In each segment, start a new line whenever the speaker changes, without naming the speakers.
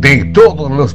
de todos los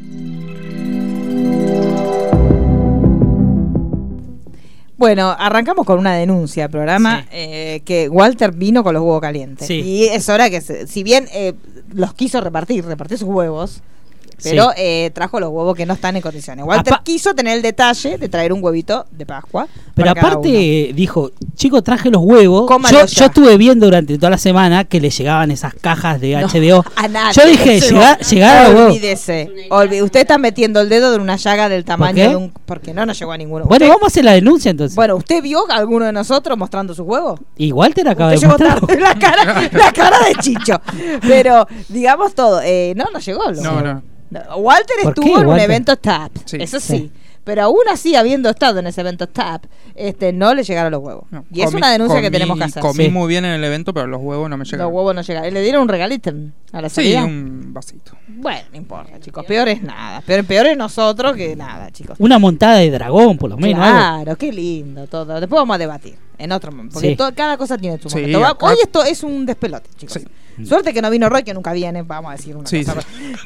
Bueno, arrancamos con una denuncia al programa
Sí.
eh, que Walter vino con los huevos calientes.
Sí.
Y es hora que, se- si bien eh, los quiso repartir, repartió sus huevos, pero
Sí.
eh, trajo los huevos que no están en condiciones. Walter
Apa-
quiso tener el detalle de traer un huevito de Pascua.
Pero
para cada uno.
aparte dijo, chico, traje los huevos. Yo,
Cómalos ya.
yo estuve viendo durante toda la semana que le llegaban esas cajas de
No,
HBO.
a nadie
Yo
le
dije,
llegó.
llega, llegaron los huevos.
Olvídese. Olvi- usted está metiendo el dedo en una llaga del tamaño
qué?
de un. Porque no nos llegó a ninguno.
Bueno,
Usted-
vamos a hacer la denuncia
Eh,
entonces.
bueno, ¿usted vio a alguno de nosotros mostrando sus huevos?
y Walter acaba
Usted
de
llegó
mostrar.
tarde, la cara, la cara de Chicho. Pero digamos todo, eh, no, no llegó. lo-
No, no.
No, Walter
¿Por
estuvo
qué,
en un
Walter?
evento TAP,
Sí.
eso sí.
Sí.
Pero aún así, habiendo estado en ese evento TAP, este, no le llegaron los huevos.
No,
y es
comí-
una denuncia que
comí-
tenemos que hacer.
Comí
Sí.
muy bien en el evento, pero los huevos no me
Los
llegaron.
huevos no llegaron. Le dieron un regalito a la
Sí,
salida.
un vasito.
Bueno, no importa, chicos. Peor es nada. Peor, peor es nosotros que nada, chicos.
Una montada de dragón, por lo menos. algo.
Claro, qué lindo todo. Después vamos a debatir en otro momento. Porque
Sí.
to- cada cosa tiene su
Sí,
momento. Va-
acá-
Hoy esto es un despelote, chicos. Suerte que no vino Roy, que nunca viene, vamos a decir una
Sí,
cosa.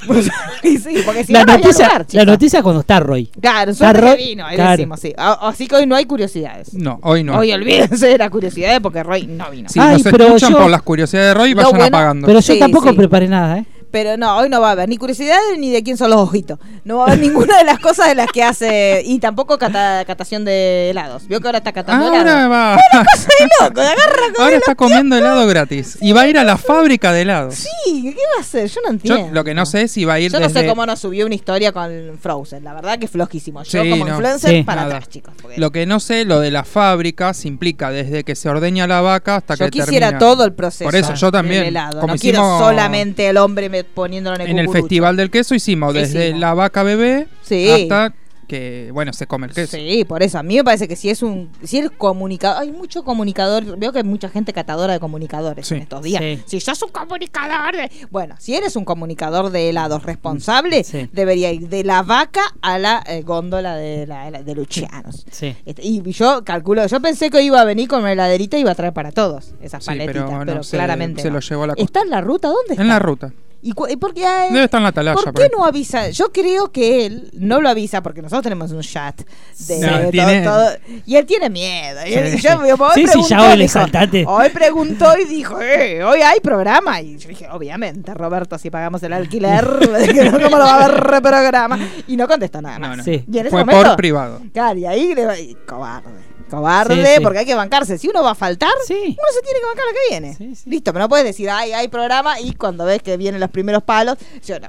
Pues, Y sí, porque si
la,
no, no había
noticia,
lugar,
la
chicos.
noticia cuando está Roy.
Claro, suerte
Roy-
que vino, ahí
claro.
decimos, sí. A- Así que hoy no hay curiosidades.
No, hoy no.
Hoy olvídense de las curiosidades porque Roy no vino.
Si
Ay,
nos
pero
escuchan
yo-
por las curiosidades de Roy,
Lo
vayan
bueno-
apagando.
Pero yo
Sí,
tampoco
sí.
preparé nada, ¿eh?
Pero no, hoy no va a haber ni curiosidades ni de quién son los ojitos. No va a haber ninguna de las cosas de las que hace. Y tampoco cata- catación de helados. Vio que ahora está catando
Ahora
helados.
va.
¡Qué loco! Agarra con
Ahora está comiendo helado gratis. Y va a ir a la fábrica de helados.
Sí, ¿qué va a hacer? Yo no entiendo.
Yo lo que no sé es si va a ir
Yo no
desde-
sé cómo nos subió una historia con Frozen. La verdad que flojísimo. Yo
Sí,
como
no.
influencer
Sí.
para
Nada.
atrás, chicos. porque
Lo que no sé, lo de las fábricas implica desde que se ordeña la vaca hasta
yo
que
quisiera
termina.
todo el proceso.
Por eso yo
del
también.
helado.
como
No quiero
hicimos
solamente el hombre me- poniéndolo en el
En el
cucurucho.
Festival del Queso hicimos desde
Hicimos.
la vaca bebé
Sí.
hasta que, bueno, se come el queso.
Sí, por eso. A mí me parece que si es un. Si el comunicador. Hay mucho comunicador. Veo que hay mucha gente catadora de comunicadores
Sí.
en estos días.
Sí.
Si sos un comunicador. de- bueno, si eres un comunicador de helados responsable,
Sí.
debería ir de la vaca a la eh, góndola de, la, de Lucianos.
Sí.
Este, Y yo calculo, yo pensé que iba a venir con una heladerita y iba a traer para todos esas
Sí,
paletitas, pero,
pero no, se-
claramente.
se
no.
lo llevó a la
¿Está en la ruta? ¿Dónde está?
En la ruta.
¿Y, cu- y por qué, eh,
Debe estar en la atalaya.
¿Por
por
qué
ahí.
no avisa? Yo creo que él no lo avisa porque nosotros tenemos un chat de
No,
todo-
tiene-
todo- y él tiene miedo. Y él- yo, hoy
Sí, sí,
preguntó,
ya hoy le
dijo-
saltaste.
Hoy preguntó y dijo, eh, hoy hay programa. Y yo dije, obviamente, Roberto, si pagamos el alquiler, ¿cómo lo va a haber programa? Y no contestó nada más.
No, no.
Sí.
Y en ese
Fue
momento-
por privado.
Claro, y ahí le va- y cobarde. Cobarde,
Sí, sí.
porque hay que bancarse. Si uno va a faltar,
Sí.
uno se tiene que bancar lo que viene.
Sí, sí.
Listo, pero no puedes decir, ay, hay programa, y cuando ves que vienen los primeros palos, yo no.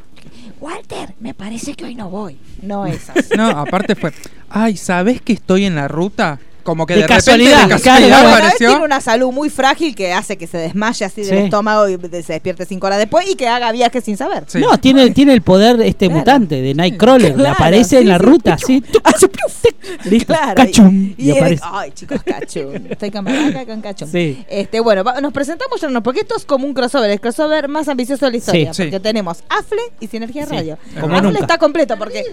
Walter, me parece que hoy no voy. No es así.
No, aparte fue. Ay, ¿sabés que estoy en la ruta? Como que de,
De
repente,
casualidad,
de
claro.
casualidad
Bueno, él
apareció.
tiene una salud muy frágil que hace que se desmaye así del
Sí.
estómago y se despierte cinco horas después y que haga viajes sin saber.
Sí.
No, tiene, tiene el poder este
Claro.
mutante de Nightcrawler.
Claro,
le aparece
sí,
en la
sí,
ruta,
pichu.
así. tuc,
Hace
tuc, tuc, listo,
Claro.
cachum,
Y,
Y,
y él-
aparece.
ay, chicos, cachum. Estoy con acá con cachum.
Sí.
Este, bueno, va- nos presentamos ya, no, porque esto es como un crossover, el crossover más ambicioso de la historia.
Sí, sí.
porque tenemos AFLE y Sinergia
Sí,
Radio.
como
AFLE
nunca.
está completo porque.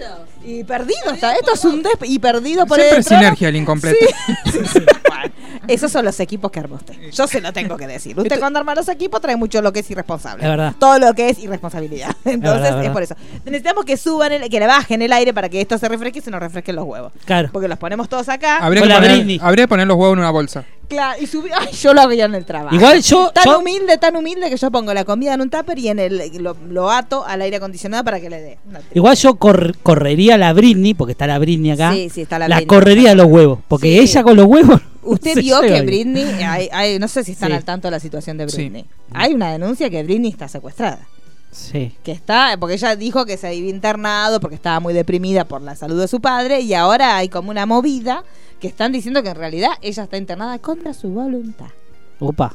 Y perdido está. Esto es un des y perdido por
Siempre
el trono.
sinergia el incompleto.
Sí, sí, sí. Bueno, esos son los equipos que arma usted. Yo se lo tengo que decir. Usted cuando arma los equipos trae mucho lo que es irresponsable.
Es verdad.
Todo lo que es irresponsabilidad. Entonces
verdad, es
es por eso. Necesitamos que suban, el- que le bajen el aire para que esto se refresque y se nos refresquen los huevos.
Claro.
Porque los ponemos todos acá.
Habría, que
Hola,
poner,
Britney.
habría que poner los huevos en una bolsa.
Claro, y subí. Ay, yo lo haría en el trabajo.
Igual yo-
Tan
yo-
humilde, tan humilde que yo pongo la comida en un tupper y en el lo, lo ato al aire acondicionado para que le dé. No te-
Igual yo cor- correría a la Britney, porque está la Britney acá.
Sí, sí, está la
La
Britney.
correría a los huevos. Porque
Sí.
ella con los huevos.
Usted
se
vio
lleva
que
bien.
Britney. hay- hay- no sé si están
Sí.
al tanto de la situación de
Sí.
Britney. Hay una denuncia que Britney está secuestrada.
Sí.
Que está, porque ella dijo que se había internado porque estaba muy deprimida por la salud de su padre y ahora hay como una movida que están diciendo que en realidad ella está internada contra su voluntad.
Opa.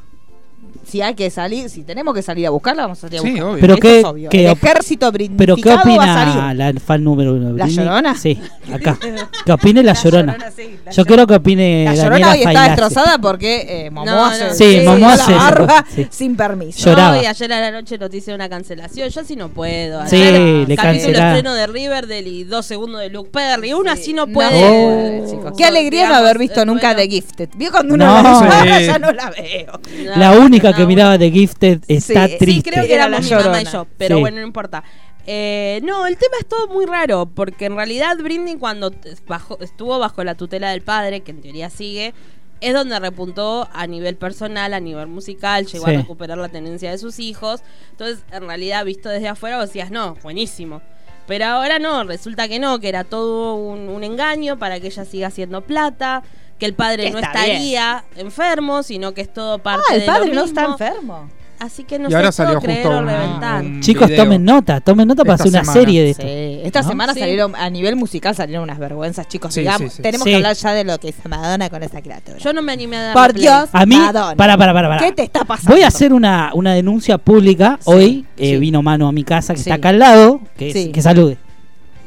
si hay que salir, si tenemos que salir a buscarla, vamos a salir a
Sí,
buscarla.
obvio.
Pero
Eso
qué-
es obvio.
qué
El
op-
ejército brindicado
Pero ¿qué
Mm, va a salir.
opina la fan número uno?
¿La
Britney?
Llorona?
Sí, acá. ¿Qué opine la, llorona?
sí, la
Yo quiero que opine
La
Daniela
Llorona hoy está
Failase.
destrozada porque eh, Momoa
No,
se-
no,
se
sí,
hizo
Momoa
la
se-
barba
sí.
sin permiso.
Yo- lloraba.
No, y ayer a la noche nos hicieron una cancelación. Yo así no puedo.
Sí,
Ayer,
le
capítulo
cancelá.
estreno de Riverdale y dos segundos de Luke Perry. Uno así no
No
puede.
puede,
chicos.
Qué alegría no
Digamos,
haber visto
el
nunca The
duelo-
Gifted. Vio cuando uno
No.
la ve llorar,
Sí.
ya no la veo.
No,
La única que
no,
miraba de Gifted está
sí,
triste.
Sí, creo que
Era la
éramos mi mamá y
llorona.
yo, pero
Sí.
bueno, no importa. Eh, no, el tema es todo muy raro, porque en realidad Britney cuando t- bajó- estuvo bajo la tutela del padre, que en teoría sigue, es donde repuntó a nivel personal, a nivel musical, llegó
Sí.
a recuperar la tenencia de sus hijos. Entonces, en realidad, visto desde afuera, vos decías, no, buenísimo. Pero ahora no, resulta que no, que era todo un, un engaño para que ella siga haciendo plata, que el padre
Que
no
está bien.
estaría enfermo, sino que es todo parte
Ah, el
de lo
padre no está
mismo.
enfermo.
Así que no
Y ahora
sé
salió
puedo creer
justo
o
un- Mm.
reventar.
un-
Chicos,
video.
tomen nota, tomen nota para
Esta
hacer una
semana.
serie de esto.
Sí, esta
¿No?
semana
Sí.
salieron, a nivel musical salieron unas vergüenzas, chicos.
Sí,
digamos,
sí, sí.
tenemos
Sí.
que hablar ya de lo que hizo Madonna con esa criatura.
Yo no me animé a dar
Por Dios,
A mí,
Madonna.
para, para, para,
¿Qué te está pasando?
Voy a hacer una, una denuncia pública. Hoy eh,
sí.
vino Mano a mi casa, que
Sí.
está acá al lado, que,
Sí.
que salude.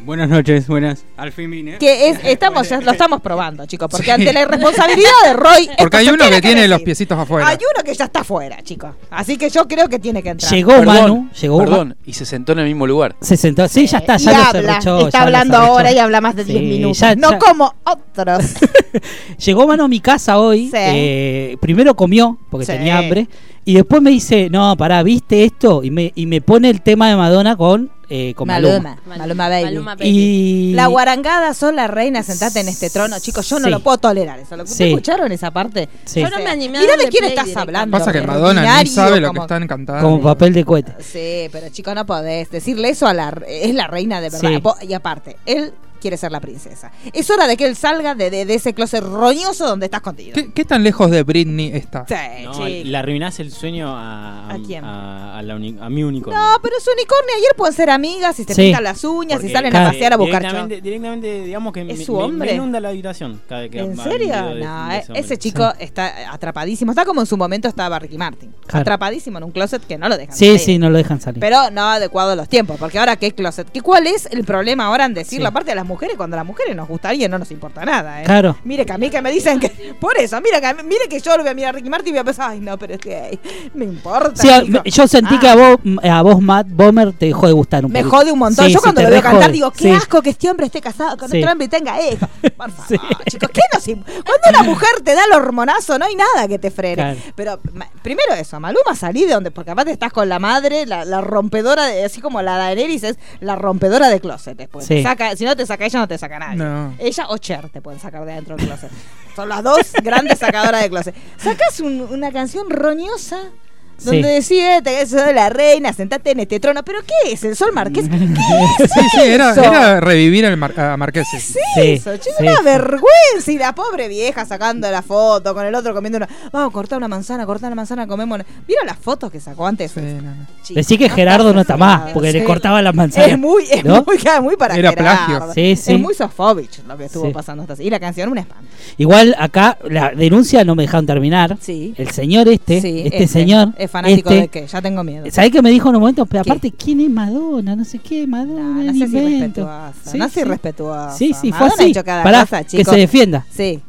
Buenas noches, buenas. Al fin vine.
que es, estamos, ya lo estamos probando, chicos, porque
Sí.
ante la irresponsabilidad de Roy. esto
Porque hay
se
uno que tiene
decir.
los piecitos afuera.
Hay uno que ya está afuera, chicos. Así que yo creo que tiene que entrar.
Llegó Manu, llegó
Perdón, y se sentó en el mismo lugar.
Se sentó, sí, ya está,
Y
ya lo
habla,
cerruchó,
está
ya lo
hablando
cerruchó.
ahora y habla más de 10
Sí,
minutos.
ya-
no
ya-
como otros.
Llegó Mano a mi casa hoy,
Sí.
eh, primero comió, porque
Sí.
tenía hambre, y después me dice, no, pará, ¿viste esto? Y me, y me pone el tema de Madonna con, eh, con Maluma.
Maluma, Maluma Baby.
Maluma Baby.
Y...
La guarangada, sos la reina, sentate en este trono. Chicos, yo no
Sí.
lo puedo tolerar eso. ¿Lo
Sí.
escucharon esa parte?
Sí.
Yo no me animé a
Mirá de
darle
quién
play
estás
directamente.
hablando.
Pasa que
Qué
Madonna ni
ordinario,
sabe lo que
como-
están cantando.
Como papel de
Ah,
cohete.
Sí, pero chicos, no podés decirle eso a la... Es la reina de verdad.
Sí.
Po- Y aparte, él quiere ser la princesa. Es hora de que él salga de, de- de ese closet roñoso donde estás contigo.
¿Qué, qué tan lejos de Britney está?
Sí,
No,
chicos.
le arruinás el sueño a.
¿A quién?
A, a la uni- a mi unicornio.
No, pero es unicornio. Ayer pueden ser amigas, si se
Sí.
pintan las uñas,
Porque,
si salen
claro,
a pasear a buscar
directamente, directamente, digamos que
Es
me-
su
me- me
hombre.
inunda la habitación cada vez que
¿En
va el
serio?
video de-
No,
de
eh,
ese hombre.
ese chico está atrapadísimo. Está como en su momento estaba Ricky Martin.
Claro.
Atrapadísimo en un closet que no lo dejan
Sí,
salir.
sí, no lo dejan salir.
Pero no adecuado a los tiempos, porque ahora qué closet. ¿Qué, ¿Cuál es el problema ahora en decir
Sí.
la parte de las mujeres cuando a las mujeres nos gusta alguien no nos importa nada? ¿eh?
Claro.
Mire que a mí que me dicen que... Por eso, mire que, a mí- mire que yo lo voy a mirar a Ricky Martin y voy a pensar, ay no, pero es que ay, me importa.
Sí, a-
hijo".
me- yo sentí
Ah.
que a vos, a vos, Matt Bomer, te dejó de gustar un
Me
poquito.
jode un montón.
Sí,
Yo
sí,
cuando
te
lo veo
re
cantar
jode.
digo, qué
Sí.
asco que este hombre esté casado con
Sí.
otro hombre y tenga hijos. Por favor,
Sí.
chicos, ¿qué nos im- Cuando una mujer te da el hormonazo, no hay nada que te frene.
Claro.
Pero ma- primero eso, Maluma salí de donde, porque aparte estás con la madre, la, la rompedora, de- así como la Daenerys es la rompedora de closet después.
Sí.
Te saca, si no te saca ella, no te saca nadie.
No.
Ella o Cher te pueden sacar de adentro del closet. Son las dos grandes sacadoras de closet. Sacas un- una canción roñosa
Sí.
donde decía, te soy la reina, sentate en este trono. ¿Pero qué es? ¿El sol marqués? ¿Qué es
Sí, sí, era,
eso?
era revivir al Mar- a Marquesi.
Sí,
eso, chico,
sí,
una
sí.
vergüenza. Y la pobre vieja sacando la foto con el otro comiendo una. Vamos a cortar una manzana, cortar una manzana, comemos. una- ¿Vieron las fotos que sacó antes?
Sí, no, no.
Chicos,
Decí que
no
Gerardo no está más,
nada.
porque
Sí.
le cortaba las manzanas.
Es muy, es
¿no?
muy, es muy para
Era
Gerardo.
plagio.
Sí, sí.
Es muy Sofovich lo que estuvo
Sí.
pasando. hasta- Y la canción, un espanto.
Igual acá la denuncia no me dejaron terminar.
Sí.
El señor este,
Sí,
este, señor.
Es fanático
este,
de que ya tengo miedo.
¿Sabés qué me dijo en un momento? Pero
¿Qué?
aparte, ¿quién es Madonna? No sé qué,
No,
Madonna.
no seas
es invento.
irrespetuosa.
Sí,
no seas
sí.
irrespetuosa.
Sí, sí, fue
Madonna ha
así.
hecho cada
Pará,
cosa,
que
chicos.
se defienda.
Sí.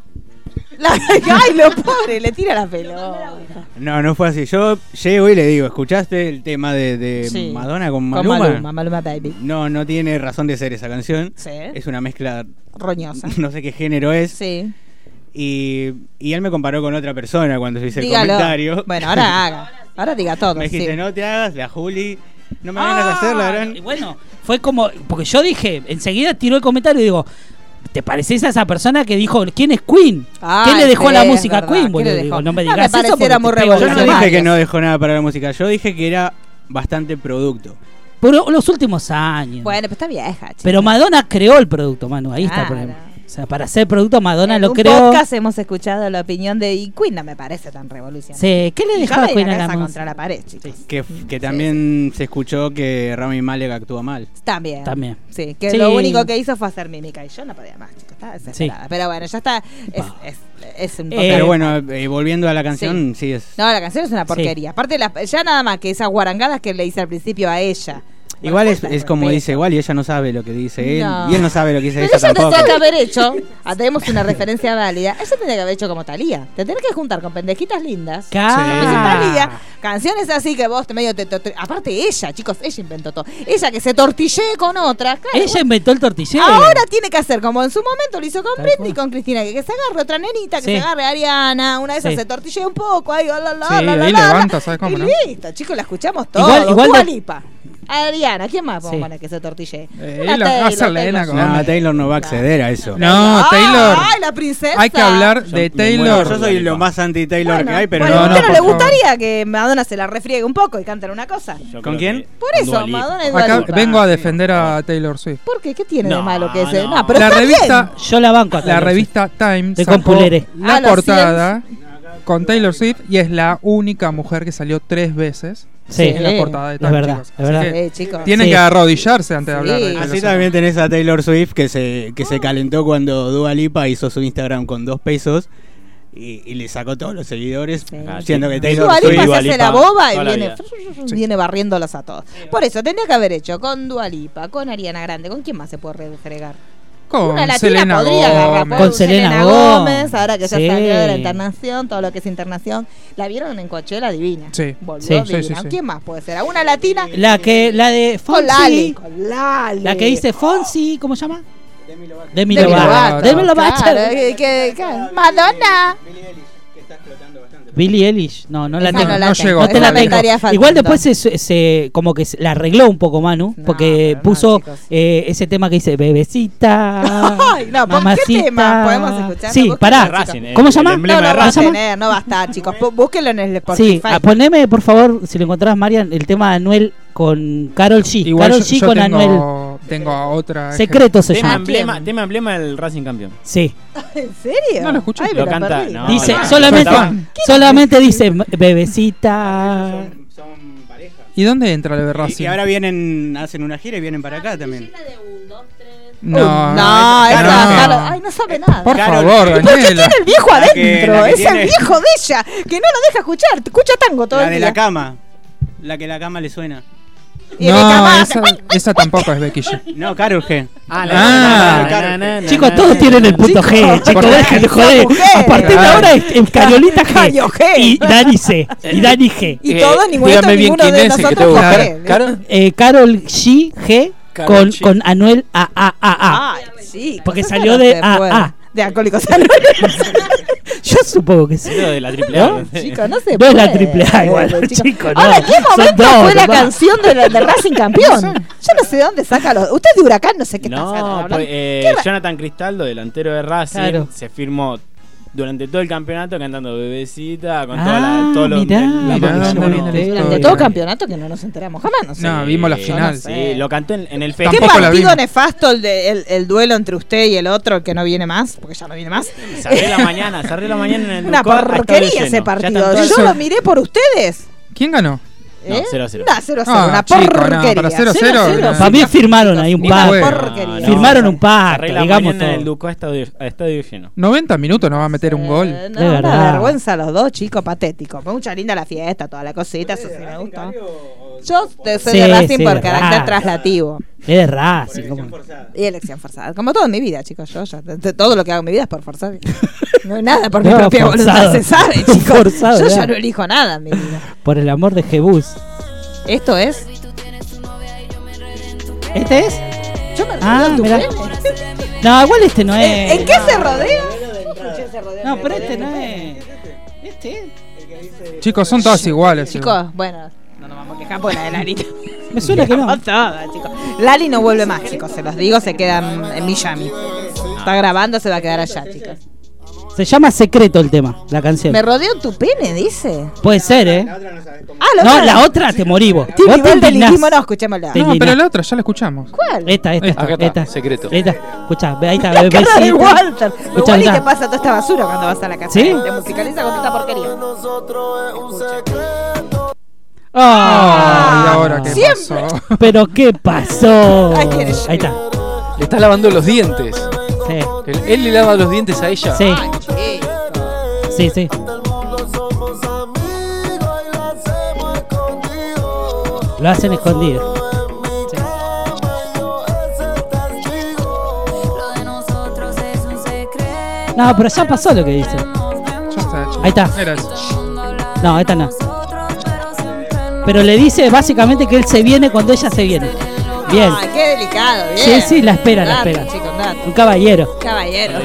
La- ay, lo pobre, le tira la pelota.
No, no fue así. Yo llego y le digo, ¿escuchaste el tema de, de
Sí.
Madonna con
Con
Maluma?
Maluma, Maluma Baby.
No, no tiene razón de ser esa canción.
Sí.
Es una mezcla,
Roñosa.
no sé qué género es.
Sí.
Y, y él me comparó con otra persona cuando yo hice el comentario.
Bueno, ahora haga. Ahora diga todo.
me dijiste,
sí.
no te hagas, la Juli. No me van a
Ah,
hacer, la gran.
Y bueno, fue como. Porque yo dije, enseguida tiró el comentario y digo. ¿Te pareces a esa persona que dijo quién es Queen? ¿Quién
Ay,
le dejó a la
sí, es
música
verdad,
Queen?
¿qué
boludo?
le
Digo,
dejó?
no me
No, me
digas eso porque
pareciera
te
muy
pego la
Yo no
revolucionario.
madre.
dije que no dejó nada para la música, yo dije que era bastante producto.
Por los últimos años.
Bueno, pues está vieja, chica.
Pero Madonna creó el producto, Manu. Ahí está el
Claro.
problema. sea, para hacer producto Madonna
en
lo
un
creo.
podcast hemos escuchado la opinión de y Queen, no me parece tan revolucionaria.
Sí, ¿qué le
Y
dejó
yo
a
me
Queen
di la
a la
cabeza
música?
contra la pared, chicos.
Que, que también se escuchó que Rami Malek actúa mal.
También.
También.
Sí, que
Sí.
lo único que hizo fue hacer mímica y yo no podía más, chicos. Estaba desesperada.
Sí.
Pero bueno, ya está. Es,
Pa.
es, es un
Eh,
papel.
Pero bueno, eh, volviendo a la canción, sí, es.
No, la canción es una porquería. Aparte, la- ya nada más que esas guarangadas que le hice al principio a ella.
Igual es,
Bueno,
es como
respeto.
dice, igual y ella no sabe lo que dice él.
No.
Y él no sabe lo que dice
Pero
ella
ella
tampoco.
tendría que haber hecho, ah, tenemos una referencia válida, ella tendría que haber hecho como Talía. Te tenés que juntar con pendejitas lindas. Como hizo Thalía. Canciones así que vos te medio te, te- te- Aparte ella, chicos, ella inventó todo. Ella que se tortillee con otras. claro,
Ella
bueno,
inventó el tortillero.
Ahora tiene que hacer como en su momento lo hizo con
Tal
Britney y
cual.
con Cristina, que, que se agarre otra nenita, que
Sí.
se agarre a Ariana, una de esas
Sí.
se tortillee un poco, ahí, oh, la, la, la,
Sí,
la, la,
ahí
la,
levanta, ¿sabes cómo,
y
no?
listo, chicos, la escuchamos todo.
Igual-
Igual,
igual de-
Ariana, ¿quién más podemos
Sí.
poner que se tortillee?
Eh,
Una
la-
Taylor,
hacerle
Taylor. Ah,
una
No, Taylor no va a acceder a eso.
No, Ah, Taylor.
Ay, la princesa.
Hay que hablar
Yo
de
me muero,
Taylor.
Yo soy lo más anti-Taylor
Bueno,
que hay, pero
bueno,
no,
no.
no,
pero
por
le
favor.
gustaría que Madonna se la refriegue un poco y cantara una cosa.
¿Con quién?
Por eso, Madonna y Dua
Acá
Lipa.
vengo a defender a Taylor Swift.
¿Por qué? ¿Qué tiene de
No,
malo que ese? No,
no.
pero
la
está
revista,
bien.
Yo la banco a
la
Taylor
revista Time
De
sacó
Compulere.
Ah,
la
lo
portada con Taylor Swift y es la única mujer que salió tres veces
Swift. Sí,
Sí,
en la portada de
es
Time.
verdad,
chicos.
es
Así
verdad.
que
Eh, chicos.
Tienen
Sí.
que arrodillarse antes de hablar de
Sí.
Taylor
Así
Swift.
también tenés a Taylor Swift que se, que se calentó cuando Dua Lipa hizo su Instagram con dos pesos y, y le sacó todos los seguidores, Ah,
Sí.
siendo que Taylor
Dua Lipa
Swift.
se hace la boba y
toda la
viene,
Sí.
viene barriéndolas a todos. Por eso, tendría que haber hecho con Dualipa, con Ariana Grande, ¿con quién más se puede refregar?
con
Una latina
Selena
podría agarrar
Gomez.
por
Con Selena Gómez,
ahora que ya
sí.
salió de la internación, todo lo que es internación. La vieron en Coachella divina.
Sí.
Volvió
Sí,
sí,
divina.
sí, sí.
¿Quién más puede ser? ¿A una latina?
La que la de
Con Lali.
Fonsi,
Con Lali.
la que dice Fonsi, ¿cómo se llama? Demi
Demi
Lovato.
Lovato.
Lovato.
Demi Lovato.
Claro, que- que- que- Madonna.
Billie Eelish. No, no la
Esa
tengo.
no
No,
la llegó.
te la
Esa me
tengo.
estaría faltando.
Igual después se, se- como que se la arregló un poco Manu,
No,
porque
pero no,
puso
chicos.
eh, ese tema que dice bebecita.
Ay, no, ¿por qué tema podemos escuchar?
Sí,
¿Vos qué
pará.
querés,
¿Cómo,
chicos?
se llama?
No, eh, no va a
¿Cómo se llama?
tener, no va a estar, chicos. Bú- Búsquenlo en el Spotify.
Sí, ah, poneme por favor, si lo encontrás Marian, el tema de Anuel con Carol G.
Igual
Carol
yo,
G
yo
con Anuel.
tengo, tengo a otra.
Secreto se
Tema
llama.
emblema,
quién?
tema emblema del Racing Campeón.
Sí.
¿En serio?
No lo escuché.
Ay, me
Lo
la
canta-
perdí.
no.
Dice,
no,
solamente,
no, no.
solamente dice bebecita.
¿Y dónde entra el de
Y,
Racing?
y ahora vienen, hacen una gira y vienen para acá también.
No,
Uh, no, esa
no.
Carol- ay, no sabe nada.
Por
Carol.
favor,
¿Y
¿Por qué
Daniela.
tiene el viejo
La que-
adentro?
la que
es
tiene-
el viejo de ella, que no lo deja escuchar. Escucha tango todo
La
el
de
día.
la cama. La que la cama le suena.
y de cama
No,
hace-
esa, esa tampoco es Becky G.
No, Carol G.
Ah.
Carol G.
Chicos, todos tienen el punto G. Chicos, dejen de joder.
mujer.
A partir de
Claro.
ahora es es Carolita
Caño
G.
G.
Y Dani C. Y Dani G.
Y
Eh,
todos, ninguno,
dígame bien
ninguno
quién
de
es el que
nosotros
tengo que
mujer.
buscar. Claro.
Eh, Carol G. G.
Carol
Con,
G.
con Anuel A. A. A. A.
Ay, sí.
Porque
eso
salió
no
de-
se
ah,
puede.
ah.
De alcohólicos anónimos.
Yo supongo que sí.
de la triple A.
¿No?
Chicos, no se
No es la
puede,
triple A igual,
chicos.
chicos, no.
Ahora, ¿en qué
Son
momento
dos,
fue la
nomás.
canción de, la- de Racing Campeón? Yo no sé de dónde saca los... Usted de Huracán no sé qué está
No,
hablando.
pues, eh,
¿Qué ra-
Jonathan Cristaldo, delantero de Racing,
Claro.
se firmó durante todo el campeonato cantando Bebecita, con toda
Ah,
la, todo lo-
mirá.
la
Mirá
producción.
dónde viene la
Sí,
De
historia.
todo campeonato que no nos enteramos jamás. No sé.
No, vimos la
Sí,
final.
Sí, lo cantó en, en el
¿Qué
Tampoco la
partido
vimos.
nefasto el, de- el, el duelo entre usted y el otro, el que no viene más? Porque ya no viene más.
Cerré la mañana, cerré la mañana en el
Una
Lucor, hasta ahora
porquería
lleno.
ese
Ya están
partido.
todas-
Yo
Eso-
lo miré por ustedes.
¿Quién ganó?
No,
¿Eh?
0 a 0.
Nah, 0 a 0,
Ah,
una
chico, no, para
porquería.
0 a 0, no.
Para mí firmaron ahí un
Una
pacto.
porquería.
No,
Firmaron
no,
un pacto,
Cerré la
digamos
mañana en el
todo.
Ducó a estadio, a estadio lleno.
90 minutos nos va a meter un gol.
Eh,
De
No, una
verdad.
vergüenza los dos, chicos, patético. Fue mucha linda la fiesta, toda la cosita, eso sí me gustó. Yo te- soy de
Sí,
Racing
sí,
por
de
carácter
Racing.
traslativo
Es Racing. como-
y elección forzada. Como todo en mi vida, chicos. Yo, yo- t- todo lo que hago en mi vida es por forzar. No hay nada por mi
No,
propia
forzado.
voluntad, se sabe, chicos.
Forzado,
yo ya
claro.
no elijo nada en mi vida.
Por el amor de Jebus.
Esto es.
¿Este es?
Yo me
Ah,
rodeo en tu
mirá.
pene.
No, igual este no
¿En,
es.
en qué se rodea? Yo escuché ese rodeo,
No,
me
pero
rodeo
este
en
no
mi pene.
es. Este es.
Chicos, son todas iguales.
Chicos, bueno, no nos vamos a quejar por la de Lali.
Me suena que no.
Todas, chicos. Lali no vuelve más, chicos, se los digo, se queda en en Miami. Está grabando, se va a quedar allá, chicos.
Se llama Secreto el tema, la canción.
Me rodeo tu pene, dice.
Puede ser, ¿eh?
Ah,
No, la otra te morí vos.
Tiene
Vos te
nivel de
indignás.
elitismo, no, escuchémosla.
Te-
No,
Lina.
pero la otra ya la escuchamos.
¿Cuál?
Esta, esta,
Acá está,
esta.
secreto.
Esta. Escuchá, ve- ahí está,
La cara de
bebecita.
Walter.
Escuchá,
Igual y
escuchá.
te pasa toda esta basura cuando vas a la casa. eh.
¿Sí?
Te musicaliza con esta porquería.
Ah,
Ay, ahora qué
Siempre.
pasó.
pero ¿qué pasó?
Ay, quiere llorar.
Ahí está.
Le está lavando los dientes.
Sí,
Él, él le lava los dientes a ella.
sí, sí. sí. Lo hacen escondido. No, pero ya pasó lo que dice.
Ya está, ya.
Ahí está.
Era eso.
No, esta no. Pero le dice básicamente que él se viene cuando ella se viene. Bien.
Ay, qué delicado, bien.
Sí, sí, la espera, la
Dato,
espera.
chico, dato.
Un caballero.
Caballero.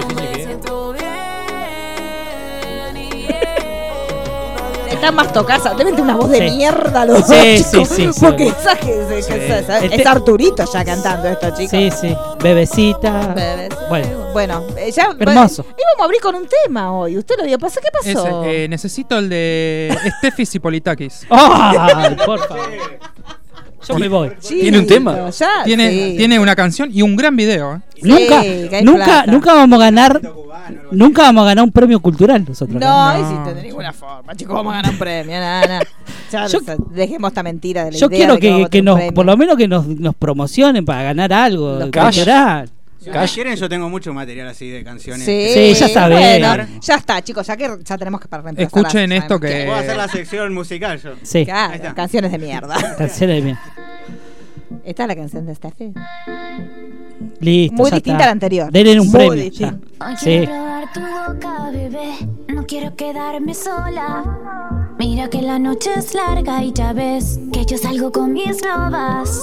Están más tocadas. Deben una voz de
Sí.
mierda los dos,
Sí,
chicos,
sí, sí, sí.
Porque esa que se- que se-
Este-
es Arturito ya cantando esto, chicos.
Sí, sí. Bebecita.
Bebes.
Bueno.
Bueno, eh, ya
Hermoso.
bueno, íbamos a abrir con un tema hoy. Usted lo vio pasar. ¿Qué pasó?
Ese, eh, necesito el de Stefis y Politakis.
¡Ay, por favor! Yo me voy.
¿Tiene un tema?
Ya,
Tiene,
Ah, sí.
tiene una canción y un gran video. ¿eh?
Sí,
Nunca,
que hay
nunca,
plata.
nunca vamos a ganar. Nunca vamos a ganar un premio cultural nosotros.
No,
No.
hiciste de ninguna forma, chicos. Vamos a ganar un premio, nada, nada. Ya,
Yo-
o sea, dejemos esta mentira de la
Yo
idea
quiero
de vamos
que,
a
que
tener un
nos,
premio.
por lo menos que nos, nos promocionen para ganar algo.
Los
cash.
cultural.
Si ustedes quieren, yo tengo mucho material así de canciones.
Sí,
Sí, ya saben.
Bueno, ya está, chicos, ya que ya tenemos que para reemplazar
Escuchen
las-
esto que-
Puedo hacer la sección musical yo.
Sí.
Claro,
Ahí está.
canciones de mierda.
Tercera de mierda.
Esta es la canción de este Steffi.
Listo.
Muy
ya
distinta
está.
a la anterior.
Denle un
Muy
premio.
distinta.
ya.
Hoy quiero
Sí.
probar tu boca, bebé. No quiero quedarme sola. Mira que la noche es larga y ya ves que yo salgo con mis lobas.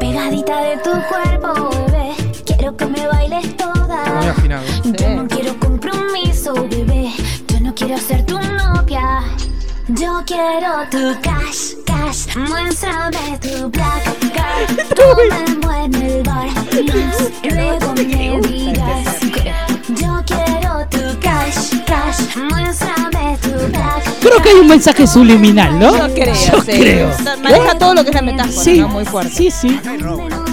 Pegadita de tu cuerpo, bebé. Quiero que me bailes
Muy
Ah.
toda.
afinado.
Yo no quiero compromiso, bebé. Yo no quiero ser tu novia. Yo quiero tu cash, cash. Muéstrame tu black card. Toma en el bar. Y luego me digas. Yo quiero tu cash, cash. Muéstrame tu black
Creo que hay un mensaje subliminal, ¿no?
Yo creo,
Yo
sí.
creo.
O sea, Maneja todo lo que es la metáfora,
Sí.
¿no? Muy fuerte.
Sí, sí.
Hay robo. ¿no?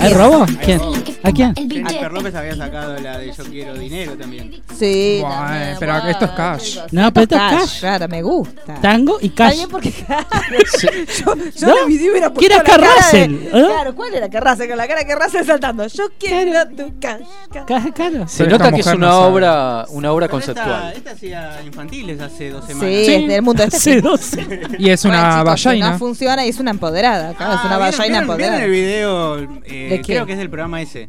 ¿Hay robo? ¿Quién? ¿A quién?
El billete.
Jennifer López había sacado la de Yo quiero dinero también.
Sí.
Guau,
también,
eh, pero
guau,
esto es cash.
chicos,
No, pero esto es cash.
Claro, me gusta.
Tango y
Está
cash.
bien porque yo, yo
¿No?
le vi, hubiera puesto
¿Quién era
la cara
Carrasel?
de-
¿Eh?
Claro, ¿cuál era Carrasel? Con la cara de Carrasel saltando. Yo quiero tu cash. cash.
Ca- Claro.
Se
Pero esta
nota que es
mujer
una
no sabe.
obra, una obra
Pero esta-
conceptual.
Esta hacía infantiles hace dos semanas.
Sí, es del mundo de este
Hace
film.
12.
Y es
Bueno,
una
chicos, si
ballaina.
No funciona y es una empoderada. Claro, es una
Ah, ¿vieron-
vallaina
vieron- vieron
empoderada.
el video, eh,
¿De qué?
creo que es del programa ese.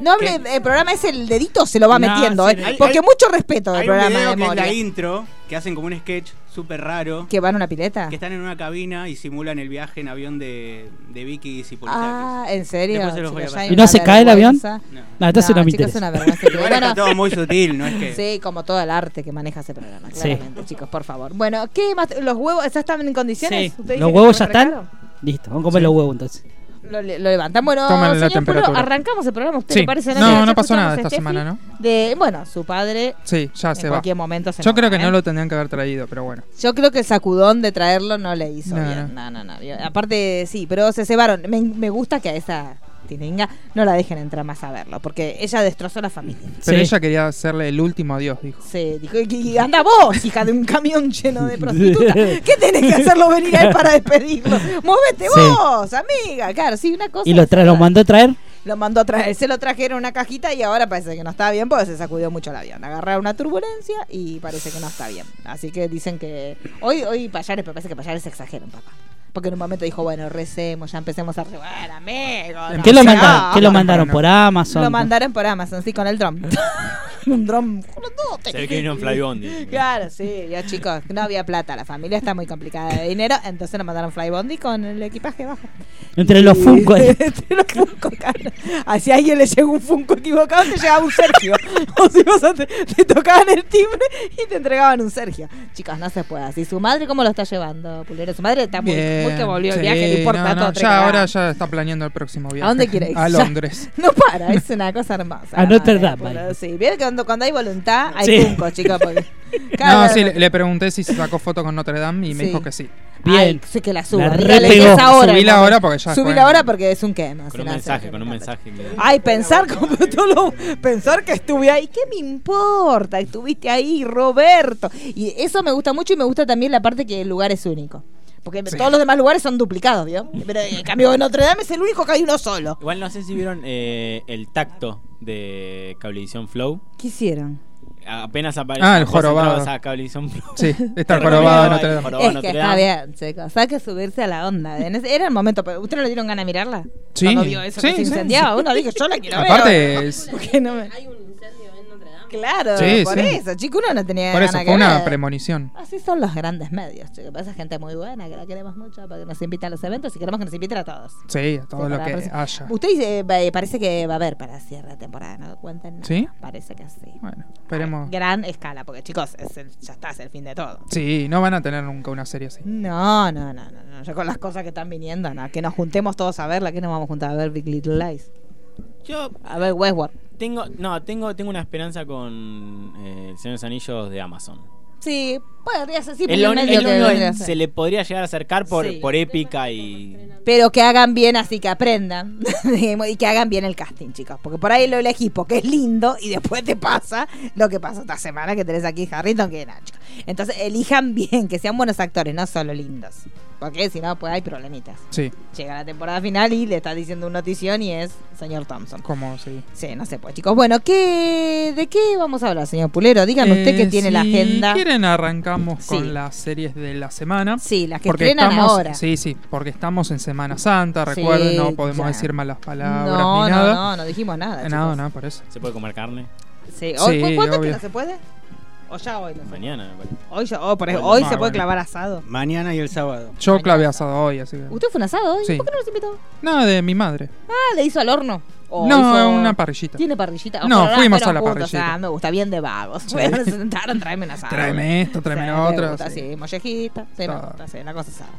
No, hombre, el programa es el dedito, se lo va
No,
metiendo.
sí,
eh,
hay-
porque
hay-
mucho respeto del
Hay un
programa
video
de
que es la
Moria.
intro, que hacen como un sketch súper raro,
Que van a una pileta.
que están en una cabina y simulan el viaje en avión de, de Vicky y
Ah, ¿en serio?
Después se los voy a
Chicos,
pasar.
ya
¿Y no se
la
cae el avión?
vergüenza.
No.
No, entonces no, me
chicos, es
interesa.
una vergüenza. Pero
Igual está
bueno,
todo muy sutil, no es que...
Sí, como todo el arte que maneja ese programa,
Sí.
claramente, chicos, por favor. Bueno, ¿qué más? ¿Los huevos ya están en condiciones?
Sí.
¿Usted dice
¿Los
que
huevos ya
se
están?
recargaron?
Listo, vamos a comer los huevos entonces.
Lo, le- lo levantan. Bueno,
Tómale la
señor Puro,
temperatura.
arrancamos el programa. ¿Usted
Sí.
le parece?
No,
Ya
no pasó
escuchamos
nada
a
esta
Steffi
semana, ¿no?
De, bueno, su padre
Sí, ya
en
se va.
cualquier momento se
Yo
enoja,
creo que no
¿eh?
lo tendrían que haber traído, pero bueno.
Yo creo que el sacudón de traerlo no le hizo
No,
bien. No, no, no. Aparte, sí, pero se cebaron. Me, me gusta que a esa tiringa no la dejen entrar más a verlo, porque ella destrozó la familia.
Pero
Sí.
ella quería hacerle el último adiós, dijo.
Se dijo, "Y- y anda vos, hija de un camión lleno de prostitutas. ¿Qué tenés que hacerlo venir a él para despedirlo? ¡Movete
Sí.
vos, amiga! Claro, sí, una cosa.
¿Y lo,
es
tra- lo
verdad.
mandó a traer?
Lo mandó a traer. Se lo trajeron en una cajita y ahora parece que no está bien porque se sacudió mucho el avión. Agarraron una turbulencia y parece que no está bien. Así que dicen que. Hoy, hoy Payares, pero parece que Payares se exageran, papá. Porque en un momento dijo, bueno, recemos, ya empecemos a rezar, amigo. no
¿Qué lo
sé,
mandaron?
ah".
¿Qué lo mandaron? ¿Por Amazon?
Lo mandaron por Amazon, sí, con el dron. un dron. grandote.
Se ve que vino en Flybondi.
Claro, sí, ya chicos, no había plata, la familia está muy complicada de dinero, entonces nos mandaron Flybondi con el equipaje bajo.
Entre los Funko. eh.
Entre los Funko, claro. Así a alguien le llegó un Funko equivocado, te llegaba un Sergio. O si vos antes te tocaban el timbre y te entregaban un Sergio. Chicos, no se puede así. ¿Su madre cómo lo está llevando, Pulero? Su madre está muy, muy que volvió el
Sí,
viaje, le importa
no, no,
todo. tres
Ya ahora
cagadas.
ya está planeando el próximo viaje.
¿A dónde quiere ir?
A
Ya.
Londres.
No para, es una cosa hermosa.
A
la
Notre
madre,
Dame.
Pulero, Sí, vieron que cuando, cuando hay voluntad, hay
Sí.
cuncos, chicos. Porque...
No,
Cada-
sí, le, le pregunté si se sacó foto con Notre Dame y me
Sí.
dijo que sí.
Bien.
Ay, sí que la suba.
La
Dígale
repegó.
que es ahora.
Subí la
hermano.
hora porque ya
Subí
fue.
la hora porque es un quema.
Con un mensaje, con un mensaje. me-
Ay, pensar como todo lo- pensar que estuve ahí, ¿qué me importa? Estuviste ahí, Roberto. Y eso me gusta mucho y me gusta también la parte que el lugar es único. Porque todos los demás lugares son duplicados, ¿vio? Pero eh, en cambio en Notre Dame es el único que hay uno solo.
Igual no sé si vieron eh, el tacto de Cablevisión Flow.
¿Qué hicieron?
Apenas aparece.
Ah, el
vos
jorobado.
entrabas a Cablevisión Flow.
Sí, está
Te
jorobado
recomendaba
Notre
el
Dame.
jorobado
Es que
Notre
está
Dame.
bien, chicos. Hay que subirse a la onda. En ese- Era el momento, pero ¿ustedes no le dieron ganas de mirarla?
Sí,
Cuando vio eso que
sí,
se
sí.
incendiaba. Uno dijo, yo la quiero ver.
Aparte, es-
¿Por qué no me-
Hay un incendio en Notre Dame.
Claro,
Sí,
por
sí.
eso, chico, uno no tenía
por eso
ganas
fue
que
una
ver.
premonición.
Así son los grandes medios, chicos. Esa gente muy buena, que la queremos mucho, porque nos invita a los eventos y queremos que nos inviten a todos.
Sí, a todo
Sí,
lo
para
que
la próxima.
haya.
Ustedes eh, va- eh, parece que va a haber para cierre de temporada, ¿no? Cuentan. nada.
¿Sí?
Parece que sí.
Bueno, esperemos.
Gran escala, porque chicos, es el- ya está, es el fin de todo.
Sí, no van a tener nunca una serie así.
No, no, no, no, no. Yo con las cosas que están viniendo, no, que nos juntemos todos a verla, que nos vamos a juntar a ver Big Little Lies,
Yo
a ver Westworld.
tengo, no, tengo, tengo una esperanza con eh, El Señor de los Anillos de Amazon.
Sí, podría ser sí,
es
porque
lo,
el
es
medio
lo
que
único
vendría a
que
ser.
se le podría llegar a acercar por,
Sí.
por épica y.
Pero que hagan bien así que aprendan. Digamos, y que hagan bien el casting, chicos. Porque por ahí lo elegís porque es lindo y después te pasa lo que pasó esta semana que tenés aquí Harrington, que nada, chicos. Entonces elijan bien, que sean buenos actores, no solo lindos. Porque si no, pues hay problemitas.
Sí,
Llega la temporada final y le está diciendo una notición y es señor Thompson.
como sí.
Sí, no sé, pues chicos. Bueno, ¿qué, ¿de qué vamos a hablar, señor Pulero? Díganme usted que
Eh,
tiene la
si
agenda.
quieren arrancamos
Sí.
con las series de la semana.
Sí, las que estrenan
estamos,
ahora.
Sí, sí, porque estamos en Semana Santa, recuerden,
Sí,
no podemos
ya.
decir malas palabras
no, no,
ni nada.
no, no dijimos nada.
Eh,
chicos.
no, no, por eso.
¿Se puede comer carne?
Sí, hoy,
Sí,
¿cuánto
obvio.
queda? ¿Se puede? O ya hoy, no sé.
Mañana, me parece.
Hoy, ya- oh, por ejemplo,
Hoy
hoy
no,
se puede
bueno.
clavar asado.
Mañana y el sábado.
Yo clavé asado hoy, así que.
¿Usted fue un asado hoy?
Sí.
¿Por qué no los invitó?
No, de mi madre.
Ah, le hizo al horno. O
no,
hizo-
una parrillita.
Tiene parrillita.
No,
pero
fuimos
fueron
a la
juntos.
parrillita.
Ah, me gusta, bien de vagos. Fueron, se sentaron, tráeme un asado.
Tráeme esto, tráeme
Sí,
lo
me
otro.
gusta,
sí.
sí, mollejita. Sí, me
Todo.
gusta, sí, una cosa asada.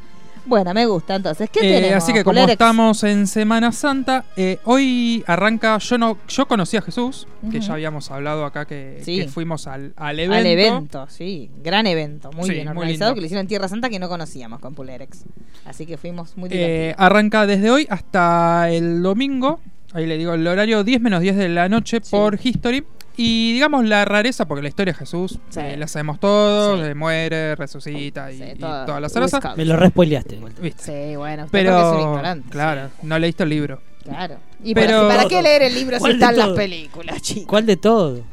Bueno, me gusta, entonces. ¿Qué
Eh,
tenemos?
así que como
Polerex?
estamos en Semana Santa, eh, hoy arranca. Yo no, yo conocí a Jesús, que
Ujú.
ya habíamos hablado acá que,
Sí.
que fuimos al, al evento.
Al evento, sí. Gran evento. Muy
Sí,
bien
muy
organizado,
lindo.
que lo hicieron en Tierra Santa que no conocíamos con Pulerex. Así que fuimos muy
Eh,
divertidos.
arranca desde hoy hasta el domingo. Ahí le digo el horario 10 menos 10 de la noche
Sí.
por History. Y digamos la rareza, porque la historia de Jesús
Sí.
eh, la sabemos todos:
Sí.
eh, muere, resucita y,
Sí,
y
todo-
toda la zaraza.
Wisconsin.
Me lo respoileaste.
Viste.
Sí, bueno, usted porque es un
Pero,
ignorante.
claro, no leíste el libro.
Claro. ¿Y
Pero-
para, para qué leer el libro si
¿Cuál de
están las
todo?
películas, chicos?
¿Cuál de todo?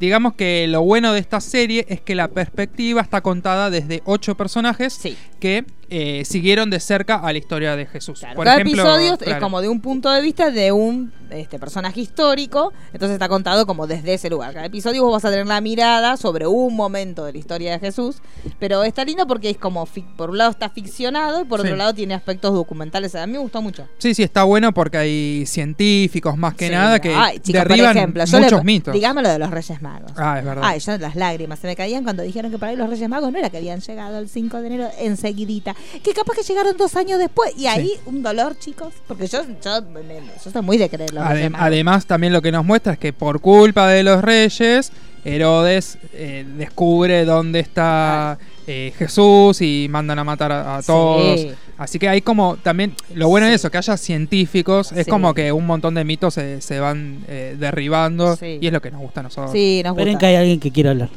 Digamos que lo bueno de esta serie es que la perspectiva está contada desde ocho personajes
Sí.
que eh, siguieron de cerca a la historia de Jesús.
Claro,
Por
cada
ejemplo,
episodio es
claro,
como de un punto de vista de un este, personaje histórico, entonces está contado como desde ese lugar. Cada episodio vos vas a tener la mirada sobre un momento de la historia de Jesús, pero está lindo porque es como, fic- por un lado está ficcionado y por otro
Sí.
lado tiene aspectos documentales. A mí me gustó mucho.
Sí, sí, está bueno porque hay científicos más que
Sí.
nada que
Ay, chicos, por
derriban
ejemplo, yo le-
muchos mitos.
Dígame lo de los Reyes Magos.
Ah, es verdad.
Ay, yo las lágrimas se me caían cuando dijeron que para ahí los Reyes Magos no era que habían llegado el 5 de enero enseguidita, que capaz que llegaron dos años después. Y ahí un dolor, chicos, porque yo, yo, me- yo soy muy de creer los
Adem-
Reyes Magos.
además, también lo que nos muestra es que por culpa de los reyes, Herodes eh, descubre dónde está eh, Jesús y mandan a matar a, a
Sí.
todos. Así que hay como también, lo bueno
Sí.
de eso, que haya científicos, es
Sí.
como que un montón de mitos se, se van eh, derribando
Sí.
y es lo que nos gusta a nosotros.
Sí, nos
Esperen que
gusta.
hay alguien que quiera hablar.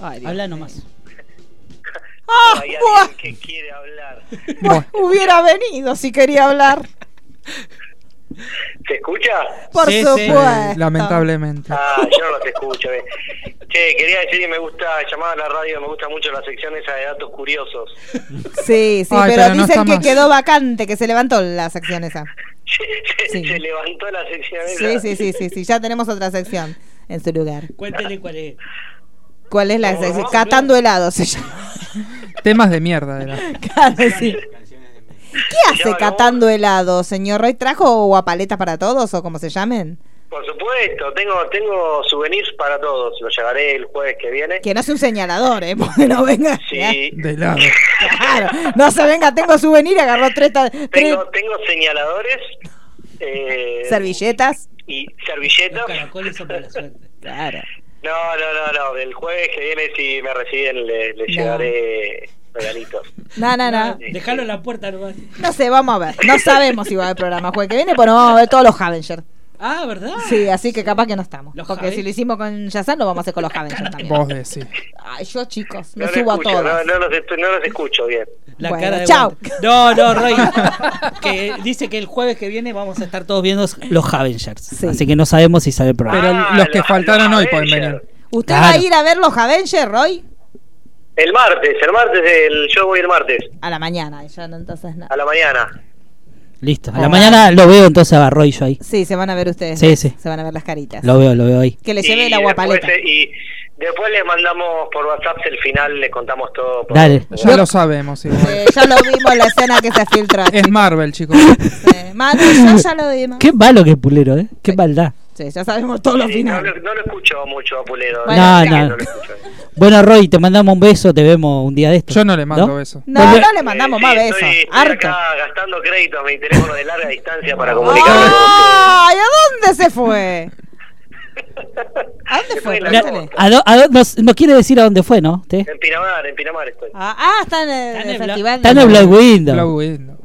Ay, Dios.
Habla nomás.
¡Ah!
Hay
buah,
alguien que quiere hablar.
Bueno,
Hubiera venido si quería hablar.
¿Se escucha?
Por
Sí, sí.
supuesto.
eh, lamentablemente.
Ah, yo no los escucho. eh. Che, quería decir que me gusta, llamada a la radio, me gusta mucho la sección esa de datos curiosos.
Sí, sí,
Ay,
pero,
pero no
dicen
está
que
más.
quedó vacante, que se levantó la sección esa.
Se, se-
Sí.
se levantó la sección
Sí,
esa.
sí, sí, sí, sí, ya tenemos otra sección en su lugar.
Cuéntele cuál es.
¿Cuál es la
¿Cómo,
sección?
cómo?
Catando helado se llama.
Temas de mierda era.
Claro, sí. ¿Qué
Ya,
hace
¿no?
catando helado, señor Roy? ¿Trajo guapaletas para todos o como se llamen?
Por supuesto, tengo tengo souvenirs para todos. Los llevaré el jueves que viene.
Que no sea un señalador, ¿eh? Porque no venga.
Sí.
De lado.
Claro, no se venga, tengo souvenir, agarró tres, ta- tres
Tengo, tengo señaladores. eh,
servilletas.
Y servilletas.
caracoles son para la suerte.
Claro.
No, no, no, no. El jueves que viene, si me reciben, le, le llevaré regalitos.
No, no, no.
Dejalo en la puerta nomás.
No sé, vamos a ver. No sabemos si va a haber programa jueves que viene, pero vamos a ver todos los Avengers.
Ah, ¿verdad?
Sí, así que capaz que no estamos.
Los
Porque
Javen-
si lo hicimos con Yazan, lo vamos a hacer con los Avengers también.
Vos decís.
Ay, yo, chicos, me
No, los
subo a
escucho,
todos.
no, no, los, estu- no los escucho bien.
La
Bueno,
cara de
chau.
Wanda. No, no, Roy. Que dice que el jueves que viene vamos a estar todos viendo los Avengers.
Sí.
Así que no sabemos si sale el programa.
Pero
Ah,
los que
los-
faltaron
los
hoy pueden
Avengers.
venir.
¿Usted va
Claro.
a ir a ver los Avengers, Roy?
El martes, el martes, el, yo voy el martes,
A la mañana, ya no, entonces nada.
a la mañana.
Listo. A la mañana lo veo entonces a Roy yo ahí.
Sí, se van a ver ustedes. ¿eh?
Sí, sí.
Se van a ver las caritas.
Lo veo, lo veo ahí.
Que le lleve
Y
el agua
después,
paleta.
eh, y después les mandamos por WhatsApp el final, les contamos todo. Por,
Dale.
por-
Ya lo sabemos. igual.
Eh, ya lo vimos la escena que se filtró.
Es Marvel, chicos.
Sí. Manu, ya, ya lo vimos.
Qué malo que es Pulero, ¿eh? Qué maldad.
Sí, ya sabemos todos los
Sí, no, lo,
finales.
no lo escucho mucho a Pulero.
Bueno,
la verdad
no,
que lo
no.
escucho.
Bueno, Roy, te mandamos un beso, te vemos un día de esto.
Yo no le mando eso.
No,
Volve-
no le mandamos
Eh,
más
sí,
besos.
Estoy, estoy
Harto. Ah.
acá gastando créditos, mi teléfono de larga distancia para comunicarme con ustedes.
¡Ay! ¿A dónde se fue? ¿A dónde fue?
Mira-
Pregúntale.
¿A dó- a dó- nos- no quiere decir a dónde fue, ¿no? ¿Te?
En Pinamar, en Pinamar estoy.
Ah, ah, está en el,
Está en el blo-
festival.
Está en
de-
el Black
Blue
Window.
Window.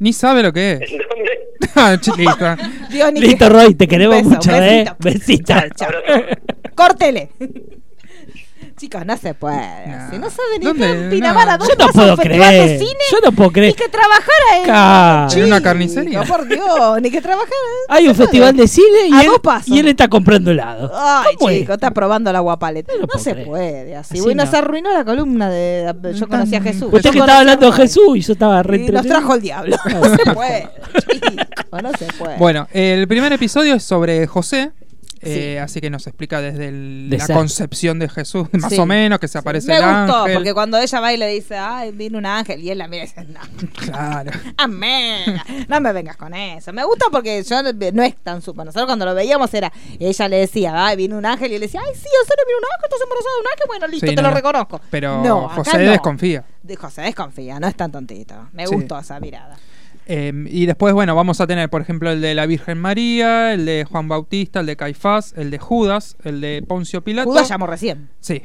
Ni sabe lo que es.
¿En dónde?
Ah, ch- Listo.
Dios, ni
Listo,
que-
Roy, te queremos
Beso,
mucho, ¿eh?
besito.
Besita.
Chao, chao. Córtele. Chicos, no se puede.
No.
Si no saben ni
¿Dónde?
qué en Pinamar, ¿a
No.
vos
Yo no
vas a
puedo
un festival de
creer.
cine
Yo no puedo
Ni
creer.
que trabajara en,
Claro.
¿En una
Chico,
carnicería?
Por Dios, ni que trabajara en-
Hay un
¿Dónde?
festival de cine y
A
él,
dos pasos.
y él está comprando helado.
Ay,
¿Cómo es?
chico, está probando la guapaleta.
No lo
No,
puedo
se
creer.
puede así.
Así
bueno,
no.
se arruinó la columna de Yo conocí a Jesús. Yo
Usted que
conocí
estaba
a
hablando de
Roy.
Jesús y yo estaba re
Y nos
entretenido.
trajo el diablo. No se puede, chico, no se puede.
Bueno, el primer episodio es sobre José. eh, así que nos explica desde el-
De
la
ser.
concepción de Jesús, más
Sí.
o menos, que se aparece
Me
el
gustó,
ángel.
porque cuando ella va y le dice, ay, vino un ángel, y él la mira y dice, no,
Claro.
amén, no me vengas con eso. Me gusta porque yo no no es tan supo. Nosotros cuando lo veíamos era, ella le decía, ay, vino un ángel, y él decía, ay, sí, en serio vino un ángel, estás embarazada de un ángel, bueno, listo,
Sí,
te
no,
lo
no.
reconozco.
Pero
no, acá
José
no.
desconfía.
De- José desconfía, no es tan tontito. Me
Sí.
gustó esa mirada.
Eh, y después, bueno, vamos a tener, por ejemplo, el de la Virgen María, el de Juan Bautista, el de Caifás, el de Judas, el de Poncio Pilato.
Judas llamó recién.
Sí,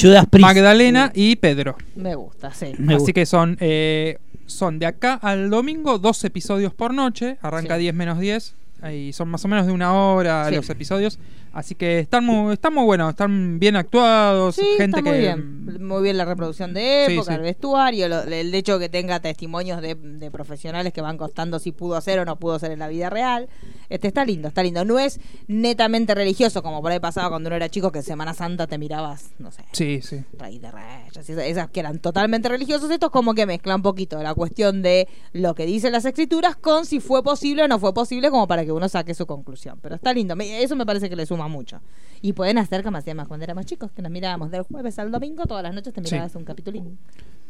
Judas Priest.
Magdalena y Pedro.
Me gusta, sí.
Me
Así
gusta.
que son, eh, son de acá al domingo dos episodios por noche. Arranca 10 menos 10. Y son más o menos de una hora
Sí.
los episodios. Así que están muy, están muy buenos, están bien actuados.
Sí,
gente
está muy
que. mm,
bien. Muy bien la reproducción de
Sí,
época,
sí.
el vestuario, lo- el hecho que tenga testimonios de, de profesionales que van contando si pudo hacer o no pudo hacer en la vida real. Este está lindo, está lindo. No es netamente religioso como por ahí pasaba cuando uno era chico que en Semana Santa te mirabas, no sé,
Sí, sí.
Rey de Reyes, esas, esas que eran totalmente religiosos, estos como que mezclan un poquito la cuestión de lo que dicen las escrituras con si fue posible o no fue posible, como para que uno saque su conclusión. Pero está lindo, me- eso me parece que le suma mucho. Y pueden hacer como hacíamos cuando éramos chicos, que nos mirábamos del jueves al domingo, todas las noches te
Sí.
mirabas un capitulín.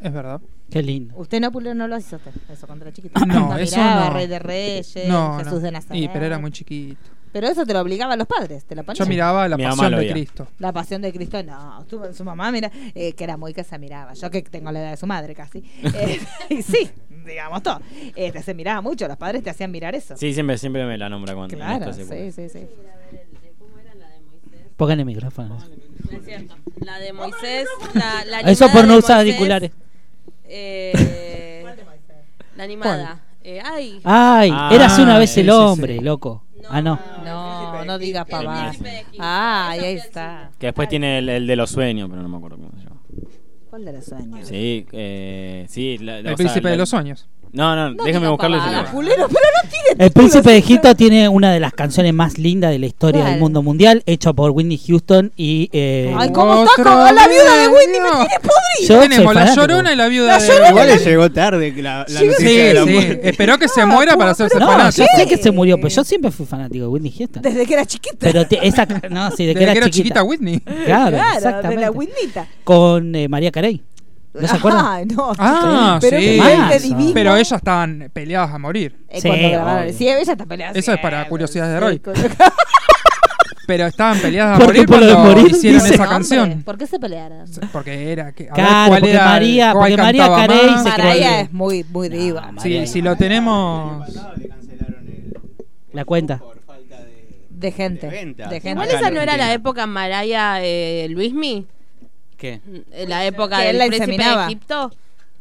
Es verdad.
Qué lindo.
Usted no, Pulero, no lo hizo usted, eso cuando era chiquito.
Ah, No,
Cuando
eso
miraba
no.
Rey de Reyes,
no,
Jesús
no.
de Nazaret.
Y, pero era muy chiquito.
Pero eso te lo obligaban los padres, te lo
Yo
ponían.
miraba la
Mi mamá
pasión
lo
de
veía.
Cristo.
La pasión de Cristo, no. Su, su mamá, mira, eh, que era muy que se miraba. Yo que tengo la edad de su madre casi. Eh, y sí, digamos todo. Este, se miraba mucho, los padres te hacían mirar eso.
Sí, siempre, siempre me la nombra cuando. en
claro,
esta secuela.
sí, sí, sí.
Póngale micrófono.
La de Moisés. La, la
Eso
animada
por
de
no usar
Moisés,
auriculares.
eh, la animada. Eh, ay.
Ay,
Ah,
eras una vez
sí,
el
sí,
hombre,
sí.
loco. Ah, no.
No, no diga pavada.
príncipe de Egipto.
Ah, ahí está.
Que después tiene el, el de los sueños, pero no me acuerdo cómo se llama.
¿Cuál de los sueños?
Sí, eh, sí. la-
El
o sea,
príncipe
la-
de los sueños.
No, no,
No
déjame
diga
buscarlo. y se lo
pavada,
digo.
Fulero, pero no tiene
El
título,
Príncipe de
si está-
Egipto tiene una de las canciones más lindas de la historia
¿Cuál?
del mundo mundial, hecho por Whitney Houston y eh,
Ay, ¿cómo está
Otra
con la viuda de
vez,
Whitney? Me
no.
tiene podrido.
Yo soy
Tenemos la
fanático.
llorona y la viuda
La
de
Llorona.
Igual le llegó tarde que la, la
Sí,
noticia
Sí,
de la
sí.
muerte.
Esperó que se muera para hacerse
No,
fanático.
yo sé que se murió, pero yo siempre fui fanático de Whitney Houston.
Desde que era chiquita.
Pero te- esa, no, sí, de
Desde
que era chiquita.
Whitney.
Claro,
claro, de
exactamente.
la Whitneyta.
Con eh, María Carey. ¿No se acuerdan?
Ay, no.
Ah,
pero
sí.
qué baile
Temazo.
divino.
Pero ellas estaban peleadas a morir.
Eh,
Sí,
cuando grabaron.
obvio.
Sí, ella está peleada.
Eso es para
siempre,
curiosidades de
sí,
Roy.
con-
Pero estaban peleadas a
Porque
morir
por lo de
cuando
morir
hicieron
dice-
esa
Hombre,
canción.
¿Por qué se pelearon?
Porque era que. A
Claro,
ver cuál
porque
era.
María-
cuál
porque María
cantaba
Carey
más.
se
Para
cree-
ella es muy, muy diva.
No,
Sí,
María-
si lo tenemos.
La cuenta.
De gente.
De ventas.
De gente.
Igual esa no era la época Maraya eh, Luismi,
¿Qué?
eh, la época
Que él
del
la
príncipe de
inseminaba.
Egipto.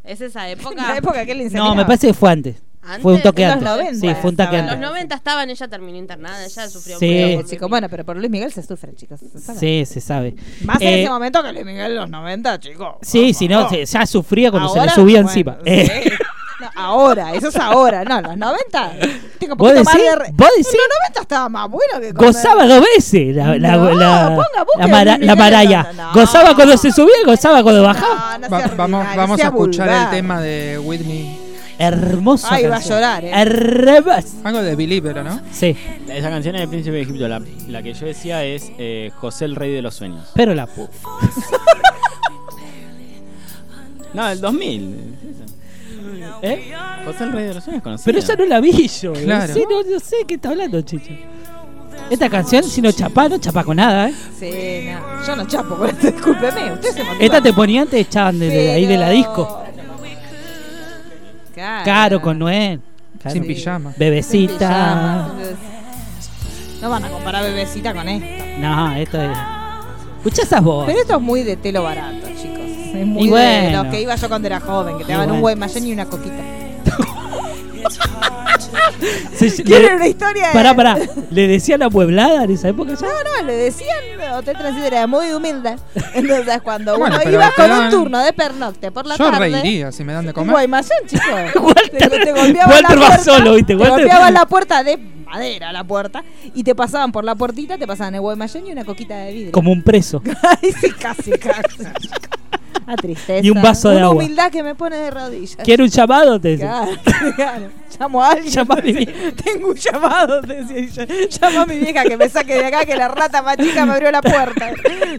¿Es esa época?
La época que él
No, me parece que fue antes. Fue un toque
En los
antes.
90
sí, fue un toque
estaba.
Los
antes.
90 estaban, ella terminó internada, ella sufrió
Sí.
mucho
Sí,
por
chico,
Luismi.
bueno, pero por Luis Miguel se sufre, chicos. se sabe.
Sí, se sabe.
Más en
Eh,
ese momento que Luis Miguel en los 90, chicos.
Sí, si no, se- ya sufría cuando se le
Ahora,
subía
bueno,
encima.
sí.
Eh,
No, ahora, eso es ahora. No, en los 90. Tengo un
¿Vos
poquito más
decís?
de re-
¿Vos decís?
En los 90 estaba más bueno que cuando-
Gozaba dos veces la, la,
No,
la-
ponga,
la
busque Luis
mara-
Miguel
la maraya.
en los- no.
Gozaba cuando se subía y gozaba cuando bajaba.
Ah, No, no
Va-
sea
vamos
ordinario,
vamos a
sea
escuchar
vulgar.
el tema de Whitney.
Hermoso.
Ay, va a llorar, eh.
Algo de Believer, ¿no?
Sí,
Esa canción es del Príncipe de Egipto. La, la que yo decía es eh, José el Rey de los Sueños.
pero la pu.
No, el 2000. ¿Eh? José el Rey de los Sueños conocida.
Pero esa no la vi yo. ¿eh?
Claro.
Sí, no, no sé de qué está hablando, chicho. Esta canción, si no chapás, no chapás con nada, ¿eh?
Sí, no. Yo no chapo con esto, discúlpeme. Usted se motiva.
Esta te ponían, te echaban de, de ahí de la disco.
Claro,
Caro con Noel. Caro.
Sin pijama.
Bebecita.
No van a comparar bebecita con esta.
No, esto es. Escucha esas voces.
Pero esto es muy de telo barato, chicos. Es muy
Y
de
bueno.
los que iba yo cuando era joven, que te
Y
daban un
bueno.
buen mayón y una coquita.
Se-
¿Quieren
le-
una historia? de-
Pará, pará. ¿Le decía la pueblada en esa época ya?
No, no, le decían Hotel Transit era muy humilde. Entonces, cuando
Ah, Bueno,
uno
pero
iba
te
con un
dan-
turno de pernocte por la
Yo
tarde.
reiría si me dan de
Un
comer.
guaymallón, chico.
Walter-
te, te golpeaban
Walter
la
va
puerta,
solo, ¿viste?
Te
Walter-
golpeaban la puerta de madera, la puerta. Y te pasaban por la puertita, te pasaban el guaymallón y una coquita de vidrio.
Como un preso.
Ay, sí, casi, casi. A tristeza.
Y un vaso de
Una
agua.
humildad que me pone de rodillas.
¿Quiere un llamado? Te decía.
Claro, claro. Llamo a alguien.
Llama a mi vieja.
Tengo un llamado. te decía ella. Llamo a mi vieja que me saque de acá, que la rata más chica me abrió la puerta.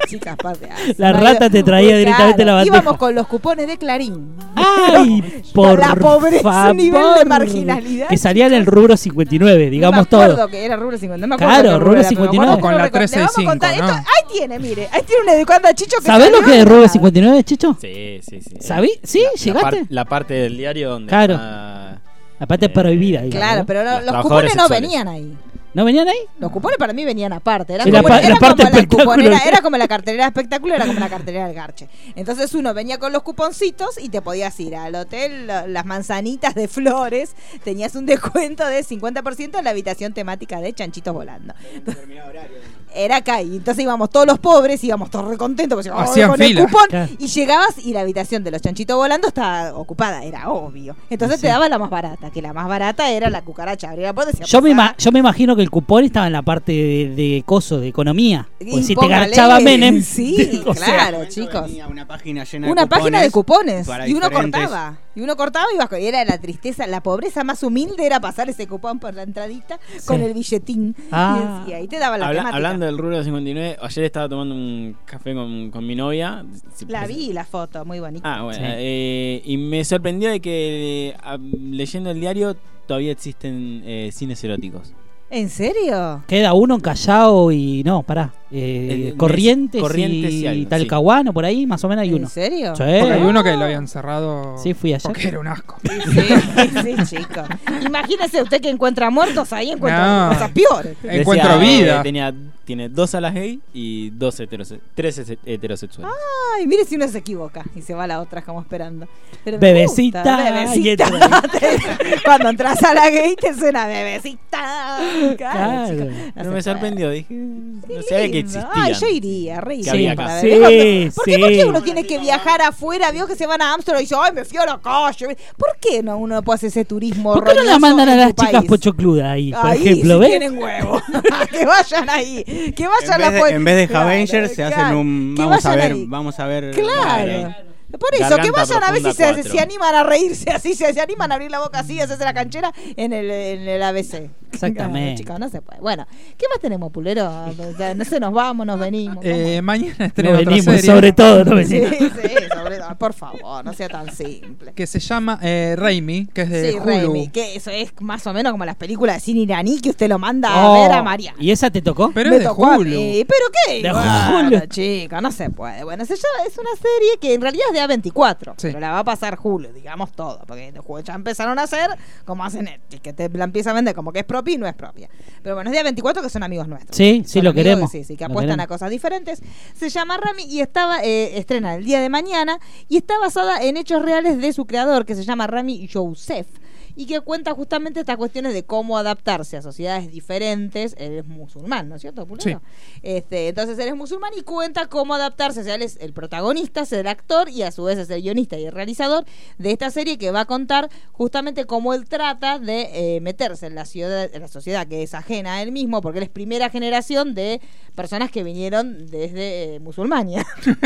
Chicas, ah, paseadas.
La rata te traía directamente la bandeja.
Íbamos con los cupones de Clarín.
¡Ay! Por
La pobreza,
favor.
un nivel de marginalidad.
Que salía en el rubro 59, digamos
no me acuerdo
todo.
que era Rubro 59. No me acuerdo
Claro,
qué
Rubro
era, pero me acuerdo
59.
que
Con
lo
la
recor-
13
le vamos a
y
contar
5,
esto.
¿no?
Ahí tiene, mire. Ahí tiene una educanda chicho que
¿Sabés lo
salió
que es Rubro
nada.
59, Chicho?
Sí, sí, sí. Eh,
¿Sabí? ¿Sí?
La, par-
¿Llegaste?
la parte del diario donde.
Claro.
está-
La parte
Eh,
prohibida, digamos.
Claro,
¿no?
pero no-
Los
los
trabajadores
cupones no
sexuales.
venían ahí.
¿No venían ahí?
Los cupones para mí venían aparte. Era,
Sí, la
como,
pa-
era
la
como
parte
la
espectáculo.
cuponera, era como la cartelera de espectáculo, era como la cartelera del garche. Entonces uno venía con los cuponcitos y te podías ir al hotel, lo- las manzanitas de flores, tenías un descuento de 50% en la habitación temática de Chanchitos Volando. Era acá, y entonces íbamos todos los pobres, íbamos todos recontentos, porque llegábamos
Hacían
con
fila.
el cupón,
Claro.
y llegabas y la habitación de los chanchitos volando estaba ocupada, era obvio. Entonces te daba la más barata, que la más barata era la cucaracha. Abría la puerta y decía,
Yo me,
"Pasá".
ima- yo me imagino que el cupón estaba en la parte de, de coso, de economía. Porque
Y
Pues si te
póngale,
garchaba Menem.
Sí,
o sea,
claro, chicos.
Venía Una página llena de
Una
cupones
página de cupones.
para
Y uno
diferentes-
cortaba. Y uno cortaba y, ibas con- y era la tristeza, la pobreza más humilde era pasar ese cupón por la entradita con el billetín.
Ah.
Y, y ahí te daba la
Habla-
temática.
hablando del rubro 59, ayer estaba tomando un café con, con mi novia. Si-
La vi la foto, muy bonita.
Ah, bueno.
Sí.
eh, y me sorprendió de que eh, a- leyendo el diario todavía existen eh, cines eróticos.
¿En serio?
Queda uno en Callao y. No, pará. Eh,
Eh,
corrientes,
Corrientes
y,
y algo, sí.
Talcahuano, por ahí más o menos hay
¿En
uno.
serio?
Sí.
Porque hay uno que lo habían cerrado.
Eh. Sí, fui ayer.
Porque era un asco.
Sí, sí, chicos. Imagínese usted que encuentra muertos ahí, encuentra
No.
cosas peores.
Encuentro
Decía, eh,
vida.
tenía, tiene dos salas gay y dos heterose- tres hese- heterosexuales.
Ay, mire si uno se equivoca y se va a la otra como esperando. Pero me
Bebecita,
gusta,
y
bebecita.
entra.
Cuando entras a la gay te suena bebecita. Claro,
Claro.
chico, no
Pero
se
me
puede.
sorprendió, dije. No
Qué
sabía que
lindo.
existía.
Ay, yo iría, re
Que
iría
había
para
acá.
ver.
Sí,
¿Por qué, por qué
sí.
uno tiene que viajar afuera? Vio que se van a Amsterdam y dice, ay, me fui a la calle. ¿Por qué no uno puede hacer ese turismo
¿Por qué no la
roñoso
mandan a
en
las
tu
chicas
país?
pochocludas ahí, por
Ahí,
ejemplo?
si
¿ves?
tienen huevo. que vayan ahí. Que vayan
En
a la
vez de,
pue-
en vez de
Claro,
Avengers se hacen
claro.
un.
Que
Vamos a
vayan
ver.
ahí.
Vamos a ver.
Claro. Por eso,
Garganta
que vayan a ver si
profunda
se,
cuatro.
se animan a reírse así, se, se animan a abrir la boca así, a hacerse la canchera en el, en el ABC.
Exactamente.
No, chicos, no se puede. Bueno, ¿qué más tenemos, pulero? O sea, No se nos vamos, nos venimos. ¿cómo?
Eh, mañana
No
estreno otra
venimos,
serie.
sobre todo, no
sí,
venimos.
sí, sobre todo. Ah, por favor, no sea tan simple.
que se llama eh, Raimi, que es de
sí,
Hulu.
Remy, que eso es más o menos como las películas de cine iraní que usted lo manda
Oh,
a ver a María.
¿Y esa te tocó?
Pero
Me
es de
tocó a
Hulu.
mí, ¿Pero qué?
De
Bueno,
Hulu.
chica, no se puede. Bueno, se llama- es una serie que en realidad es de A24,
Sí.
pero la va a pasar Julio, digamos todo, porque ju- ya empezaron a hacer como hacen Netflix, que te la empieza a vender como que es propia y no es propia. Pero bueno, es de A24 que son amigos nuestros.
Sí, sí,
Son
lo
amigos,
queremos.
Sí, sí, que
Lo
apuestan
queremos.
a cosas diferentes. Se llama Rami y estaba eh, estrena el día de mañana y está basada en hechos reales de su creador, que se llama Rami Youssef y que cuenta justamente estas cuestiones de cómo adaptarse a sociedades diferentes. Él es musulmán, ¿no es cierto, Pulero? Este, entonces él es musulmán y cuenta cómo adaptarse. O sea, él es el protagonista, es el actor y a su vez es el guionista y el realizador de esta serie que va a contar justamente cómo él trata de eh, meterse en la ciudad, en la sociedad que es ajena a él mismo, porque él es primera generación de personas que vinieron desde eh, Musulmania.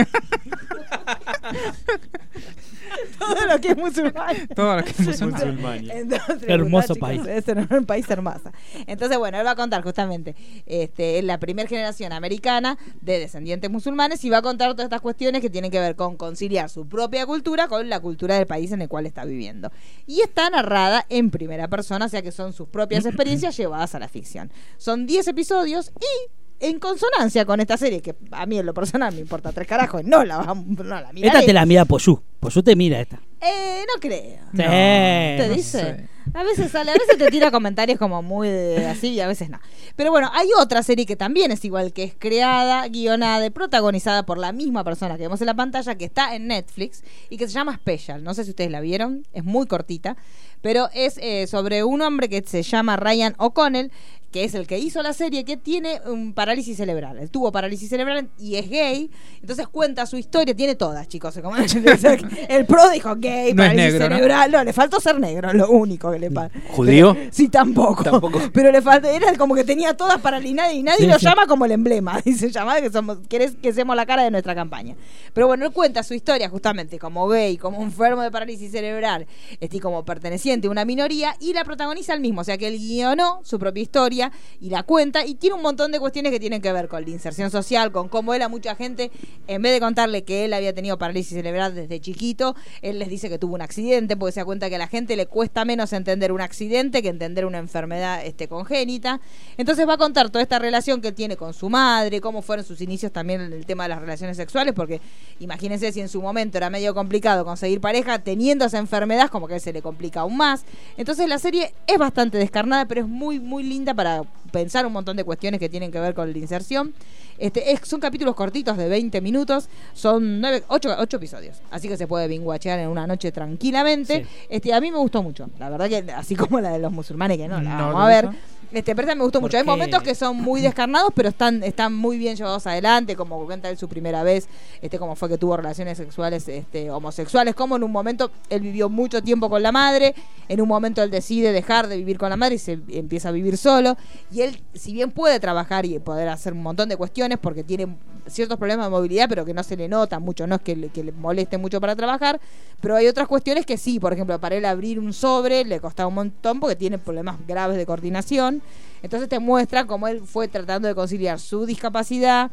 Todo lo que es musulmán.
Todo lo que es
Pues
musulmán.
Entonces,
Hermoso
chicos,
país.
Es un país hermoso. Entonces, bueno, él va a contar justamente este, la primera generación americana de descendientes musulmanes y va a contar todas estas cuestiones que tienen que ver con conciliar su propia cultura con la cultura del país en el cual está viviendo. Y está narrada en primera persona, o sea que son sus propias experiencias llevadas a la ficción. Son 10 episodios y... En consonancia con esta serie, que a mí en lo personal me importa tres carajos, no la vamos, no la miraré.
Esta te la mira Poyú. Poyú te mira esta.
Eh, no creo.
Sí.
Te
no
dice.
sé.
A veces sale, a veces te tira comentarios como muy de- así y a veces no. Pero bueno, hay otra serie que también es igual, que es creada, guionada y protagonizada por la misma persona que vemos en la pantalla, que está en Netflix y que se llama Special. No sé si ustedes la vieron, es muy cortita, pero es eh, sobre un hombre que se llama Ryan O'Connell, que es el que hizo la serie, que tiene un parálisis cerebral. Él tuvo parálisis cerebral y es gay. Entonces cuenta su historia, tiene todas, chicos. Como- el pro dijo gay,
No es
parálisis
negro, ¿no?
cerebral. No, le faltó ser negro, lo único que le pasa.
¿Judío?
Sí, tampoco.
Tampoco.
Pero le falta, era como que tenía todas para y nadie, y nadie
Sí,
lo
sí.
llama como el emblema. Dice, llamada que somos, querés que seamos la cara de nuestra campaña. Pero bueno, él cuenta su historia justamente como gay, como enfermo de parálisis cerebral, este, y como perteneciente a una minoría, y la protagoniza él mismo. O sea que él guionó su propia historia y la cuenta, y tiene un montón de cuestiones que tienen que ver con la inserción social, con cómo él a mucha gente, en vez de contarle que él había tenido parálisis cerebral desde chiquito, él les dice que tuvo un accidente, porque se da cuenta que a la gente le cuesta menos entender un accidente que entender una enfermedad este, congénita. Entonces va a contar toda esta relación que él tiene con su madre, cómo fueron sus inicios también en el tema de las relaciones sexuales, porque imagínense si en su momento era medio complicado conseguir pareja, teniendo esa enfermedad, como que a él se le complica aún más. Entonces la serie es bastante descarnada, pero es muy, muy linda para pensar un montón de cuestiones que tienen que ver con la inserción. Este, es- son capítulos cortitos de 20 minutos, son 9, 8, episodios, así que se puede binguachear en una noche tranquilamente.
Sí.
Este, a mí me gustó mucho, la verdad que así como la de los musulmanes, que no la
No,
vamos
¿te
a ver.
gusta?
Este, pero esta me gustó
¿Por
mucho. Hay
qué?
momentos que son muy descarnados, pero están, están muy bien llevados adelante, como cuenta él su primera vez, este, cómo fue que tuvo relaciones sexuales este, homosexuales, como en un momento él vivió mucho tiempo con la madre, en un momento él decide dejar de vivir con la madre y se empieza a vivir solo. Y él, si bien puede trabajar y poder hacer un montón de cuestiones, porque tiene ciertos problemas de movilidad, pero que no se le nota mucho, no es que le, que le moleste mucho para trabajar, pero hay otras cuestiones que sí, por ejemplo, para él abrir un sobre le costaba un montón porque tiene problemas graves de coordinación. Entonces te muestra cómo él fue tratando de conciliar su discapacidad,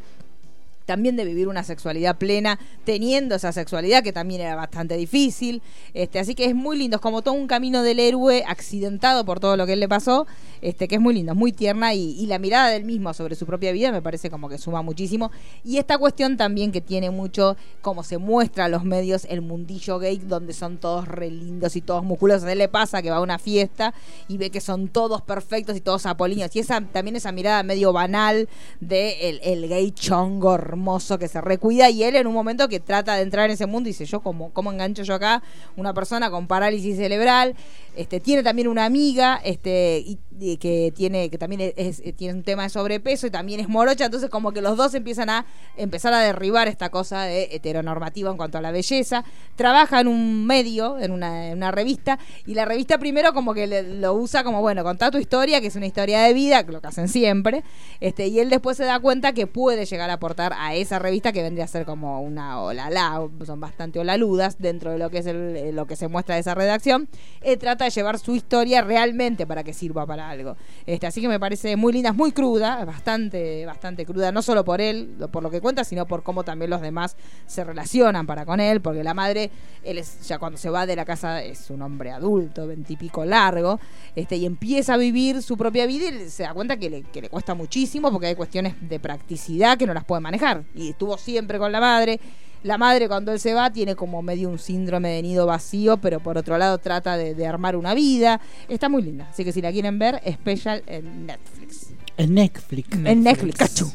también de vivir una sexualidad plena, teniendo esa sexualidad que también era bastante difícil. Este, así que es muy lindo, es como todo un camino del héroe accidentado por todo lo que él le pasó, este, que es muy lindo, es muy tierna y, y la mirada del mismo sobre su propia vida me parece como que suma muchísimo. Y esta cuestión también que tiene mucho como se muestra a los medios el mundillo gay, donde son todos re lindos y todos musculosos. A él le pasa que va a una fiesta y ve que son todos perfectos y todos apoliños. Y esa también esa mirada medio banal de el, el gay chongo hermoso que se recuida y él en un momento que trata de entrar en ese mundo y dice yo como cómo engancho yo acá una persona con parálisis cerebral este tiene también una amiga este y, y que tiene que también es- es- tiene un tema de sobrepeso y también es morocha entonces como que los dos empiezan a empezar a derribar esta cosa de heteronormativa en cuanto a la belleza trabaja en un medio en una, en una revista y la revista primero como que le- lo usa como bueno contá tu historia que es una historia de vida lo que hacen siempre este, y él después se da cuenta que puede llegar a aportar a esa revista que vendría a ser como una eh, olalá, son bastante olaludas dentro de lo que es el- lo que se muestra de esa redacción. Él eh, trata trata de llevar su historia realmente para que sirva para algo. Este, así que me parece muy linda, es muy cruda, bastante, bastante cruda, no solo por él, lo- por lo que cuenta, sino por cómo también los demás se relacionan para con él, porque la madre, él es, ya cuando se va de la casa es un hombre adulto, veintipico largo, este, y empieza a vivir su propia vida y se da cuenta que le, que le cuesta muchísimo porque hay cuestiones de practicidad que no las puede manejar. Y estuvo siempre con la madre. La madre cuando él se va tiene como medio un síndrome de nido vacío, pero por otro lado trata de, de armar una vida. Está muy linda, así que si la quieren ver, especial en Netflix.
En Netflix.
En Netflix, cachú.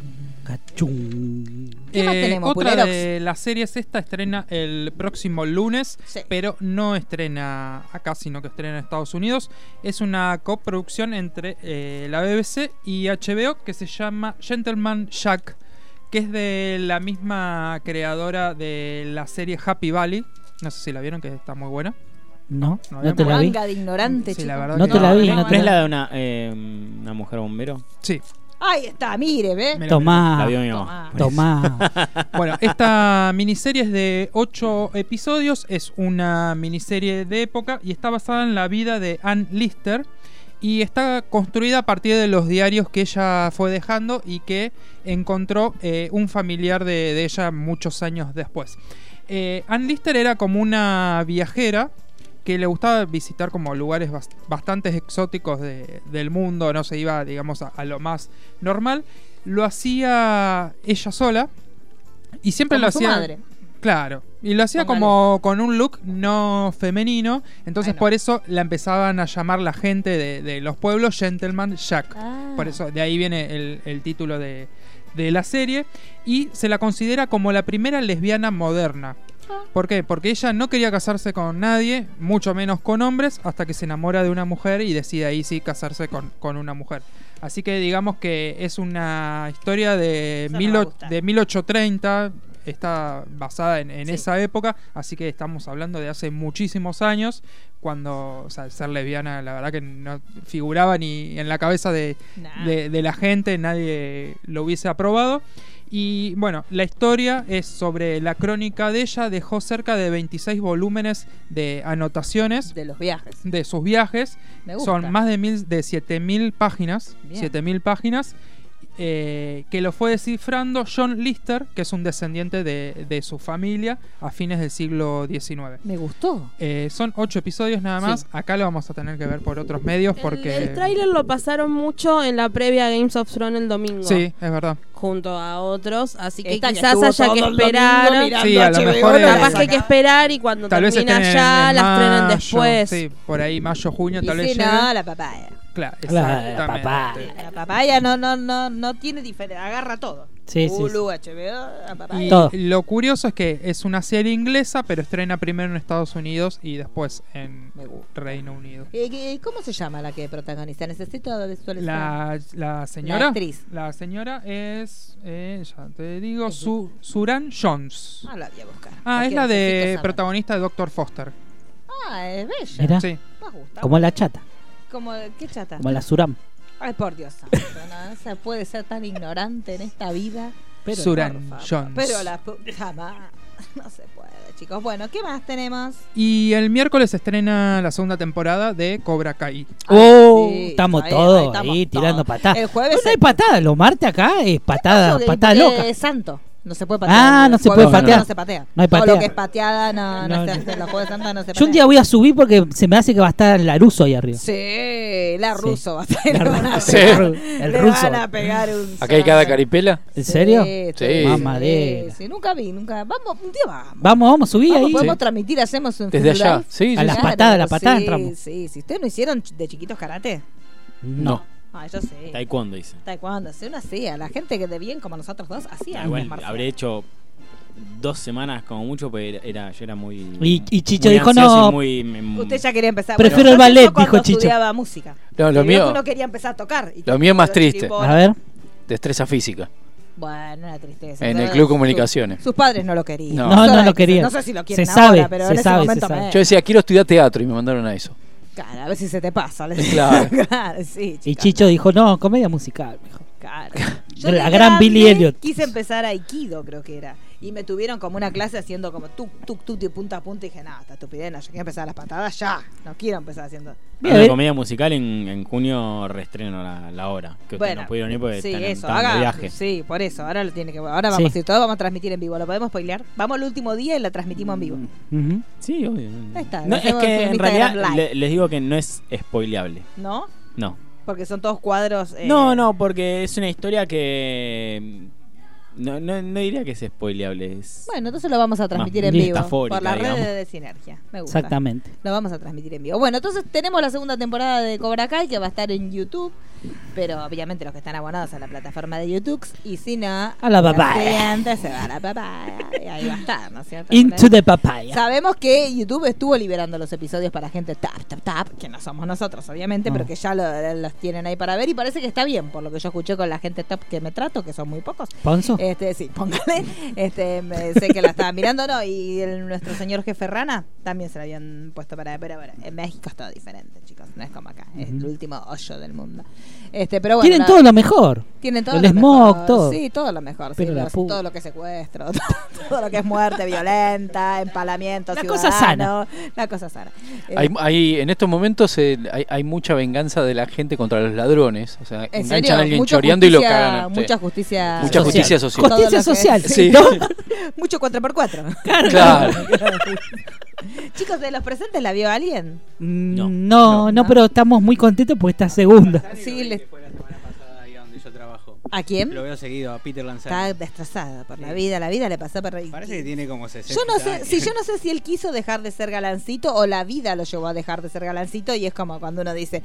Cachum.
¿Qué más tenemos,
Eh, otra
Pulerox?
de las series esta estrena el próximo lunes,
Sí.
pero no estrena acá, sino que estrena en Estados Unidos. Es una coproducción entre eh, la BBC y HBO que se llama Gentleman Jack, que es de la misma creadora de la serie Happy Valley. No sé si la vieron, que está muy buena.
No,
No
no te la vi.
Manga de ignorante,
Sí,
chico.
la verdad
No
que
te la vi,
no,
no
no,
te
¿Es
la
la de una, eh, una mujer bombero?
Sí.
Ahí está, mire, ve.
Mira,
La
Ah.
Tomá,
vio mi mamá.
Tomá.
tomá.
Bueno, esta miniserie es de 8 episodios, es una miniserie de época y está basada en la vida de Anne Lister y está construida a partir de los diarios que ella fue dejando y que encontró eh, un familiar de, de ella muchos años después. Eh, Anne Lister era como una viajera que le gustaba visitar como lugares bas- bastante exóticos de- del mundo, no se iba, digamos, a- a lo más normal. Lo hacía ella sola y siempre
Como
lo
su
hacía...
madre.
Claro. Y lo hacía
Póngale.
como con un look no femenino. Entonces,
Ay, no.
por eso la empezaban a llamar la gente de, de los pueblos Gentleman Jack.
Ah.
Por eso, de ahí viene el, el título de, de la serie. Y se la considera como la primera lesbiana moderna.
Ah.
¿Por qué? Porque ella no quería casarse con nadie, mucho menos con hombres, hasta que se enamora de una mujer y decide ahí sí casarse con, con una mujer. Así que digamos que es una historia de,
Eso no
mil
me
o-
gusta.
de 1830, está basada en, en esa época, así que estamos hablando de hace muchísimos años, cuando o sea, ser lesbiana la verdad que no figuraba ni en la cabeza de,
Ah, Nah.
de, de la gente, nadie lo hubiese aprobado. Y bueno, la historia es sobre la crónica de ella, dejó cerca de 26 volúmenes de anotaciones
De los viajes.
de sus viajes.
Me gusta.
Son más de, mil, de 7.000 páginas.
Bien.
7.000 páginas. eh, que lo fue descifrando John Lister, que es un descendiente de, de su familia a fines del siglo XIX.
Me gustó.
Eh, son ocho episodios nada más.
Sí.
Acá lo vamos a tener que ver por otros medios porque...
El, el tráiler lo pasaron mucho en la previa a Games of Thrones el domingo.
Sí, es verdad.
Junto a otros, así que
Este año
quizás
estuvo
haya
todo
que
el domingo
esperar.
mirando
Sí, a lo
HBO,
mejor
la
es-
Capaz que hay
saca.
que esperar y cuando
Tal vez
termina
estrenen
ya
en
la estrenen
mayo,
después.
Sí, por ahí mayo, junio,
Y
tal vez.
si no,
lleguen.
la papaya.
Claro,
Claro,
exactamente.
papá.
La papaya no, no, no, no tiene diferencia. Agarra todo.
Sí, sí,
Hulu, HBO, la papaya.
Y
Todo.
lo curioso es que es una serie inglesa, pero estrena primero en Estados Unidos y después en
Me gusta.
Reino Unido.
Eh, que- ¿Cómo se llama la que protagoniza? Necesito visualizar.
La, la señora.
La actriz.
la señora es. eh, ya te digo,
Es
Su- Suran Jones.
Ah, la voy a buscar.
Ah, es
Porque
la de
necesito saber.
protagonista de Doctor Foster.
Ah, es bella.
Mirá,
Sí.
Nos gusta.
como la chata,
Como, ¿Qué chata?
como la Suram.
Ay, por Dios santo, no, se puede ser tan ignorante en esta vida. Pero,
Suran
por favor,
Jones.
Pero la puta ma- No se puede, chicos. Bueno, ¿qué más tenemos?
Y el miércoles estrena la segunda temporada de Cobra Kai.
Oh,
sí,
estamos
ahí- ahí
todos ahí,
estamos
tirando
todos. Eh,
patadas.
El jueves
no, no hay
se-
patada, lo martes acá es patada,
Eso,
patada
eh,
loca.
santo. No se puede patear.
Ah,
El
no se
jueves
puede
santo
patear.
No se patea.
No hay
Todo
patea.
lo que es pateada, no, no, se
No, no.
hace. Los jueves santos no se patea.
Yo un día voy a subir porque se me hace que va a estar la ruso ahí arriba.
Sí, la
Sí.
ruso va a ser.
La
le van a
ruso.
pegar-
El
le
ruso.
van a pegar un.
Acá hay cada
solazo.
caripela.
¿En serio?
Sí.
Mamadera.
sí, nunca vi, nunca. Vamos, un día vamos.
Vamos, vamos, subí
Vamos,
ahí.
podemos
Sí.
transmitir, hacemos un
Desde
Facebook
allá.
Live.
Sí,
A
sí,
las
sí.
la- patadas, la patada
sí,
entramos.
Sí, si ustedes no hicieron ch- de chiquitos karate.
No.
Ah, yo sé.
Taekwondo, dice.
Taekwondo, se uno hacía. La gente que de bien como nosotros dos
Ah,
hacía.
Igual
artes marciales.
Ah, habré hecho dos semanas como mucho, pero era, era- yo era muy.
Y- y Chicho
muy
dijo,
ansioso y
no.
muy- mm, me-
Usted ya quería empezar.
Prefiero
yo
el ballet,
empezó cuando
dijo Chicho.
estudiaba música.
No,
Y vio
lo mío-
que Uno quería empezar a tocar. y
Lo mío es más
quedó
triste.
chiripón.
A ver,
Destreza física.
Bueno, una tristeza.
En el
Pero
Club
su-
Comunicaciones.
Sus padres no lo querían.
No.
No,
Ahora
no lo
dicen,
querían.
No sé si lo quieren
Se sabe,
ahora, pero en
se
ese
sabe, se
momento
sabe.
me-
Yo decía, quiero estudiar teatro y me mandaron a eso.
Claro, a ver si se te pasa. le-
Claro.
claro, sí,
y
chicos.
Chicho dijo, no, comedia musical. mejor.
Claro.
La
de
gran Billie
grande
Elliot.
Quise empezar a Aikido, creo que era. y me tuvieron como una clase haciendo como tuk, tuk, tuk, de punta a punta. Y dije, nada, esta estupidez, no, yo quiero empezar las patadas ya. No quiero empezar haciendo.
Ah,
¿eh?
La comedia musical en, en junio reestreno la, la hora. Que ustedes
Bueno,
no pudieron ir porque
sí,
están en-
eso,
estaban de
haga-
viaje.
Sí, por eso, ahora lo tiene que ahora vamos
Sí.
y todo vamos a transmitir en vivo, lo podemos spoilear. Vamos el último día y la transmitimos en vivo.
Mm. Sí, obvio.
Ahí está.
No,
lo
es
hacemos
que en
Instagram
realidad
Live,
le- les digo que no es spoileable.
¿no?
No.
Porque son todos cuadros eh,
No, no, porque es una historia que. No, no, no diría que es spoileable. Es...
Bueno, entonces lo vamos a transmitir en
bien
vivo
metafórica,
por la red
digamos.
de Sinergia. Me gusta.
Exactamente.
Lo vamos a transmitir en vivo. Bueno, entonces tenemos la segunda temporada de Cobra Kai que va a estar en YouTube, pero obviamente los que están abonados a la plataforma de YouTube y si no, a
la papaya.
siguiente se va a la papaya y ahí va a estar, ¿no es cierto?
Into the papaya.
Sabemos que YouTube estuvo liberando los episodios para gente tap, tap, tap, que no somos nosotros, obviamente, pero que ya lo- los tienen ahí para ver y parece que está bien, por lo que yo escuché con la gente top que me trato, que son muy pocos.
¿Ponzo?
Este, sí, póngale. Este, me- sé que la estaba mirando, ¿no? Y el- nuestro señor jefe Rana también se la habían puesto para ver. Pero bueno, en México es todo diferente, chicos. No es como acá. Es el último hoyo del mundo. Este, pero bueno,
Tienen
la-
todo lo mejor.
Tienen todo
el
lo
smog,
mejor.
todo.
Sí, todo lo mejor. sí,
Pero la
los-
pu-
todo lo que secuestro, todo, lo que es muerte violenta, empalamiento,
La cosa
ciudadano. La cosa sana. Eh,
Hay, hay- en estos momentos eh, hay, hay mucha venganza de la gente contra los ladrones. O sea,
en
enganchan
serio,
a alguien
mucha
choreando y lo
justicia-
cagan. sí.
Mucha justicia.
Mucha justicia social.
Todo lo que
Justicia
es-
social.
Sí.
¿no?
Mucho 4x4.
Claro.
Chicos, de los presentes la vio alguien.
Mm, No,
No.
no,
No.
pero estamos muy contentos por esta segunda.
Sí, le-
Fue la semana pasada ahí donde yo trabajo.
¿A quién?
Lo veo seguido, a Peter
Está
Lanzani.
destrozada por la vida, la vida le pasó por
Parece que tiene como 60
Yo no sé,
años.
si yo no sé si él quiso dejar de ser galancito o la vida lo llevó a dejar de ser galancito y es como cuando uno dice,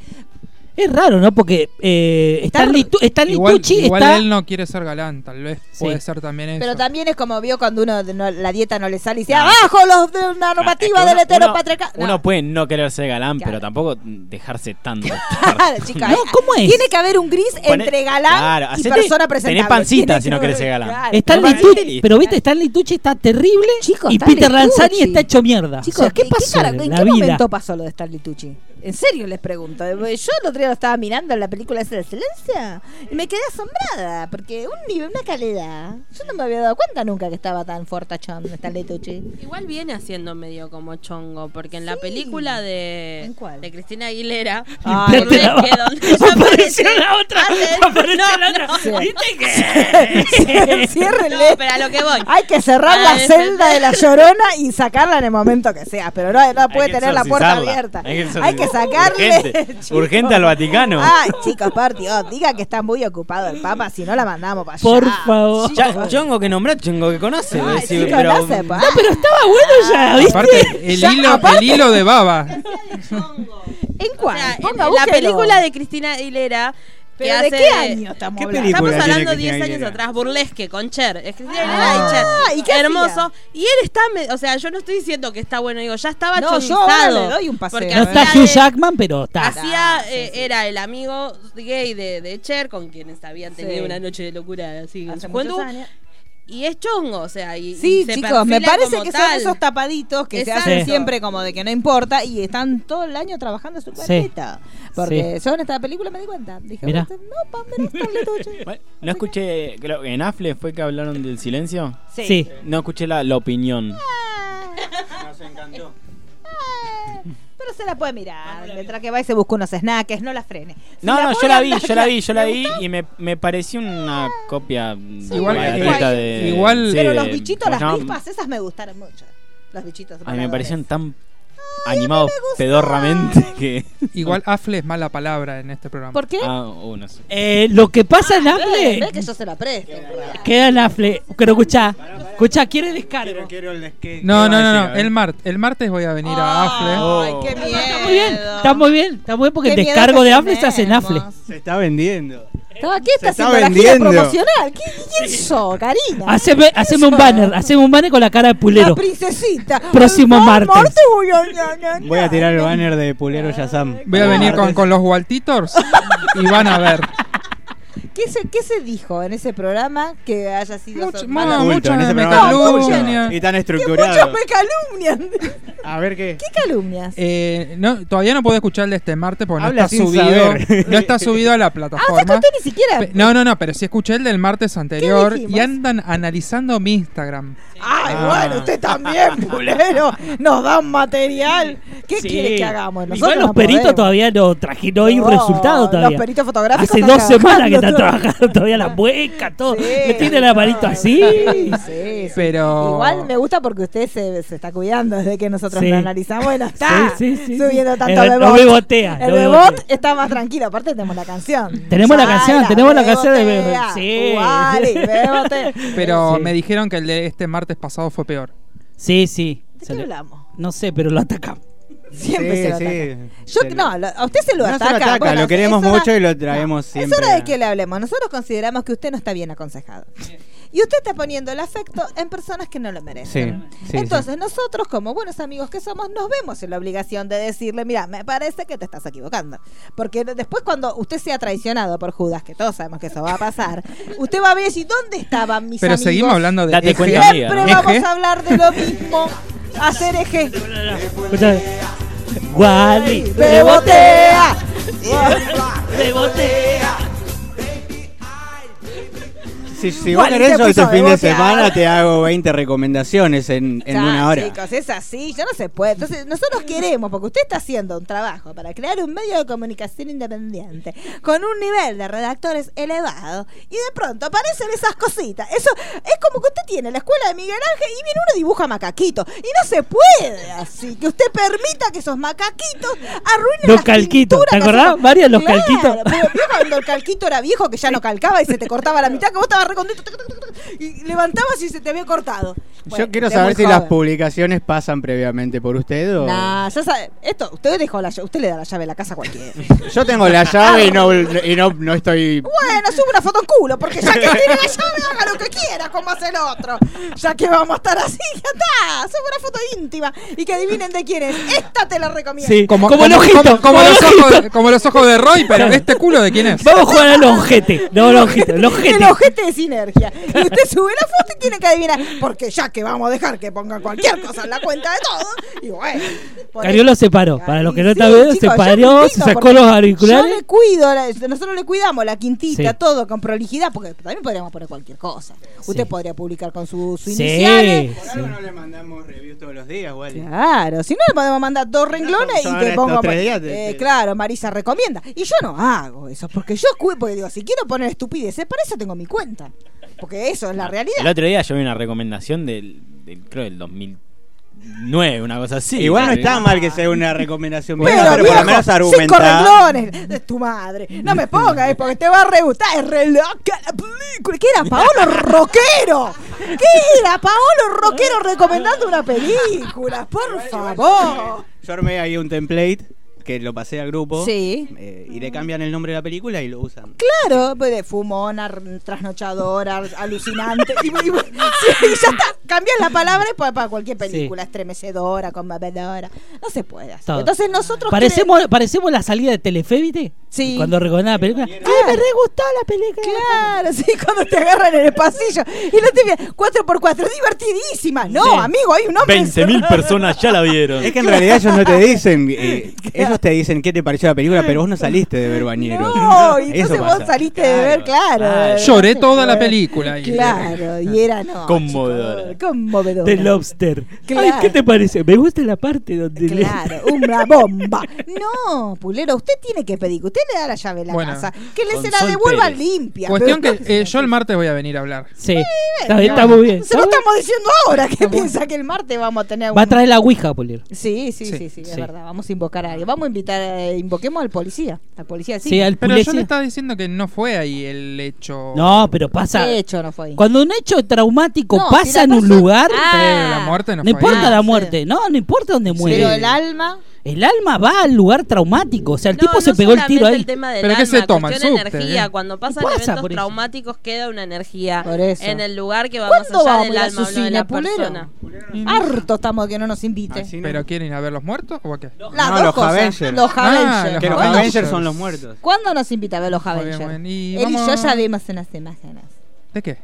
Es raro, ¿no? Porque eh,
Está
Stanley, Tu- Stanley
Igual,
Tucci
igual
está...
él no quiere ser galán, tal vez puede ser también eso.
pero también es como vio cuando uno no- la dieta no le sale y dice, abajo los de la normativa
Es que
del
uno-
heteropatriarcado.
Uno, uno puede no querer ser galán,
Claro.
pero tampoco dejarse tanto.
Claro, chica,
No,
eh,
¿cómo es?
Tiene que haber un gris
Poné-
entre galán
Claro,
y
hacete-
persona presentable.
tenés pancita
Tiene
si
que
no querés
haber-
ser galán.
Claro.
Stanley
Stanley
Tucci,
Tucci.
pero viste, Stanley Tucci está terrible
Chicos,
y
Stanley
Peter Lanzani
Tucci.
está hecho mierda.
Chicos,
o sea, ¿qué,
¿qué- qué
pasó
cara-
en,
¿en
la
qué
vida?
momento pasó lo de Stanley Tucci? En serio les pregunto. Yo el otro día lo estaba mirando en la película esa de Silencio y me quedé asombrada porque un nivel, una calidad. Yo no me había dado cuenta nunca que estaba tan fortachón Stanley Tucci.
Igual viene haciendo medio como chongo, porque en la
Sí.
película de,
¿En cuál? Ah,
de Cristina Aguilera,
Ay,
por
la
que
va-
donde ella
apareció
aparece,
la otra,
hace-
apareció
no,
la otra.
no.
¿Viste que?
Ciérrenle.
No, pero a lo que voy.
Hay que cerrar
Ah,
la
ese-
celda de la llorona y sacarla en el momento que sea, pero no, no puede
Hay que
tener la puerta
exorcizarla.
abierta. Hay que,
exorcizar-
sacarle.
Urgente, urgente al Vaticano.
Ay, chicos, por Dios, diga que está muy ocupado el Papa, si no la mandamos para allá.
Por favor.
Ya, chongo que nombrás, chongo que conoce.
Ay,
decí,
chicos,
pero-
no se puede.
Pero estaba bueno ya, ¿viste?
Aparte, el,
Ya,
hilo,
aparte-
el hilo de baba.
¿En
O
cuál?
sea, en
Ponga,
la
búsquelo.
película de Cristina Aguilera, que
¿Pero
hace
de qué año estamos
¿Qué
hablando?
Estamos
película tiene
hablando
Cristina
10 años
Aguilera?
atrás, burlesque, con Cher. Es Cristina
Ah,
Aguilera y
¿y
Cher.
qué hacía?
hermoso. Y él está, me- o sea, yo no estoy diciendo que está bueno, digo, ya estaba
No, yo
chonizado.
ahora le doy un paseo. ¿eh?
Porque
No
No
hacía
está Hugh
de-
Jackman, pero está.
Hacía,
sí,
eh,
sí.
era el amigo gay de, de Cher, con quienes habían tenido
Sí.
una noche de locura así en
Hace
su
muchos
juventud.
años.
Y es chongo, o sea, y, y
Sí,
se
chicos, me
perfila
parece
como
que son
tal.
esos tapaditos que
Exacto.
se hacen
Sí.
siempre como de que no importa y están todo el año trabajando su cuerpita. Porque yo en esta película me di cuenta. Dije, este,
Mirá.
no, pa, mirá, Stanley Tucci.
Bueno, No escuché, creo que en AFLE fue que hablaron del silencio.
Sí.
No escuché la, la
Ah,
opinión.
Nos encantó.
Pero se la puede mirar. Mientras que va y se busca unos snacks, no la frene. Si
No, no, yo
pone
la
a
vi,
andar-
yo la vi, yo la
¿Le
vi y me, me pareció una copia
Igual-
baratita
igual-
de...
igual-
sí,
Pero los
de-
bichitos,
¿cómo
las
se llama?
chispas, esas me gustaron mucho. Los bichitos.
A mí me
voladores.
parecieron tan animados pedorramente que...
Igual afle es mala palabra en este programa.
¿Por qué?
Ah, oh, no sé.
Eh, lo que pasa en
Ah, Ve, ve que
Apple
yo se la presto.
queda en Apple. Pero escuchá, escuchá, quiere descargo.
Quiero, quiero el que-
No,
que
no,
va a
no,
llegar,
no,
¿eh?
a ver.
el, mar- el martes voy a venir
Ah.
a afle.
Oh.
Ay, qué miedo.
Está muy bien, está muy bien, está muy bien porque
Qué
el
miedo
descargo
que
de Apple se hace en
tenemos.
Apple.
Se está vendiendo.
Estaba- ¿Qué está
Se está
haciendo la gira
vendiendo.
promocional? ¿Qué- ¿Quién sos, Karina?
Haceme, haceme un banner, haceme un banner con la cara de
La
pulero.
princesita.
Próximo
Por
martes.
favor, no, no, no, no.
Voy a tirar el banner de Pulero Ah, Yazam.
Voy a venir con, con los Waltitors y van a ver.
¿Qué se, ¿Qué se dijo en ese programa que haya sido
Mucho-
so-
ma-
mala-
Ah,
Culto,
mucho
en
me
ese programa
calumnian.
culto. Y tan
Que
estructurado.
muchos me calumnian.
A ver qué.
¿Qué calumnias?
Eh, no, todavía no puedo escuchar el de este martes porque
Habla
no está
sin
subido.
saber.
No está subido a la
Ah, o sea que
plataforma.
usted ni siquiera.
Pe- No, no, no, pero sí escuché el del martes anterior y
dijimos?
andan analizando mi Instagram.
Ay,
Ah.
bueno, usted también, pulero. Nos dan material. ¿qué
Sí.
quiere que hagamos? Nosotros
Igual los
no
peritos
podemos.
todavía no trajeron no hay
No,
resultado todavía.
Los peritos fotográficos.
Hace
están
dos semanas que están
trabajando.
trabajando todavía la mueca, todo.
Sí,
Me tiene la
no,
manito así.
sí, sí, sí.
Pero-
Igual me gusta porque usted se, se está cuidando desde que nosotros
Sí.
lo analizamos y no está
Sí, sí, sí,
subiendo
sí.
tanto
El-
bebot.
no bebotea,
El
no
bebot
bebotea.
está más tranquilo. Aparte tenemos la canción.
Tenemos la canción, tenemos la canción de
bebotea,
bebot. Sí.
Wally, bebotea.
Pero
Sí.
me dijeron que el de este martes pasado fue peor.
Sí, sí.
¿De
Se
qué
le-
hablamos?
No sé, pero lo atacamos.
Siempre se lo ataca. Yo,
Se lo-
no, lo- a usted se lo
No se
ataca. Bueno,
lo queremos
es hora-
mucho y lo traemos siempre.
Es hora de que le hablemos. Nosotros consideramos que usted no está bien aconsejado. Y usted está poniendo el afecto en personas que no lo merecen.
Sí, sí,
Entonces nosotros, como buenos amigos que somos, nos vemos en la obligación de decirle, mira, me parece que te estás equivocando. Porque después cuando usted sea traicionado por Judas, que todos sabemos que eso va a pasar, usted va a ver y cuando estaban mis
Pero
amigos?
seguimos hablando de
Date
eje.
cuenta,
Siempre
amiga,
¿no?
vamos
Eje.
a hablar de lo mismo. Hacer eje.
Escuchá. Wally,
Bebotea.
rebotea.
Si, si vos
Igual,
querés,
este
yo este
puso
fin
de
de
boca.
semana te hago 20 recomendaciones en, en
Ya,
una hora.
Chicos, es así, ya no se puede. Entonces, nosotros queremos, porque usted está haciendo un trabajo para crear un medio de comunicación independiente con un nivel de redactores elevado y de pronto aparecen esas cositas. Eso es como que usted tiene la escuela de Miguel Ángel y viene uno y dibuja macaquito. Y no se puede así, que usted permita que esos macaquitos arruinen
Los
las
calquitos,
pinturas
¿te
que
acordás?
hacemos.
Varios los
Claro,
calquitos.
pero vio cuando el calquito era viejo que ya no calcaba y se te cortaba la mitad, que vos estabas re contento, tac, tac, tac, tac, y levantabas y se te había cortado. Bueno,
yo quiero
usted es
saber
muy
si las
joven.
publicaciones pasan previamente por usted o.
Nah, ya sabe, esto, usted dejó la llave- usted le da la llave a la casa a cualquiera.
Yo tengo la llave y no, y no, no estoy.
bueno, sube una foto en culo, porque ya que tiene la llave, haga lo que quiera, como hace el otro. Ya que vamos a estar así, ya está, sube una foto íntima y que adivinen de quién es. Esta te la recomiendo.
Sí, como, el ojito.
como, como
el
los
ojito.
ojos, como los ojos de Roy, pero ¿este culo de quién es?
Vamos a jugar al ojete. No, el ojito, el ojete.
El ojete de sinergia. Y usted sube la foto y tiene que adivinar. Porque ya que vamos a dejar que pongan cualquier cosa en la cuenta de todo. Y bueno. por
Cariolo
eso-
se paró. Para los que no están
Sí,
viendo, se
chicos, yo
paró, se
critico
sacó
porque
los
Yo le
auriculares.
cuido, la- nosotros le cuidamos la quintita,
Sí.
todo con prolijidad, porque también podríamos poner cualquier cosa. Usted podría publicar con sus
Sí,
iniciales.
sí.
le mandamos reviews todos los días,
Claro, si no le podemos mandar dos renglones
son
y te
estos
pongo.
tres días de-
eh,
de-
Claro, Marisa recomienda. Y yo no hago eso, porque yo cuido, porque digo, si quiero poner estupideces, para eso tengo mi cuenta. Porque eso es la
El
realidad.
otro día yo vi una recomendación del, del creo del 2009, una cosa así.
Igual no
Eh,
está mal que sea una recomendación
Pero,
mía, pero, por lo
viejo,
menos
cinco
argumentar.
renglones de tu madre. No me pongas, eh, porque te va a re gustar. Es re loca la película. ¿Qué era? Paolo Roquero. ¿Qué era? Paolo Roquero recomendando una película. Por favor.
Yo armé ahí un template que lo pasé al grupo
Sí.
eh, y le cambian el nombre de la película y lo usan.
Claro, pues de fumona, r- trasnochadora, r- alucinante. Y, y- sí, y ya está. Cambias la palabra para, para cualquier película. Estremecedora, conmovedora. No se puede así.
Todo.
Entonces nosotros.
Parecemos, parecemos la salida de Telefe, ¿viste?
Sí.
Cuando recomendaba la película.
Ay, me re gustó la película. Claro, sí, cuando te agarran en el pasillo. Y no te miran, 4x4, divertidísima. No,
Sí.
amigo, hay un hombre.
20.000 personas ya la vieron.
Es que en realidad ellos no te dicen, eh, ellos te dicen qué te pareció la película, pero vos no saliste de ver bañeros.
No, y
Eso
entonces vos
pasa.
saliste de ver, claro.
Ah,
Lloré
No se
toda la
puede.
película. y-
Claro, y era no.
Conmovedora.
chico, Conmovedora.
The Lobster. Ay,
Claro.
¿qué te parece? Me gusta la parte donde. le-
Claro, una bomba. No, Pulero, usted tiene que pedir que usted le da la llave a la
Bueno,
casa, que le
con
se la
Sol
devuelva
Pérez.
limpia.
Cuestión que
pero-
eh, yo el martes voy a venir a hablar.
Sí. Está, bien, está muy bien.
Se lo
Está
estamos diciendo ahora, que piensa que el martes vamos a tener
bien.
un...
Va a traer la Ouija, Polir.
Sí, sí, sí, sí, es
sí.
verdad. Vamos a invocar a alguien. Vamos a invitar, eh, invoquemos al policía. Al policía, sí.
Sí, al
Pero yo
Pulesia.
le estaba diciendo que no fue ahí el hecho.
No, pero pasa.
De hecho, no fue ahí.
Cuando un hecho traumático
No, si
pasa
la
en un
persona-
lugar,
Ah,
Pero la muerte no,
no
fue ahí.
importa
Ah,
la
sí.
muerte. No, no importa dónde
Pero
muere.
el alma...
El alma va al lugar traumático. O sea, el
No,
tipo
no
se pegó el tiro
solamente
ahí.
El tema del alma, cuestión
¿eh?
energía. Cuando pasan
pasa
eventos
por eso?
traumáticos queda una energía
Por eso.
en el lugar que va más
¿Cuándo
allá
vamos
del
a
alma
su
o no de
cine,
la
pulero?
persona.
Mm.
Harto estamos de que no nos
Ah,
invite.
¿Pero quieren ir a ver los muertos o a qué?
Las No, dos los cosas. Avengers. Los
Ah,
Avengers.
Que los
Bueno.
Avengers son los muertos.
¿Cuándo nos invita a ver los
Muy bien,
Avengers?
bueno, y
Él y
vamos-
Ah, yo ya vimos unas imágenes.
¿De qué?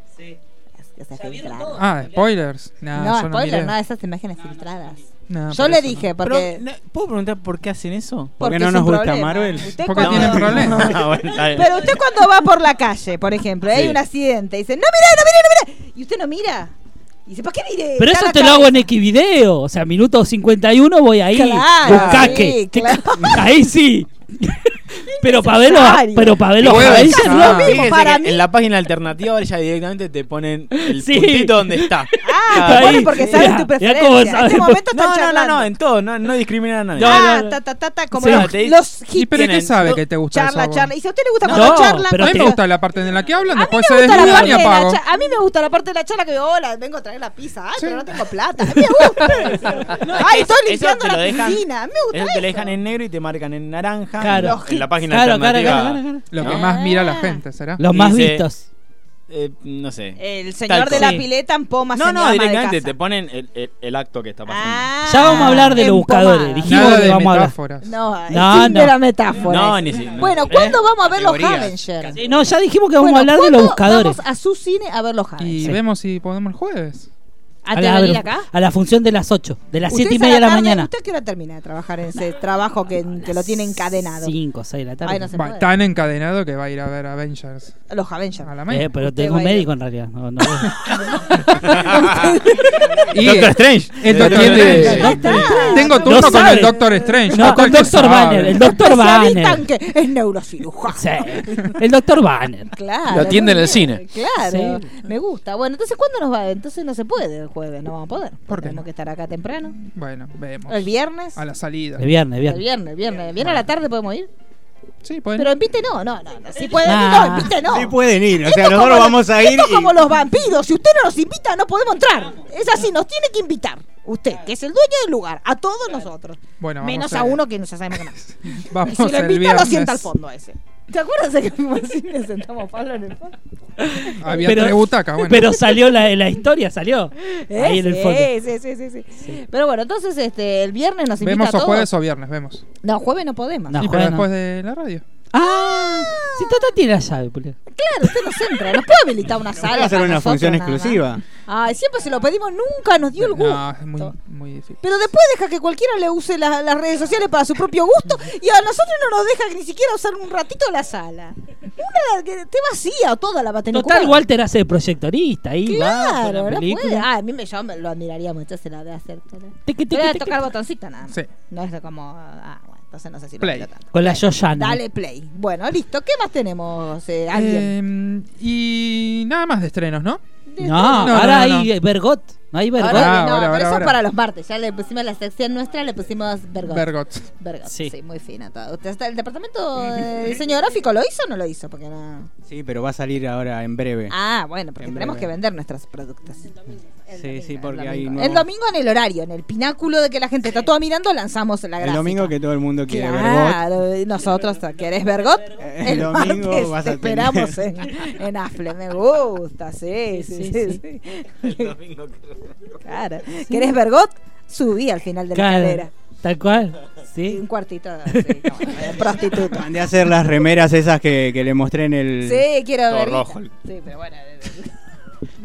que se filtraron.
Ah, spoilers. Nah,
no,
yo
spoiler,
miré.
no, esas imágenes filtradas.
No,
yo
por
le
eso
dije,
no.
porque...
Pero, no, ¿Puedo preguntar por qué hacen eso?
Porque no es nos un gusta problema. Marvel? Usted Porque cuando- tienen problemas.
Ah, bueno, está bien.
Pero usted cuando va por la calle, por ejemplo, hay
Sí.
un accidente, y dice, no mire, no mire, no mire. Y usted no mira. Y dice, ¿por qué mire?
Pero eso te lo hago en Xvideo. O sea, minuto 51 voy ahí.
Claro,
Bucaque.
sí, claro.
Ahí sí. pero para verlo, ah,
Innecesario.
pero para verlo,
Igual,
Avengers
ah,
no.
fíjese que
para mí.
En la página alternativa ya directamente te ponen el
Sí.
puntito donde está.
Ah, te
Ahí.
pone porque sabe
Mirá,
tu
mirá
preferencia.
cómo
en
sabe.
este momento están
No, no, no,
charlando.
no, en todo, no, no discriminan a nadie.
No,
Ah,
no, no.
ta, ta, ta, ta, como
Sí,
los,
te-
los hits.
¿Y pero qué
Tienen-
sabe que te gusta eso a
charla,
vos?
charla. Y si a usted le gusta
No,
cuando charlan,
pero
A mí me
te-
gusta la parte en la que hablan,
A mí,
después
me
se
gusta la
desvían
parte
y
de la
apago.
cha- a mí me gusta la parte de la charla que hola, vengo a traer la pizza. Ay, pero no tengo plata. A mí me gusta. Ay, estoy
Eso
limpiando
te lo
la
dejan-
piscina. A mí me
Eso
gusta.
te lo dejan en negro y te marcan en naranja.
Claro.
En la- En la página
Claro, claro,
alternativa.
claro, claro,
Lo
Ah.
¿no?
que más mira la gente, ¿será?
Los
Y
más
dice-
vistos.
Eh, no sé.
El señor
Talco.
de la
Sí.
pileta en Poma
No,
señor ama
no,
de
directamente
casa.
te ponen el, el- el acto que está pasando.
Ah,
Ya vamos a hablar de los
empomada.
buscadores. Dijimos
Nada
que
de
vamos a hablar.
metáforas.
No, el
No,
fin
no.
de la metáfora.
No,
es.
ni si- no.
Bueno, ¿cuándo
Eh,
vamos a ver los
Categorías.
Avengers?
Sí, No, ya dijimos que vamos
Bueno,
a hablar de los
¿cuándo
buscadores.
Vamos a su cine a ver los
Y
Avengers.
vemos si podemos el jueves.
¿A
la,
venir acá?
a la función de las 8, de las
Ustedes
7 y
a
media de la
tarde-
mañana.
¿Usted a qué hora termina de trabajar en ese trabajo que, que lo tiene encadenado?
5, 6 de la tarde.
Ay, no sé. Se
Va,
puede.
tan encadenado que va a ir a ver Avengers
Los Avengers.
a la
Eh,
mañana.
pero
Usted
tengo
va a ir.
médico en realidad. No, no.
Y
Doctor Strange.
el
Eh,
doctor
Doctor
de-
Strange.
Ahí está.
Tengo
No
turno con
sabe.
el Doctor
No,
Strange.
con
Total que
Doctor
sabe.
Banner. El Doctor
Especialista en
Banner.
que es neurocirujano.
Sí, el Doctor Banner.
Claro.
Lo atiende en
muy
el
bien,
cine.
Claro.
Sí.
Me gusta. Bueno, entonces ¿cuándo nos va? Entonces no se puede el jueves, no vamos a poder.
¿Por qué
Tenemos
no?
que estar acá temprano.
Bueno, vemos.
El viernes.
A la salida.
El viernes, el
El
viernes.
viernes, el viernes. El viernes a la tarde podemos ir.
Sí, pueden.
Pero invite no, no, no. no. Si pueden ir,
Nah.
no, invite no.
Sí pueden ir, o
Esto
sea,
es
nosotros
como
vamos
los-
a ir
Esto es
y-
como los vampiros. Si usted no nos invita, no podemos entrar. Es así, nos tiene que invitar. Usted, que es el dueño del lugar, a todos nosotros.
Bueno, vamos
Menos
a-
a uno que no ya sabemos que no. Y
Vamos
si lo
el
invita, lo
viernes.
sienta al fondo a ese. ¿Te acuerdas de que fuimos al cine sentamos a Pablo en el fondo?
Ah, Había tres butacas, bueno.
pero salió la, la historia, salió.
¿Eh?
Ahí en el
Sí,
fondo.
Sí, sí, sí, sí, Pero bueno, entonces este, el viernes nos invita
vemos
a
o
todos.
jueves o viernes, vemos.
No, jueves no podemos.
No,
y pero
jueves no.
después de la radio.
Ah, si Tata tiene la llave, boludo.
Claro, usted nos entra. Nos puede habilitar una sala.
Va a ser
para
una
nosotros
función
nada más?
exclusiva.
Ay, siempre se lo pedimos, nunca nos dio el gusto.
No, es muy, muy difícil.
Pero después deja que cualquiera le use la- las redes sociales para su propio gusto y a nosotros no nos deja ni siquiera usar un ratito la sala. Una que esté vacía o toda la va a tener
Total,
ocupada.
Walter hace de proyectorista ahí, va, con
Claro,
la
no puede.
película.
Ah, a mí me, yo me- lo admiraría mucho se la de hacer. pero-
Tiqui, tiqui,
Voy a
tiqui.
tocar botoncito nada más.
Sí.
No es como. Ah, bueno, entonces no sé si lo
Play.
quiero tanto.
Con la Yoyana.
Dale play. Bueno, listo. ¿Qué más tenemos? eh, alguien?
Eh, y nada más de estrenos, ¿no?
De-
No,
No,
ahora
no, no,
hay Vergot. No hay Vergot.
Ahora,
Ah,
no,
ahora,
pero
ahora,
eso
ahora.
para los martes. Ya le pusimos la sección nuestra, le pusimos vergüenza.
Bergot.
Verga, sí.
Sí.
muy fina todo. Usted está- ¿El departamento de diseño gráfico lo hizo o no lo hizo? Porque no.
Sí, pero va a salir ahora en breve.
Ah, bueno, porque
En
tenemos
breve.
que vender nuestros productos.
sí, sí, porque
el
hay
domingo.
nuevo-
El domingo en el horario, en el pináculo de que la gente está toda mirando, lanzamos la gráfica.
el domingo que todo el mundo quiere ver
Claro, y nosotros, ¿querés Bergot?
El
El,
domingo
martes
vas
te
a tener.
esperamos en, en Afle. Me gusta, sí, sí, sí. Claro. ¿Querés Bergot? Subí al final de la
Claro,
escalera.
Tal cual. Sí.
Un cuartito así, como de prostituta.
Mandé a hacer las remeras esas que, que le mostré en el.
Sí, quiero
Todo
ver.
rojo.
Sí, pero bueno. eh, eh.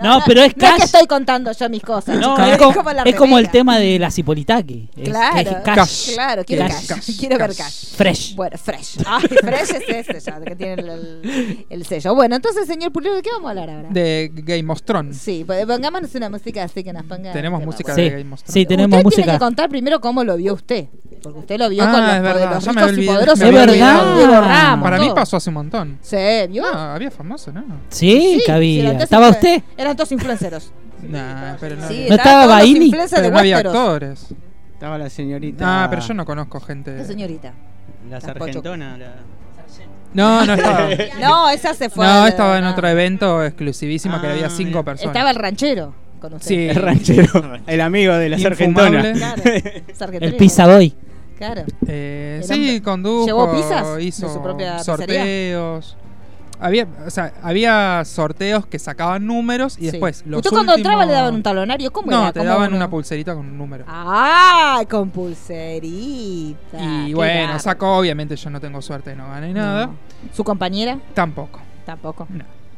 No, pero es
No es
cash.
que estoy contando yo mis cosas.
No,
chicos,
es, como,
la
es como el
remera.
tema de la Cipolitaqui. Es-
Claro,
es cash.
claro, Ah, quiero cash.
Cash.
quiero ver
Cash.
cash.
Fresh.
Bueno, fresh. Ay, fresh es ese ya, que tiene el, el- el sello. Bueno, entonces, señor Pulido, ¿de qué vamos a hablar ahora?
De Game of Thrones.
Sí, pues, pongámonos una música así que nos ponga.
Tenemos
el tema,
música
bueno.
Sí,
de Game of Thrones.
sí, tenemos
usted
música.
tiene que contar primero cómo lo vio usted. Porque usted lo vio
Ah,
con los,
es verdad,
los
ya me
ricos y
olvidé,
poderosos.
me
que
había
tuvieron
olvidado.
Diego Ramos,
Ah, Para mí
todo.
pasó hace un montón.
Sí, ¿vio?
Ah, había famoso, ¿no?
Sí,
sí,
que
sí,
había.
eran todos
¿Estaba
influ-
usted?
Eran todos influenceros.
Nah, pero no,
Sí,
¿No
estaban
estaba
todos los
Baini?
influencers de
pero no había
Westeros.
actores.
Estaba la señorita.
Ah, pero yo no conozco gente.
La señorita.
La sargentona. la-
No, no estaba.
No, esa se fue.
No,
al-
estaba en
no.
otro evento exclusivísimo que
Ah,
había cinco
mira.
personas.
Estaba el ranchero con usted.
Sí.
El ranchero. El amigo de la
Infumable.
sargentona.
Claro,
El
sargentonero.
Pizza Boy.
Claro.
Eh,
El
sí,
hombre.
condujo.
¿Llevó pizzas de
Hizo
su propia pizzería?
sorteos. Había, o sea, había sorteos que sacaban números y
Sí.
después los
¿Usted cuando entraba
últimos-
le daban un talonario? ¿Cómo
No,
era?
te
¿Cómo
daban
uno?
una pulserita con un número.
Ah, con pulserita.
y
Qué
bueno,
garra.
sacó, obviamente yo no tengo suerte, no gané nada.
No. ¿Su compañera?
Tampoco.
Tampoco.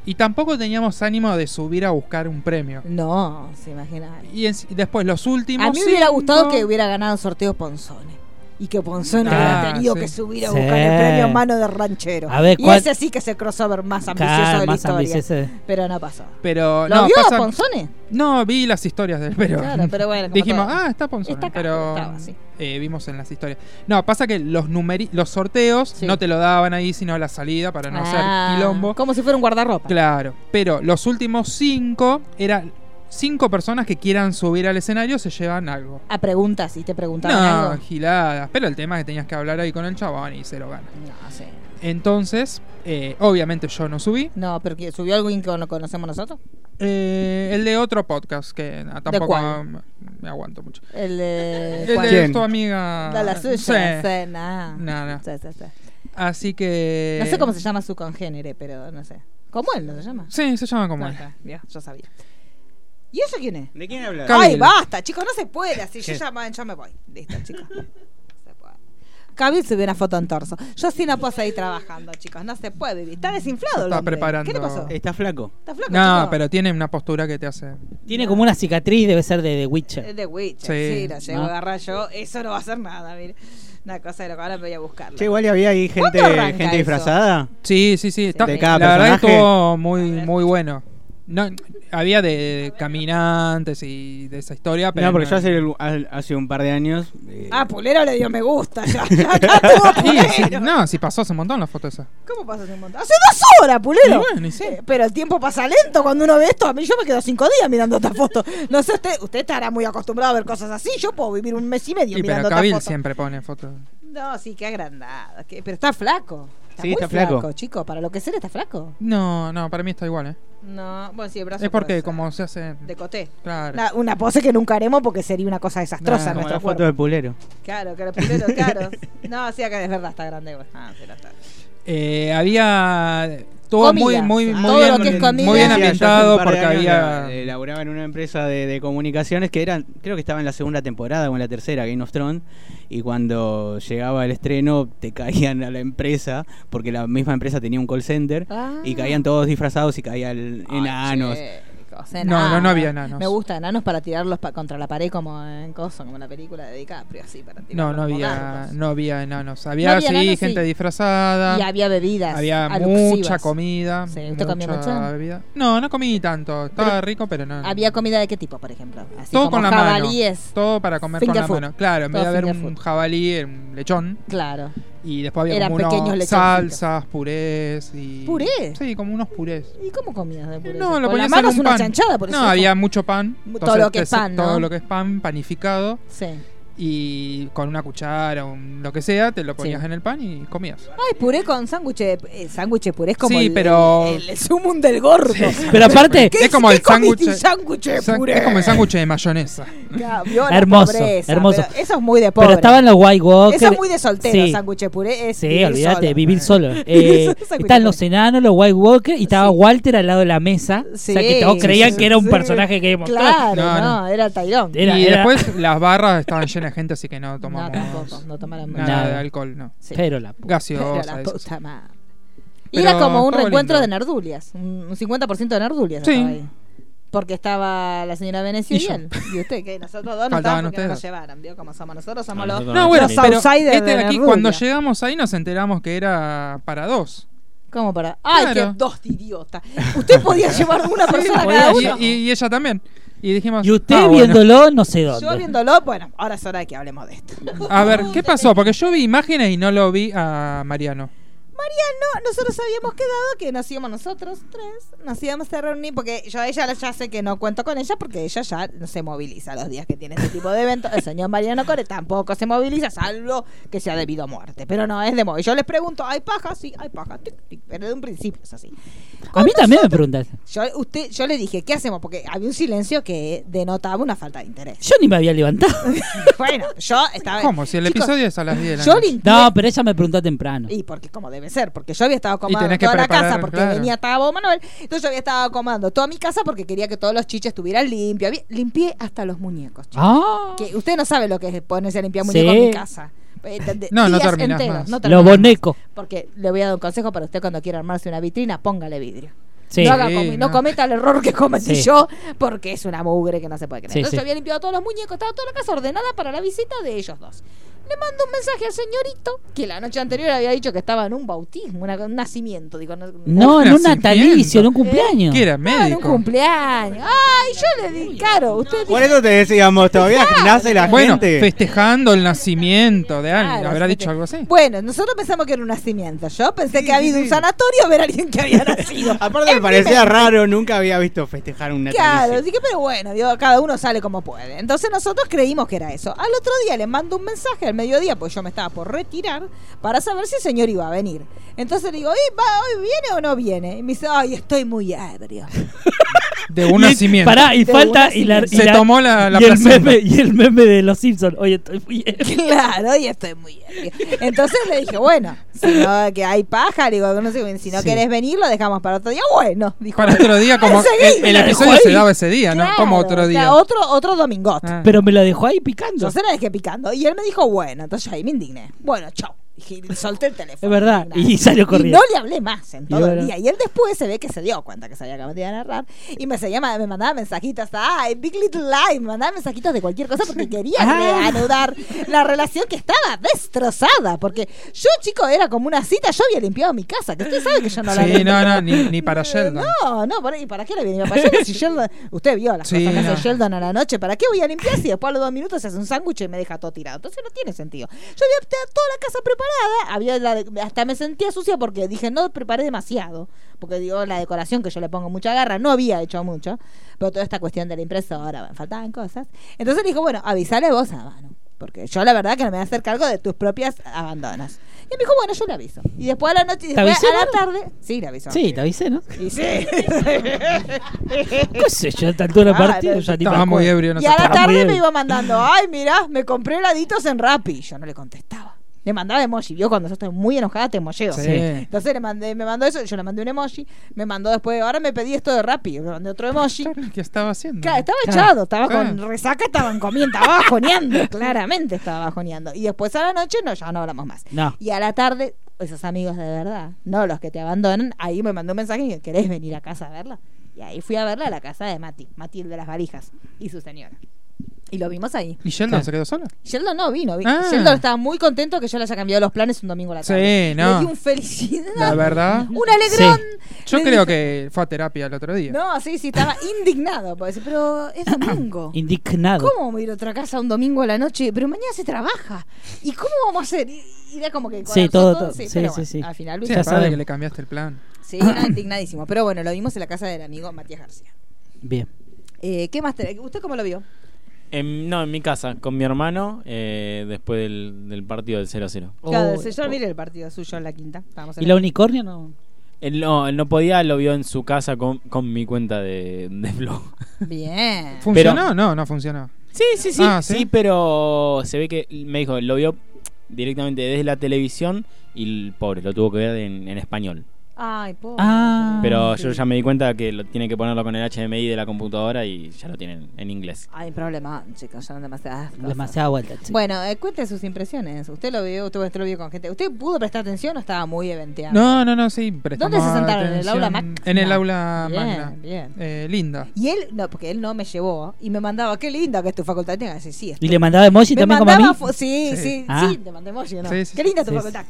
Y tampoco teníamos ánimo de subir a buscar un premio.
No, se imagina.
Y, en- y después los últimos.
A mí me hubiera gustado
cinco-
que hubiera ganado el sorteo Ponzone. Y que Ponzone
Ah,
hubiera tenido
sí.
que subir a
Sí.
buscar el premio Mano de Ranchero.
A ver,
y
¿cuál-
ese sí que es el crossover más ambicioso
Claro,
de la
más
historia.
ambicioso.
Pero no pasó.
Pero
¿Lo
no,
vio a
pasan-
Ponzone?
No, vi las historias del pero.
Claro, pero bueno, como
Dijimos,
todo.
ah, está Ponzone.
Está acá,
pero
pero estaba, sí.
eh, vimos en las historias. No, pasa que los numeri los sorteos
Sí.
no te lo daban ahí, sino a la salida para no
Ah,
hacer quilombo.
Como si fuera un guardarropa.
Claro, pero los últimos cinco era cinco personas que quieran subir al escenario se llevan algo.
A preguntas y te
No,
preguntaban algo.
giladas. Pero el tema es que tenías que hablar ahí con el chabón y se lo gana.
No sé.
Entonces, eh, obviamente yo no subí.
No, pero que ¿subió algo que no conocemos nosotros?
Eh, el de otro podcast que ah, tampoco
cuál?
me- me aguanto mucho.
El
El
de.
de
Juan.
¿Quién?
tu amiga.
La, la suya.
Sí.
Sí, nah.
No, no. Eh,
Sí, sí, sí.
Así que.
No sé cómo se llama su congénere, pero no sé. ¿Cómo él no se llama?
Sí, se llama como
Ah,
él.
está, bien, yo sabía. ¿Y eso quién es?
¿De quién hablas?
Cabildo.
Ay, basta, chicos, no se puede así. Yo
¿Qué?
ya, me- ya me voy. Listo, chicos. No se puede. Cabil subió una foto en torso. Yo sí no puedo seguir trabajando, chicos. No se puede vivir. Está desinflado.
Se
el
está
hombre.
preparando.
¿Qué le pasó?
Está flaco.
Está flaco.
No,
chico?
pero tiene una postura que te hace.
Tiene como una cicatriz, debe ser de The Witcher.
Es de Witcher. Sí,
Sí,
la llego
¿no?
a agarrar yo. Eso no va a hacer nada, mire. Una cosa de lo que ahora me voy a buscarla.
Che, igual y había ahí gente,
¿Cuándo arranca
gente
eso?
disfrazada.
Sí, sí, sí. está-
De cada
la verdad que
personaje.
estuvo muy, muy bueno. No, había de caminantes y de esa historia, pero.
No, porque yo hace, al- hace un par de años. eh,
Ah, Pulero le dio me gusta ya. Ya estuvo
Sí, sí,
Pulero.
no, sí pasó hace un montón la foto esa.
¿Cómo pasó hace un montón? ¡Hace dos horas, Pulero!
Y bueno, y sí.
Eh, Pero el tiempo pasa lento cuando uno ve esto. A mí yo me quedo cinco días mirando esta foto. No sé, usted, usted estará muy acostumbrado a ver cosas así. Yo puedo vivir un mes y medio
Y pero
mirando esta
Cabil
foto.
siempre pone fotos.
No, sí, qué agrandado. qué- Pero está flaco. Está
Sí,
muy
está flaco.
chico. Para lo que ser está flaco.
No, no, para mí está igual, ¿eh?
No, bueno, sí, el brazo
Es porque
puede ser.
como se hace.
De coté.
Claro.
Una, una pose que nunca haremos porque sería una cosa desastrosa
No,
en
como
nuestro
la
cuerpo.
foto de Pulero.
Claro, que era Pulero, claro. No, sí, acá es verdad, está grande. bueno. Ah, sí, no está.
Eh, había todo
Comida.
muy muy
Ah,
muy
todo
bien,
lo que es comida.
muy bien
Sí,
ambientado
Yo hace un par de
porque
años
había
la- eh, Laburaba en una empresa de, de comunicaciones que eran, creo que estaba en la segunda temporada o en la tercera, Game of Thrones. Y cuando llegaba el estreno, te caían a la empresa, porque la misma empresa tenía un call center.
Ah.
Y caían todos disfrazados y caía el
Ay,
enanos.
chicos,
No, no, no había enanos.
Me gusta enanos para tirarlos pa- contra la pared como en Coso, como en la película de DiCaprio, así para
no
tirarlos
no
como
había
dardos.
no había enanos había,
pues. había
sí
enanos,
gente
sí.
disfrazada
Y había bebidas.
había
alucivas.
mucha comida
Sí, ¿usted comió
mucha
mucho?
bebida no no comí tanto estaba rico pero no no.
Había comida de qué tipo, por ejemplo. Así
todo
como
con la
jabalíes.
mano todo para comer
Finger
con la
food.
mano claro en
Todo
vez de haber
finger
un
food.
jabalí era un lechón
Claro.
y después había
Eran
como unos
pequeños lechoncitos.
salsas purés y
¿Puré?
sí como unos purés
¿Y cómo comías de puré?
No, lo
Con
ponías
la mano
en
es
un
una
pan.
chanchada, por eso.
no, había mucho pan.
Todo
Entonces
lo que
te
es
sa-
pan, ¿no?
Todo lo que es pan panificado
Sí.
y con una cuchara, un, lo que sea, te lo ponías
Sí.
en el pan y comías.
Ay, puré con sándwich. de- eh, sándwich de puré es como
Sí,
el,
pero-
el, el sumum del gordo.
Pero aparte,
¿Qué,
Es como
qué
el
comiste?
sándwich-
sándwich de
Sa-
Ah, puré.
Es como el sándwich de mayonesa.
Ya, vio la
Hermoso,
pobreza,
hermoso.
pero Eso es muy de pobre.
pero estaban los White Walkers.
Eso es muy de soltero,
Sí.
sándwich de puré. Es
Sí,
vivir
olvídate,
solo.
vivir solo.
Vivir
Eh,
solo,
están los enanos, los White Walkers y estaba
Sí.
Walter al lado de la mesa. o sea que
Sí,
todos creían
sí,
que era un
sí.
personaje que hemos
Claro, no,
No,
era Tairón.
Era-
y
era-
después las barras estaban llenas de gente, así que no
No,
tomamos
tampoco, no tomaron
nada,
Nada.
de alcohol, no.
Sí.
Pero la puta.
Pero
Gaseosa.
la
eso.
puta madre. Y
Pero
era como un
todo
reencuentro
lindo.
de nerdulias, un un 50% de nerdulias.
Sí.
estaba ahí. Porque estaba la señora Venecia y,
Y yo.
él. Y usted, que nosotros dos no
Faltaban
estábamos porque no
ustedes.
nos llevaron, ¿vio? Como somos nosotros, somos
No,
los.
nosotros
No,
Los
bueno, pero
outsiders de
este de aquí,
Nerdulia.
cuando llegamos ahí nos enteramos que era para dos.
¿Cómo para? ¡Ay,
Claro.
qué dos de idiota! Usted podía llevar una persona
Y-
Ah, cada
y,
uno.
y- y ella también. Y dijimos.
Y usted
ah, bueno.
viéndolo no sé dónde.
Yo viéndolo, bueno, ahora es hora de que hablemos de esto.
A ver, ¿qué pasó? Porque yo vi imágenes y no lo vi a Mariano.
Mariano, nosotros habíamos quedado que nos íbamos nosotros tres, nos íbamos a reunir, porque yo a ella ya sé que no cuento con ella, porque ella ya no se moviliza los días que tiene este tipo de eventos. El señor Mariano Core tampoco se moviliza, salvo que sea debido a muerte. Pero no es de móvil. Yo les pregunto, ¿hay paja? Sí, hay paja. Tic, tic. Pero de un principio es así.
A mí también me preguntas.
Yo, usted, yo le dije, ¿qué hacemos? Porque había un silencio que denotaba una falta de interés.
Yo ni me había levantado.
bueno, yo estaba.
¿Cómo? Si el
Chicos,
episodio es a las 10 de la
Yo
noche.
limpié.
No, pero ella me preguntó temprano.
Y porque como debe ser, porque yo había estado comando
tenés que
toda la
preparar,
casa porque
claro.
venía Tabo Manuel, entonces yo había estado comando toda mi casa porque quería que todos los chiches estuvieran limpios. Había- Limpié hasta los muñecos, chicos.
Ah,
Que usted no sabe lo que es ponerse a limpiar muñecos
Sí.
en mi casa. Eh, de- de-
No, no
días
terminás
enteros,
más.
no
lo
terminás más.
boneco.
Porque le voy a dar un consejo para usted cuando quiera armarse una vitrina, póngale vidrio.
Sí.
No, haga
Sí,
como- no
no.
cometa el error que cometí
Sí.
yo, porque es una mugre que no se puede creer.
Sí,
Entonces
sí.
yo había limpiado todos los muñecos, estaba toda la casa ordenada para la visita de ellos dos. Le mando un mensaje al señorito, que la noche anterior había dicho que estaba en un bautismo, una- un nacimiento. Digo, no,
No, en un
nacimiento.
natalicio, en un cumpleaños.
Que era
estaba en Ah, un
médico.
cumpleaños. Ay, yo le di, claro, usted dijo,
Por eso te decíamos, todavía nace la
Bueno,
gente.
festejando el nacimiento de alguien.
Claro,
Habrá
fíjate.
dicho algo así.
Bueno, nosotros pensamos que era un nacimiento. Yo pensé que había ido a un sanatorio a ver a alguien que había nacido.
Aparte me
En
parecía
primer-
raro, nunca había visto festejar un natalicio.
Claro, así que, pero bueno, digo, cada uno sale como puede. Entonces nosotros creímos que era eso. Al otro día le mando un mensaje al mediodía, pues yo me estaba por retirar, para saber si el señor iba a venir. Entonces le digo, "Ey, va, ¿hoy viene o no viene? Y me dice, ay, estoy muy ebrio.
De un
Y-
nacimiento.
Pará, y
De
falta.
una
Y la, y
Se
la-
tomó la, la
y el,
placenta.
meme, y el meme de los Simpsons. Oye, estoy muy
Claro, y estoy muy ebrio. Entonces le dije, bueno, si no, que hay paja, le digo, no sé, si no
Sí.
querés venir, lo dejamos para otro día. Bueno, dijo.
Para otro día, como
Enseguida
el, el
la dejó
episodio
ahí.
se daba ese día, ¿no? Como
Claro,
otro día.
claro, otro, otro domingot.
Ah.
Pero me lo dejó ahí picando.
Yo se la dejé picando. Y él me dijo, bueno, entonces yo ahí me indigné. Bueno, chao. Y solté el teléfono.
Es verdad.
indignada.
Y salió
Y
corriendo.
no le hablé más en todo
bueno.
el día. Y él después se ve que se dio cuenta que sabía que me iba a narrar. Y me seguía, ma- me mandaba mensajitos. Ay, Big Little Lies. Me mandaba mensajitos de cualquier cosa porque quería
Ah.
reanudar la relación que estaba destrozada. Porque yo, chico, era como una cita. Yo había limpiado mi casa. Que usted sabe que yo no la
Sí,
limpio.
no, no, ni, ni para Sheldon.
Eh, No, no, por ahí, ¿para qué la viene? Para Sheldon, si Sheldon, usted vio las
Sí,
cosas que hace
no.
Sheldon a la noche, ¿para qué voy a limpiar si después a los dos minutos se hace un sándwich y me deja todo tirado? Entonces no tiene sentido. Yo había te- toda la casa preparada, había la- hasta me sentía sucia porque dije, no preparé demasiado, porque digo, la decoración que yo le pongo mucha garra, no había hecho mucho, pero toda esta cuestión de la impresora, bueno, faltaban cosas. Entonces le dijo, bueno, avisale vos a mano. Porque yo la verdad que no me voy a hacer cargo de tus propias abandonas. Y él me dijo, bueno, yo le aviso. Y después a la noche, y
¿Te
después
avisó,
a la
Manu?
tarde, sí, le avisó.
Sí, te avisé, ¿no?
Y sí.
¿Qué sé yo? A esta altura del
Claro,
partido ya ni me
Estaba muy
acuerdo.
ebrio, no
y
sé.
a la
está
tarde
bien.
me iba mandando, ay, mirá, me compré heladitos en Rappi. Yo no le contestaba. Le mandaba emoji. Yo cuando yo estoy muy enojada te emojeo.
Sí.
Entonces le mandé, me mandó eso, yo le mandé un emoji, me mandó después, ahora me pedí esto de Rappi, me mandé otro emoji.
¿Qué estaba haciendo?
Claro, estaba echado, estaba
Claro.
con resaca, estaba comiendo, estaba bajoneando, claramente estaba bajoneando. Y después a la noche no, ya no hablamos más.
No.
Y a la tarde, esos amigos de verdad, no los que te abandonan, ahí me mandó un mensaje y me, ¿querés venir a casa a verla? Y ahí fui a verla a la casa de Mati, Mati el de las valijas y su señora. Y lo vimos ahí.
¿Y Sheldon se quedó solo?
Sheldon no vino. vi-
Ah.
Sheldon estaba muy contento que yo le haya cambiado los planes un domingo a la
Sí,
tarde.
no.
Le di un felicidad,
La verdad.
un alegrón.
Yo
Le
creo
dije-
que fue a terapia el otro día.
No, sí, sí, estaba indignado. porque decía, Pero es domingo.
Indignado.
¿Cómo vamos a ir a otra casa un domingo a la noche? Pero mañana se trabaja. ¿Y cómo vamos a hacer? Y y era como que. colapsó
todo, todo. Sí,
pero
sí,
bueno,
sí.
Al final,
Sí,
¿viste?
Ya
aparte
sabemos.
que le cambiaste el plan.
Sí, era indignadísimo. Pero bueno, lo vimos en la casa del amigo Matías García.
Bien.
Eh, ¿Qué más? te- ¿Usted cómo lo vio?
En- no, en mi casa, con mi hermano, eh, después del, del partido del 0-0.
claro,
Oh,
yo no miré el partido suyo en la quinta. Estábamos en
¿Y la unicornio no?
Él no, él no podía, lo vio en su casa con, con mi cuenta de, de blog.
Bien.
¿Funcionó? no, no funcionó.
Sí, sí, sí,
Ah,
sí.
¿sí?
pero se ve que me dijo, lo vio directamente desde la televisión y el pobre, lo tuvo que ver en, en español.
Ay, pobre.
Ah.
Pero
sí.
yo ya me di cuenta que lo, tiene que ponerlo con el HDMI de la computadora y ya lo tienen en inglés.
Hay un problema, chicos. Son demasiadas. cosas.
Demasiada vuelta. sí.
Bueno, eh, cuente sus impresiones. ¿Usted lo vio? Usted, usted lo vio con gente. ¿Usted pudo prestar atención o estaba muy eventeado?
No, no, no, sí. prestamos
¿Dónde se sentaron? ¿En el
atención.
aula magna?
En el aula
Bien,
magna.
bien.
Eh, linda.
Y él, no, porque él no me llevó y me mandaba, qué linda que es tu facultad. Tenga que decir, sí, es
¿Y le mandaba emoji
me
también como a mí?
mandaba fo- sí, sí,
Sí.
sí,
Ah.
te mandé emoji, ¿no?
Sí, sí,
Qué linda tu
sí,
facultad.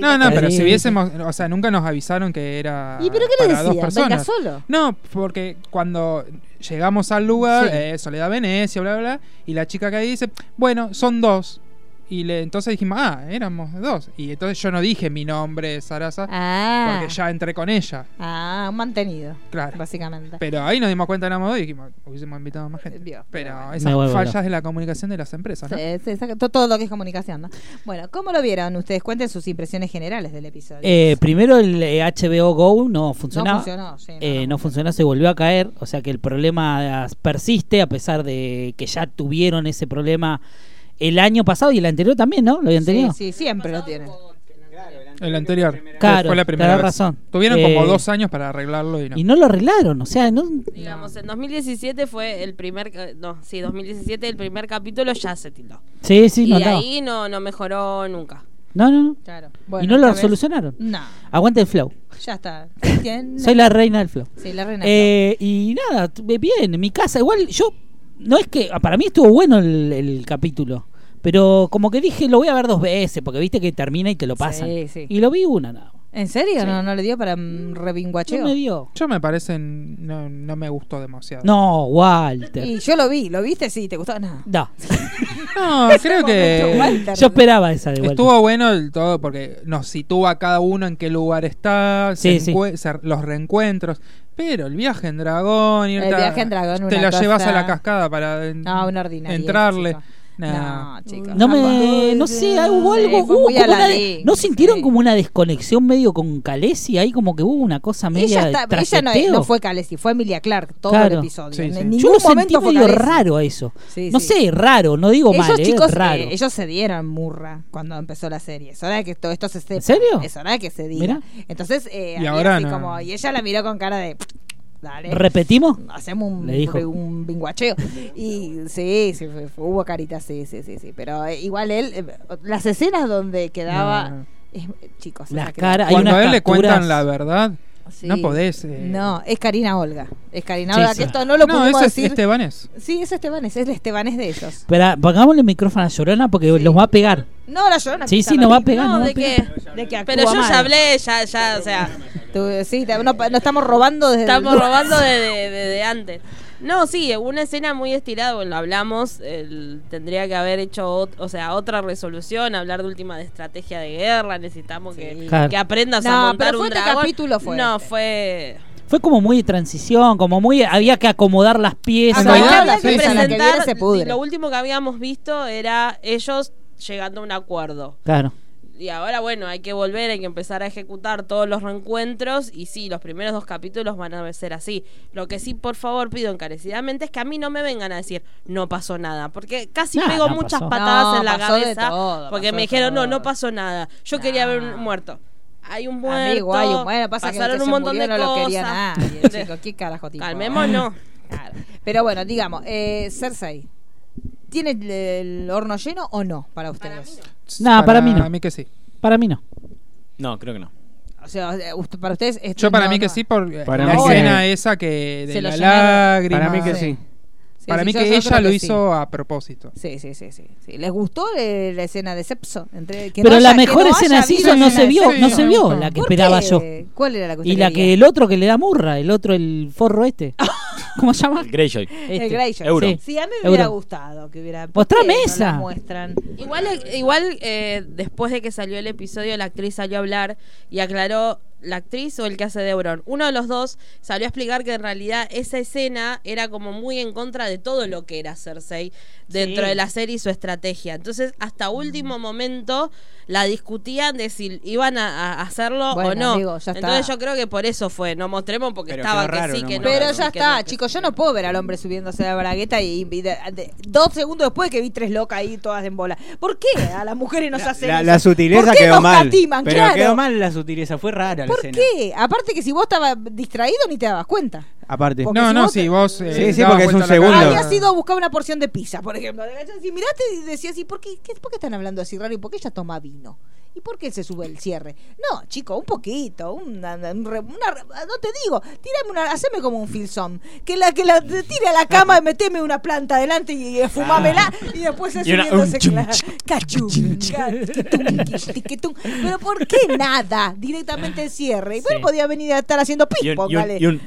No, no,
Sí,
pero
sí,
si
sí.
hubiésemos, o sea, nunca nos avisaron que era
¿Y pero qué le
para dos
decían? Venga
personas.
solo.
No, porque cuando llegamos al lugar,
Sí.
eh, Soledad Venecia, bla, bla, bla, y la chica que ahí dice, bueno, son dos. Y le, entonces dijimos, ah, éramos dos. Y entonces yo no dije mi nombre, Sarasa,
Ah.
porque ya entré con ella.
Ah, un mantenido,
Claro.
básicamente.
Pero ahí nos dimos cuenta, éramos dos y dijimos, hubiésemos invitado a más gente.
Vio,
Pero
bueno.
esas
Me vuelvo
fallas
loco.
de la comunicación de las empresas, ¿no?
Se- se saca to- todo lo que es comunicación, ¿no? Bueno, ¿cómo lo vieron? Ustedes cuenten sus impresiones generales del episodio.
Eh, primero el eh, HBO Go no
no
funcionaba.
funcionó, sí. no,
Eh,
no.
no funcionó, se volvió a caer. O sea que el problema persiste a pesar de que ya tuvieron ese problema el año pasado y el anterior también, ¿no? Lo habían
Sí,
tenido.
sí, siempre lo tienen.
El anterior.
Claro,
fue la primera
tenés
vez.
razón.
Tuvieron
Eh,
como dos años para arreglarlo y no.
Y no lo arreglaron, o sea, no.
Digamos, en 2017 fue el primer. ca- No, sí, 2017 el primer capítulo ya se tildó.
Sí, sí,
y
no andaba.
ahí no, no mejoró nunca.
No, no, no.
Claro.
y no lo
esta vez-
solucionaron.
No,
Aguante el flow.
ya está. Tienen-
Soy la reina del flow.
Sí, la reina.
Eh, y nada, tuve bien, mi casa, igual yo, no es que, ah, para mí estuvo bueno el, el capítulo, pero como que dije, lo voy a ver dos veces, porque viste que termina y te lo pasan.
Sí, sí.
Y lo vi una nada. más.
¿En serio? ¿No, ¿No le dio para mm, un
No
revinguacheo?
me dio.
Yo me parece, no, no me gustó demasiado.
No, Walter.
Y yo lo vi, ¿lo viste? Sí, ¿te gustó? No.
No,
No, creo
Momento,
que
Walter.
yo esperaba esa de Walter.
estuvo bueno el todo porque nos sitúa a cada uno en qué lugar está,
Sí,
se
sí.
encue- se- los reencuentros. Pero el viaje en dragón, irte
El
a-
viaje en dragón,
te
una
la llevas
cosa-
a la cascada para en-
No, una ordinaria.
entrarle.
chico.
Nah.
No, chicos.
No me. No sé, hubo algo.
Sí, fue
hubo
muy
como una de-
aladín,
¿No sintieron
sí.
como una desconexión medio con Calesi? Ahí como que hubo una cosa media.
Ella,
de
está, ella no,
traseteo.
no fue Calesi, fue Emilia Clark todo el
Claro.
episodio.
Sí, sí.
En ningún
Yo lo sentí
momento fue
medio
Khaleesi.
raro a eso.
Sí,
no
sí.
sé, raro, no digo
ellos
mal, eh,
chicos,
raro.
eh, ellos se dieron murra cuando empezó la serie. Es hora de que todo esto se sepa.
¿En serio?
Es hora de que se diga.
Mirá.
Entonces, eh,
Y
había
ahora
así
no.
como- y ella la miró con cara de, dale,
¿Repetimos?
hacemos un,
Le dijo.
un binguacheo. Y sí, sí, fue- fue- hubo caritas, sí, sí, sí, sí. Pero eh, igual él, eh, las escenas donde quedaba,
No, no.
es- chicos, o
Las
sea, que-
caras. hay
Cuando a
unas
él le
capturas-
cuentan la verdad,
sí.
no podés. eh.
No, es Karina Olga. Es Karina
Sí,
Olga,
sí.
que esto no lo
No,
pudimos
ese es
decir.
Estebanés.
Sí, es Estebanés, es el Estebanés de ellos.
Espera, pongámosle el micrófono a Llorona porque los va a pegar.
No, la llorona.
Sí,
empieza
sí,
a
nos va a
reír.
pegar.
No,
nos va a
¿de
pegar.
qué?
De que
Pero
actúa
yo
mal.
ya hablé, ya, ya, o sea.
Tú- sí, te- no, no estamos robando desde
Estamos
el-
robando de, de- de- de antes. No, sí, una escena muy estirada, bueno, lo hablamos, el- tendría que haber hecho, ot- o sea, otra resolución, hablar de última de estrategia de guerra, necesitamos que,
Claro.
que aprendas
No,
a montar
pero fue
un
este
dragón.
capítulo, fue
No,
este.
fue...
Fue como muy de transición, como muy. Había que acomodar las piezas.
En realidad,
Acá
la
había que
pieza en la que
presentar-
viene se pudre.
Lo último que habíamos visto era ellos llegando a un acuerdo.
Claro.
Y ahora, bueno, hay que volver, hay que empezar a ejecutar todos los reencuentros. Y sí, los primeros dos capítulos van a ser así. Lo que sí, por favor, pido encarecidamente es que a mí no me vengan a decir no pasó nada. Porque casi
No,
pego
no
muchas
pasó.
patadas
No,
en la
pasó de
cabeza.
todo,
porque
pasó
me
de
dijeron, no,
todo.
no pasó nada. Yo quería ver un muerto. Hay un muerto.
Amigo, hay un- bueno, pasa
pasaron
que el que
un
se
montón
murió no
de
lo quería
cosas.
nadie, chico, qué carajo tipo.
Calmémonos.
Claro. Pero bueno, digamos, eh, Cersei, ¿tiene el, el horno lleno o no para ustedes?
No, para mí no.
A mí que sí.
Para mí no.
No, creo que no.
O sea, eh, usted- para ustedes es-
Yo para
no,
mí que
no.
sí, porque
Para
la
mí que-
escena esa que de
Se lo
la
llenaron.
lágrima.
Para mí que
Sí.
sí.
Sí,
Para
sí,
mí
yo-
que
yo
ella
creo
lo
que sí.
hizo a propósito.
Sí, sí, sí, sí, sí. ¿Les gustó eh, la escena de Sepso? Entre, que
Pero
no
la
haya- que
mejor
no
escena
haya
sí
habido
no
escena
se
de
vio, no
sexo.
se vio
no.
la que
¿Por
esperaba
qué?
yo.
¿Cuál era la que usted
Y la que
quería?
el otro que le da murra, el otro el forro este. ¿Cómo se llama?
Greyjoy.
Este.
El Greyjoy.
Euro.
Sí.
Sí.
Sí, a mí me hubiera
Euro.
gustado que hubiera. ¿por
Mostrame
qué no
esa.
la muestran.
Igual, igual eh, después de que salió el episodio, la actriz salió a hablar y aclaró la actriz o el que hace de Euron. Uno de los dos salió a explicar que en realidad esa escena era como muy en contra de todo lo que era Cersei dentro
Sí.
de la serie y su estrategia. Entonces, hasta último momento la discutían de si iban a, a hacerlo
Bueno,
o no.
amigo, ya está.
Entonces yo creo que por eso fue, no mostremos porque
Pero
estaba
quedó
que
raro,
sí,
no
que no.
Pero ya
que sí, que
está,
no, que
chicos.
sí.
Yo no puedo ver al hombre subiéndose a la bragueta y, y de- de- dos segundos después que vi tres locas ahí todas en bola. ¿Por qué a las mujeres nos hacen
La,
eso?
la sutileza
¿Por qué
quedó
nos
mal.
catiman?
pero
Claro.
quedó mal la sutileza, fue rara la
¿Por
escena.
qué? Aparte que si vos estabas distraído ni te dabas cuenta.
Aparte.
Porque
No,
si
no,
vos te-
sí, vos. eh,
Sí, sí,
dabas
porque es
vuelta
un
a la
segundo.
cara.
Habías ido a buscar una porción de pizza, por ejemplo. Si miraste y decías, ¿y por qué, qué- por qué están hablando así raro? ¿Y por qué ella toma vino? ¿Y por qué se sube el cierre? No, chico, un poquito, una, un re- una re- no te digo, tirame una, haceme como un filzón, que la que la te tire a la cama y meteme una planta adelante y, eh, fumámela y después es
Y una-
subiéndose
un chum,
claro. Cachum, ca- tiquitum, tiquitum. Pero ¿por qué nada? Directamente el cierre. Igual
Sí.
podía venir a estar haciendo ping
Y un- y un- y un-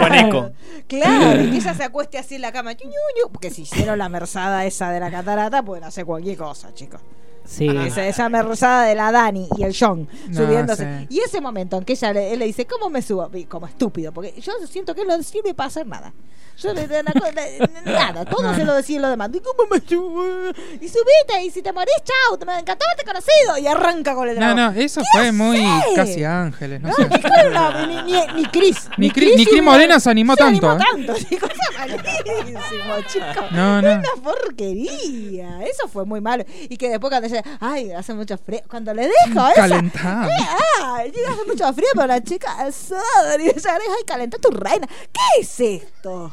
Con eco.
Claro, y que ella se acueste así en la cama. ñu, ñu, ñu, Porque si hicieron la merzada esa de la catarata, pueden hacer cualquier cosa, chicos. Ah,
Sí.
Esa, esa merzada de la Dani y el John
No,
subiéndose.
sí.
Y ese momento en que ella le, él le dice, ¿cómo me subo? Y como estúpido, porque yo siento que él no sirve para hacer nada. Yo le la co- la- nada, todo se lo decía lo demás. ¿Y cómo me subo? Y subite, y si te morís, chau, te me encantó haberte conocido. Y arranca con el
No,
dragón.
no, eso fue muy
hace?
casi ángeles, no,
No, ni,
sé.
Cris no, ni, ni, ni Cris.
Ni Cris- ni
y
Cris Morena se animó
Se
tanto, ¿eh?
animó tanto, sí, cosa malísima, chico.
No, no.
Una porquería. Eso fue muy malo. Y que después cuando ella, ay, hace mucho frío. Cuando le dejo esa.
Mm, Calentado.
eh, ay, llega, hace mucho frío, pero la chica, sorry. Y ella, ay, calentá tu reina. ¿Qué es esto?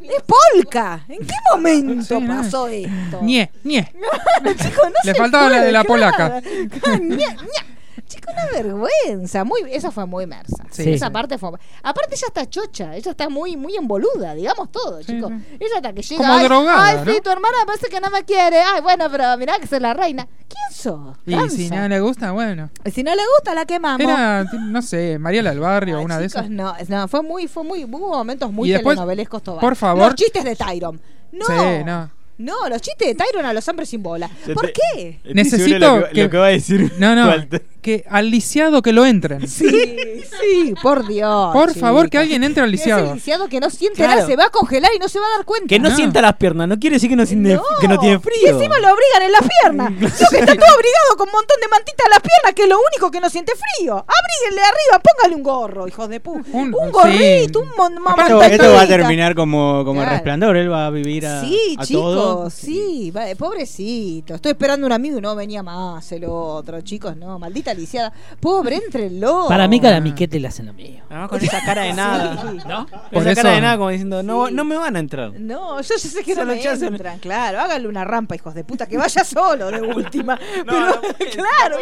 Es polka. ¿En qué momento
Sí, no.
pasó esto?
Nie, nie.
Chico, no
Le
se
faltaba la de
puede,
la
claro.
polaca.
Claro, ña, ña. Chico, una vergüenza. Muy, esa fue muy mersa.
Sí.
esa
Sí.
parte fue. Aparte, ella está chocha. Ella está muy, muy emboluda, digamos todo, chico. Ella hasta que llega.
Como
ay,
drogada,
Ay, sí,
¿no?
tu hermana parece que no me quiere. Ay, bueno, pero mirá que soy la reina. ¿Quién sos?
Y si
Gansa.
no le gusta, bueno.
Y si no le gusta, la quemamos.
Era, no sé, Mariela del Barrio,
Ay,
una de
chicos,
esas.
No, no, fue muy, fue muy, hubo momentos muy
Y después,
telenovelescos todos.
por favor.
Los chistes de Tyron. No.
Sí, no.
No, los chistes de Tyron a los hombres sin bola.
Yo
¿Por
te-
qué?
Estoy
Necesito
seguro lo que,
que-
lo que va a decir.
No, no,
Walter.
que al lisiado que lo entren.
Sí, sí, por Dios.
Por
chicos.
favor, que alguien entre al
Que Es el
lisiado.
lisiado que no siente
Claro.
nada, se va a congelar y no se va a dar cuenta.
Que no,
No.
sienta las piernas, no quiere decir que no, siente- que no tiene
Y
frío.
Ah. encima lo abrigan en las piernas. Yo que está todo abrigado con un montón de mantitas en las piernas, que es lo único que no siente frío. Abríguenle arriba, póngale un gorro, hijos de puta. Un,
Un-
gorrito,
sí.
un mon-
Aparte,
Esto,
mantita.
esto va a terminar como, como el
Claro.
resplandor, él va a vivir a,
Sí,
a
chicos,
todo.
sí, va- eh, pobrecito. Estoy esperando un amigo y no venía más el otro, chicos, no, maldita lisiada. Pobre, entrenlo.
Para mí, cada miquete le hacen lo mío.
Ah.
Además, con esa cara de nada. ¿No? Con
Por
esa
eso-
cara de nada, como diciendo, no,
Sí.
no me van a entrar.
No, yo ya sé que
Solo
no me
chance-
entran, claro. Háganle una rampa, hijos de puta, que vaya solo de última. Pero, claro,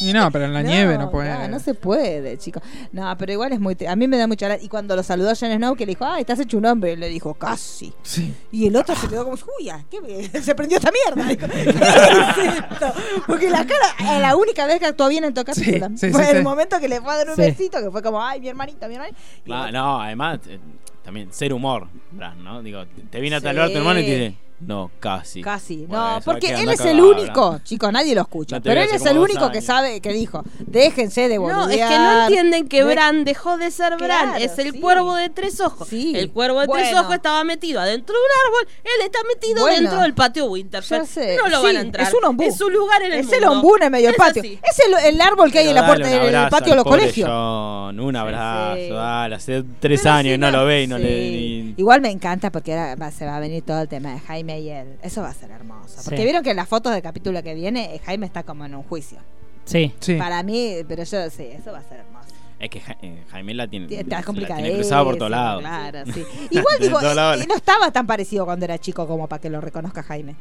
Y no, pero en la nieve no puede.
claro, No, se puede, chicos. No, pero igual es muy. tri- A mí me da mucha. lata. Y cuando lo saludó Jon Snow, que le dijo, ah, estás hecho un hombre, le dijo, casi.
Sí.
Y el otro se quedó como, uy, ah, ¿qué me- se prendió esta mierda. Dijo, ¿Qué es esto? Porque la cara, eh, la única vez que actuó bien en toda
Sí,
película.
sí,
fue
sí,
el
sí.
momento que le fue a dar un
Sí.
besito, que fue como, ay, mi hermanita, mi hermanita. Y
Ah, no, además, eh, también, ser humor, Bran, ¿no? Digo, te- te viene a
Sí.
saludar tu hermano y te dice, no, casi.
Casi,
Bueno,
no,
eso
porque
va
él
quedando
es el
cagado,
único,
Bran.
chicos, nadie lo escucha,
No te
pero
veo
él
hace
es el
como dos
único que
años.
sabe, que dijo, déjense de boludear.
No, es que no entienden que
No es-
Bran dejó de ser Bran.
Claro,
es el
sí.
cuervo de tres ojos.
Sí.
El cuervo de tres
Bueno.
ojos estaba metido adentro de un árbol. Él está metido
Bueno.
dentro del patio Winterfell.
Ya sé.
No lo
Sí,
van a entrar.
Es un ombú.
Es su lugar en el
Es
mundo.
el ombú en el medio del
Es
patio.
así.
Es el, el árbol que hay en la puerta del
del
patio de los colegios.
un abrazo,
sí.
dale, hace tres
Pero
años
si
y no lo ve y no
sí.
le... ni-
Igual me encanta porque ahora va- se va a venir todo el tema de Jaime y él. Eso va a ser hermoso. Porque
Sí.
vieron que en las fotos del capítulo que viene, eh, Jaime está como en un juicio.
Sí.
Sí.
Para mí, pero yo sí, eso va a ser hermoso.
Es que Ja- eh, Jaime la tiene, se
Está
la
complicado.
tiene cruzada por todos lados.
Claro, sí. Igual
De
digo,
todos lados.
eh, no estaba tan parecido cuando era chico como para que lo reconozca Jaime.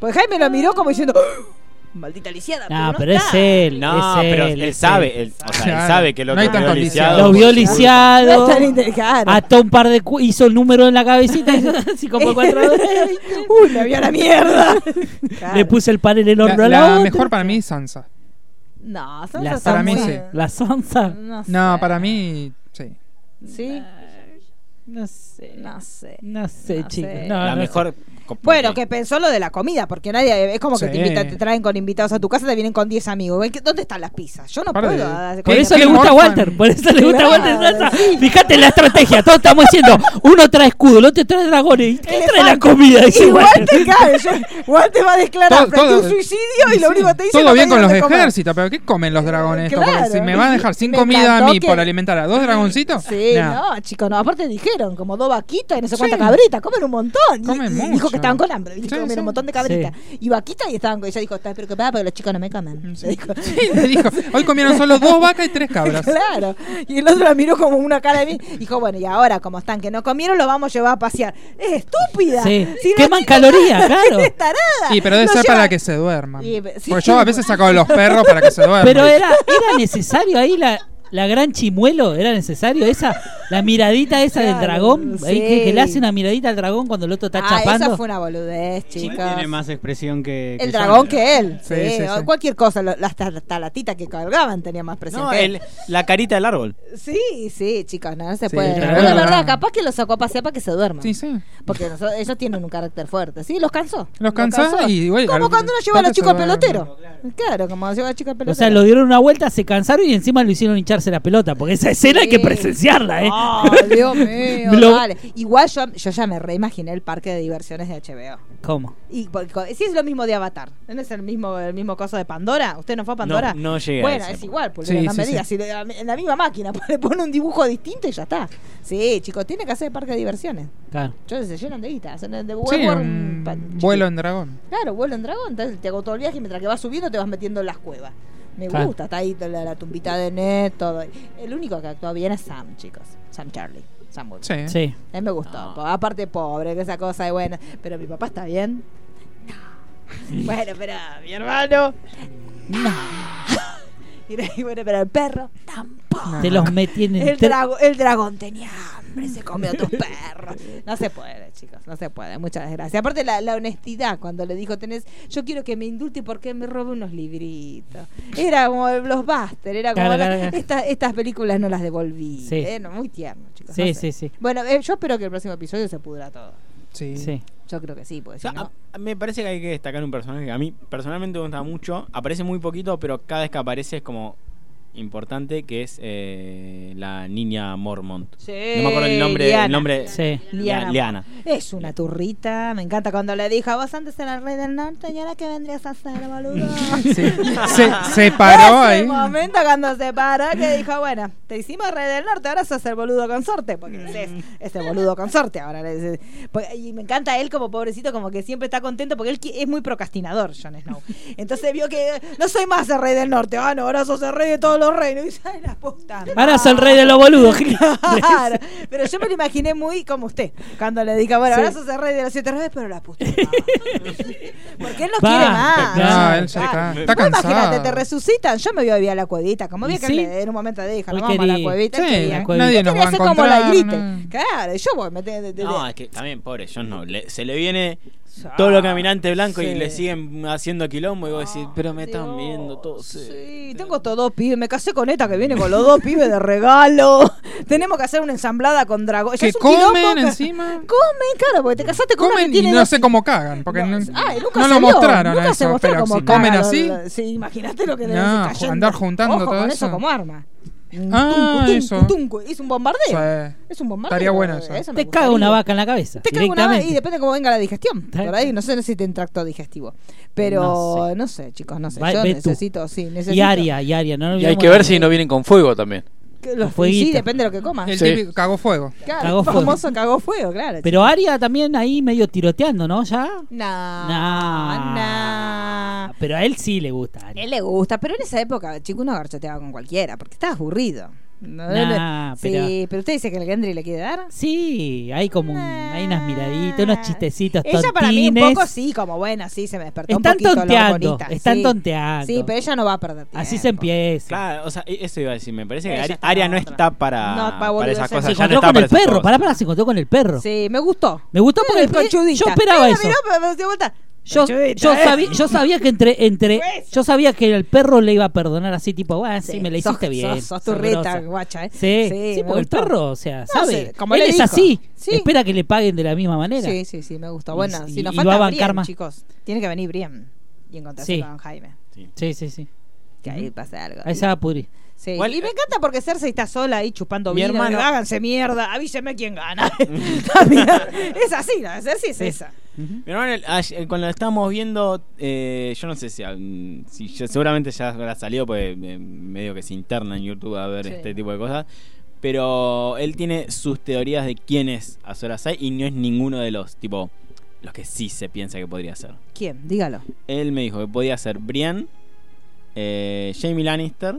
Porque Jaime lo miró como diciendo, "¡Ah! maldita lisiada.
No, Ah, pero
está".
es él.
No,
es él,
pero él,
es
sabe, él, o sea, él
Claro.
sabe que lo
No hay tanto lisiado.
Lo vio
No
lisiado.
es tan inte- claro.
Hasta un par de. cu- Hizo el número en la cabecita. hizo así como cuatro veces.
Uy, me vio a la mierda.
Le
Claro.
puse el pan en el
La,
hombro a
la
la, otra.
mejor para mí es Sansa.
No, son
La
esos
Para mí
muy-
sí.
Sansa. La Sansa.
No,
No,
sé.
para mí, sí.
Sí,
No sé.
no sé.
No sé,
No
chicos.
sé.
No,
La
no
mejor...
Bueno, que pensó lo de la comida, porque nadie es como que
Sí.
te, invitan- te traen con invitados a tu casa, te vienen con 10 amigos. Ven, ¿qué- ¿Dónde están las pizzas? Yo no
Aparte,
puedo. dar-
sé. Por
Que
eso le
Tim
gusta a
Burton-
Walter, por eso le gusta a
Claro,
Walter Sansa. Fíjate la estrategia, todos estamos diciendo, uno trae escudo, el otro trae dragones, ¿y quién trae la
Elefante.
comida? Dice
Igual
Walter.
te cae, yo- igual te va a declarar
Todo-
frente a un
todo-
suicidio y lo único que te dice
Todo
no
bien
me
con los
dieron de comer.
ejércitos, pero ¿qué comen los dragones? estos? Porque
Claro.
si me van a dejar sin
Me
comida a
encantó
mí
que-
por alimentar a dos dragoncitos.
Sí,
nah.
no, chicos, no, aparte dijeron como dos vaquitas y no sé
Sí.
cuántas cabritas, comen un montón. Y-
Comen
y Dijo
mucho.
que estaban con hambre, dijo
Sí,
que comieron
sí. Mm,
un montón de cabritas. Y vaquitas y estaban, ella dijo, estás preocupada porque los chicos no me comen. Le dijo.
Sí, le dijo, hoy comieron solo dos vacas y tres cabras.
Claro. Y el otro la miró como una cara de mí. Dijo, bueno, y ahora, como están que no comieron, los vamos a llevar a pasear. ¡Es estúpida!
Sí.
Si no
Queman
tiene
calorías,
nada,
claro.
es tarada.
Y pero debe
Lo
ser para
llevan-
que se duerman.
Y, pero- sí.
Porque yo a veces saco a los perros para que se duerman.
Pero era, era necesario ahí la, la gran chimuelo, era necesario esa, la miradita esa del
Claro,
dragón, ahí que,
sí.
que le hace una miradita al dragón cuando el otro está
Ah,
chapando.
esa fue una boludez, chicos.
Tiene más expresión que. que
El dragón
Sandra.
que él.
Sí,
Sí,
sí,
o
sí.
cualquier cosa, lo- las tal- talatitas que colgaban tenía más presión.
No,
que
el- la carita del árbol.
él. Sí, sí, chicos, no, no se
Sí,
puede.
el
Pero
dragón
de verdad,
colgaba.
capaz que los sacó a pasear para que se duerman.
Sí, sí.
Porque nosotros- ellos tienen un carácter fuerte. Sí, los cansó.
Los cansó y, bueno,
Como
al-
cuando uno lleva a los
tanto
chicos al
se va-
pelotero. Claro, como lleva a los chicos al pelotero.
O sea, lo dieron una vuelta, se cansaron y encima lo hicieron hincharse la pelota, porque esa escena hay que
Sí. Ah.
presenciarla, ¿eh?
Ay, Dios mío,
Lo-
dale. Igual yo, yo ya me reimaginé el parque de diversiones de HBO.
¿Cómo?
Y porque co- si es lo mismo de Avatar, ¿no es el mismo el mismo caso de Pandora? ¿Usted no fue a Pandora?
No, no llegué a
Bueno,
esa
es
época.
igual, porque
Sí,
no
sí,
me
sí.
digas, si le- en la misma máquina le pone un dibujo distinto y ya está. Sí, chicos, tiene que hacer parque de diversiones.
Claro.
Yo se llenan de guita, hacen de
Sí,
huevo,
un
pa- chiquito.
vuelo en dragón.
Claro, vuelo en dragón, entonces te hago todo el viaje y mientras que vas subiendo te vas metiendo en las cuevas. Me
Claro.
gusta, está ahí la, la tumbita de Ned, todo. El único que actuó bien es Sam, chicos. Sam Charlie, Sam Wood.
Sí.
Sí.
A mí me gustó. po- Aparte pobre, que esa cosa de buena. Pero mi papá está bien. No. Bueno, pero mi hermano. No. Y de ahí, bueno, pero el perro tampoco.
Te los metían en
Ah. El,
tre-
drago- el dragón tenía hambre, se comió a tus perros. No se puede, chicos, no se puede. Muchas gracias. Aparte, la, la honestidad, cuando le dijo, tenés, yo quiero que me indulte porque me robé unos libritos. Era como los Buster, era como
Claro,
la-
claro, claro.
esta- estas películas no las devolví.
Sí.
Eh, no, muy tierno, chicos.
Sí,
no sé.
sí, sí.
Bueno, eh, yo espero que el próximo episodio se pudra todo.
Sí.
Sí.
Yo creo que sí, porque
O
si
sea,
no.
a- me parece que hay que destacar un personaje que a mí personalmente me gusta mucho. Aparece muy poquito, pero cada vez que aparece es como importante, que es eh, la niña Mormont. No me acuerdo el nombre. El nombre
Sí.
Liana.
Liana. Liana.
Es una turrita, me encanta cuando le dijo, vos antes eras rey del norte y ahora que vendrías a ser, boludo.
Sí. Se, se paró
Ese
ahí.
momento cuando se paró que dijo, bueno, te hicimos rey del norte, ahora sos el boludo consorte, porque
Mm.
es ese boludo consorte ahora. le dice. Porque- Y me encanta él como pobrecito, como que siempre está contento, porque él qui- es muy procrastinador, Jon Snow. Entonces vio que eh, no soy más el rey del norte, ah, no, ahora sos el rey de todos los reinos. Y dice, "Ay, la puta.
Ahora
madre".
soy el rey de los boludos.
Claro, pero yo me lo imaginé muy como usted, cuando le diga, bueno, ahora sos el rey de los siete reyes, pero la puta. madre. Porque él no
Va,
quiere más.
No, él se
Claro.
ca- está
Vos Imagínate,
cansado.
te resucitan. Yo me voy a vivir a la cuevita. Como
Y
había que
sí.
le- en un momento le dije,
Hoy
no vamos a la
querí-
cuevita.
Sí,
quería.
la
Yo
cuevita.
nadie nos
quería
va a
hacer como
encontrar.
la grite.
no.
Claro, yo voy. Me, te- te- te-
No, es que también, pobre, yo no. le- se le viene todo lo caminante blanco y le siguen haciendo quilombo y vos decís, pero me están viendo todos. eh".
Sí, tengo estos dos pibes. Me casé con esta que viene con los dos pibes de regalo. Tenemos que hacer una ensamblada con dragón. Ya
Que
es un quilombo
comen
que-
encima.
Comen, claro, porque te casaste con una que
Comen y
tiene
no
dos
sé cómo cagan. Porque no,
Ah, y nunca
no
salió,
lo mostraron
nunca
a
se
eso.
mostró
pero
como
si comen
cagan
así.
los- Sí, imagínate lo que debe
No,
ser cayendo.
andar juntando
Ojo
todo
con
eso.
como arma. Un
Ah,
tuncu, tuncu,
eso.
tuncu. Es un bombardeo.
Sí.
Es un bombardeo.
Estaría bueno eso.
me
Te caga una
gustaría.
vaca en la cabeza.
Te caga una vaca y
directamente.
depende de cómo venga la digestión.
Tal
Por ahí, no sé, no sé si te tracto digestivo. Pero no
No
sé, chicos, no sé.
Va-
Yo
ve tú.
necesito, sí, necesito.
Y Aria, y Aria. No
Y hay que ver si no vienen con fuego también.
que los-
fueguito.
sí, depende de lo que comas.
El
Sí.
típico cagó fuego.
Claro,
Cagó
el
fuego.
famoso cagó fuego, claro.
Pero Aria también ahí medio tiroteando, ¿no? Ya.
No,
Nah.
no.
Pero a él sí le gusta
A
Aria.
Ah. él le gusta, pero en esa época, chico, uno garchoteaba con cualquiera, porque estaba aburrido. No,
Nah,
no- sí, pero...
pero-
usted dice que el Gendry le quiere dar.
Sí, hay como un- hay unas miraditas, unos chistecitos
Ah. Ella para mí un
tontines.
poco sí, como bueno, sí, se me despertó un
Están
poquito la
tonteando,
bonita,
están
sí.
tonteando.
Sí, pero ella no va a perder tiempo.
Así se empieza.
Claro, o sea, e- eso iba a decir. Me parece que
Ella
Aria,
está
Aria
para
no
otra.
está para,
No, para
para
boludeces.
esas
Se
cosas.
Se
ya no
encontró
está
con
para
el
esas
perro,
cosas.
pará, pará, se encontró con el perro.
Sí, me gustó.
Me gustó porque
Eh, conchudita.
yo esperaba
Mira,
eso.
mirá, pero se vuelta.
Yo,
Conchudita,
yo
eh.
sabía, yo sabía que entre, entre,
Hueso.
yo sabía que el perro le iba a perdonar así, tipo, ah, sí,
Sí,
me la
sos-
hiciste bien.
Sos, sos
sabrosa".
turreta, guacha, ¿eh?
Sí, sí,
Sí, me
porque el
gustó.
perro, o sea,
No,
sabe.
sí, como
él
le
es
dijo.
así.
Sí.
Espera que le paguen de la misma manera.
Sí, sí, sí, me gustó.
Y-
Bueno,
y-
si nos
y
falta
va a bancar
Brian,
más.
chicos, tiene que venir Brian y encontrarse
Sí.
con Jaime.
sí, sí. sí.
Que ahí pasa algo.
Ahí se va a pudrir.
Sí,
Igual-
y me encanta porque Cersei está sola ahí chupando
Mi
vino.
hermano-
digo, Háganse mierda, avíseme quién gana. Está bien. es así, la de Cersei es esa.
Mi hermano, el- ayer- cuando lo estábamos viendo, eh, yo no sé si, mm, si ya- seguramente ya habrá salido, porque eh, medio que se interna en YouTube a ver
Sí.
este tipo de cosas. Pero él tiene sus teorías de quién es Azor Ahai y no es ninguno de los, tipo, los que sí se piensa que podría ser.
¿Quién? Dígalo.
Él me dijo que podía ser Brian, eh, Jamie Lannister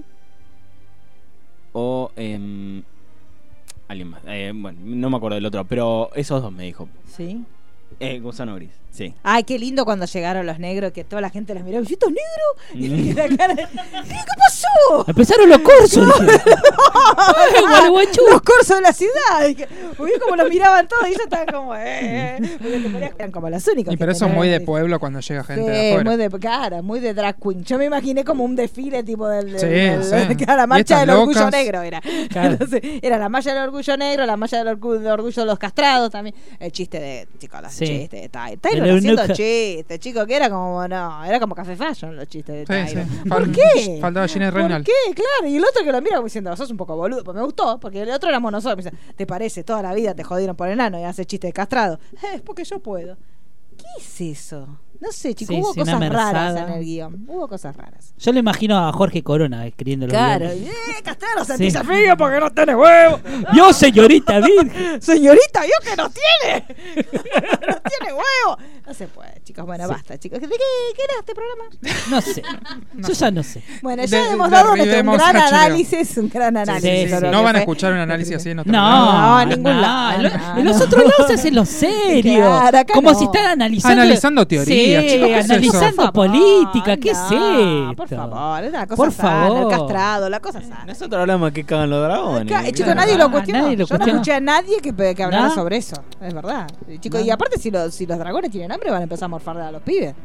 o em, alguien más. Eh, bueno, no me acuerdo del otro, pero esos dos me dijo.
Sí.
Eh, gusano gris, sí.
Ay, qué lindo cuando llegaron los negros, que toda la gente los miró, ¿bichitos negros?
Mm.
Y la cara, ¿qué pasó?
Empezaron los cursos.
Ay, los cursos de la ciudad. Y que- Uy, como los miraban todos y ellos estaban como, eh, eh, porque te ponías- eran como los únicos.
Y
que
pero eso es
tenían
muy de
ese-
pueblo cuando llega gente
Sí,
de afuera.
muy de cara, muy de drag queen. Yo me imaginé como un desfile tipo del,
Sí,
del-
sí.
del- la
Y
marcha
estas
del orgullo
locas.
negro era.
Claro.
Entonces, era la marcha del orgullo negro, la marcha del orgu- del orgullo, de los castrados también. El chiste de chicos, los
Sí.
chistes de Ty-
De
Tyler
la
haciendo
eunuca.
chistes, chicos, que era como no, era como café fashion los chistes de
Sí,
Tyler.
sí.
¿Por
Fal-
qué?
Faltaba Gina
¿Por
Renal.
qué? Claro, y el otro que lo mira como diciendo, sos un poco boludo, pues me gustó, porque el otro éramos nosotros. Me dice, ¿te parece? Toda la vida te jodieron por enano y hace chiste de castrado. "Eh, Es porque yo puedo. ¿Qué es eso? No sé, chicos,
Sí,
hubo
sí, una
cosas raras
merzada.
en el guión. Hubo cosas raras.
Yo le imagino a Jorge Corona escribiendo los
Claro,
guiones.
eh, castrado, sentís frío porque no tenés huevo.
Yo, señorita Virgen.
Señorita, yo que no tiene. no tiene huevo. No se puede, chicos. Bueno, basta, chicos. ¿De qué, qué era este programa?
No sé. Yo ya no sé.
Bueno,
De-
ya hemos
de-
dado nuestro
derribemos
gran
a HBO.
análisis, un gran análisis.
sí, sí,
sobre
sí.
lo
No
que
van
fue.
a escuchar un análisis así en otro lado.
No,
No, en ningún
no,
lado,
lo-
no,
en los
no.
otros lados se hacen lo serio.
Claro, acá
como
no.
si están analizando.
Analizando teorías,
Sí,
chicos, ¿qué es eso?
analizando
Por favor,
política. ¿Qué es
no,
esto?
Por favor, es una cosa
Por
sana,
favor.
el castrado, la cosa sana.
Nosotros hablamos que cagan los dragones.
Ca- eh, Chicos,
claro.
nadie
Ah,
lo cuestionó.
nadie lo
Yo no
cuestionó.
escuché a nadie que, pe- que hablara
Nah.
sobre eso. Es verdad. Eh, Chicos, y aparte, si los, si los dragones tienen hambre, van a empezar a morfar a los pibes.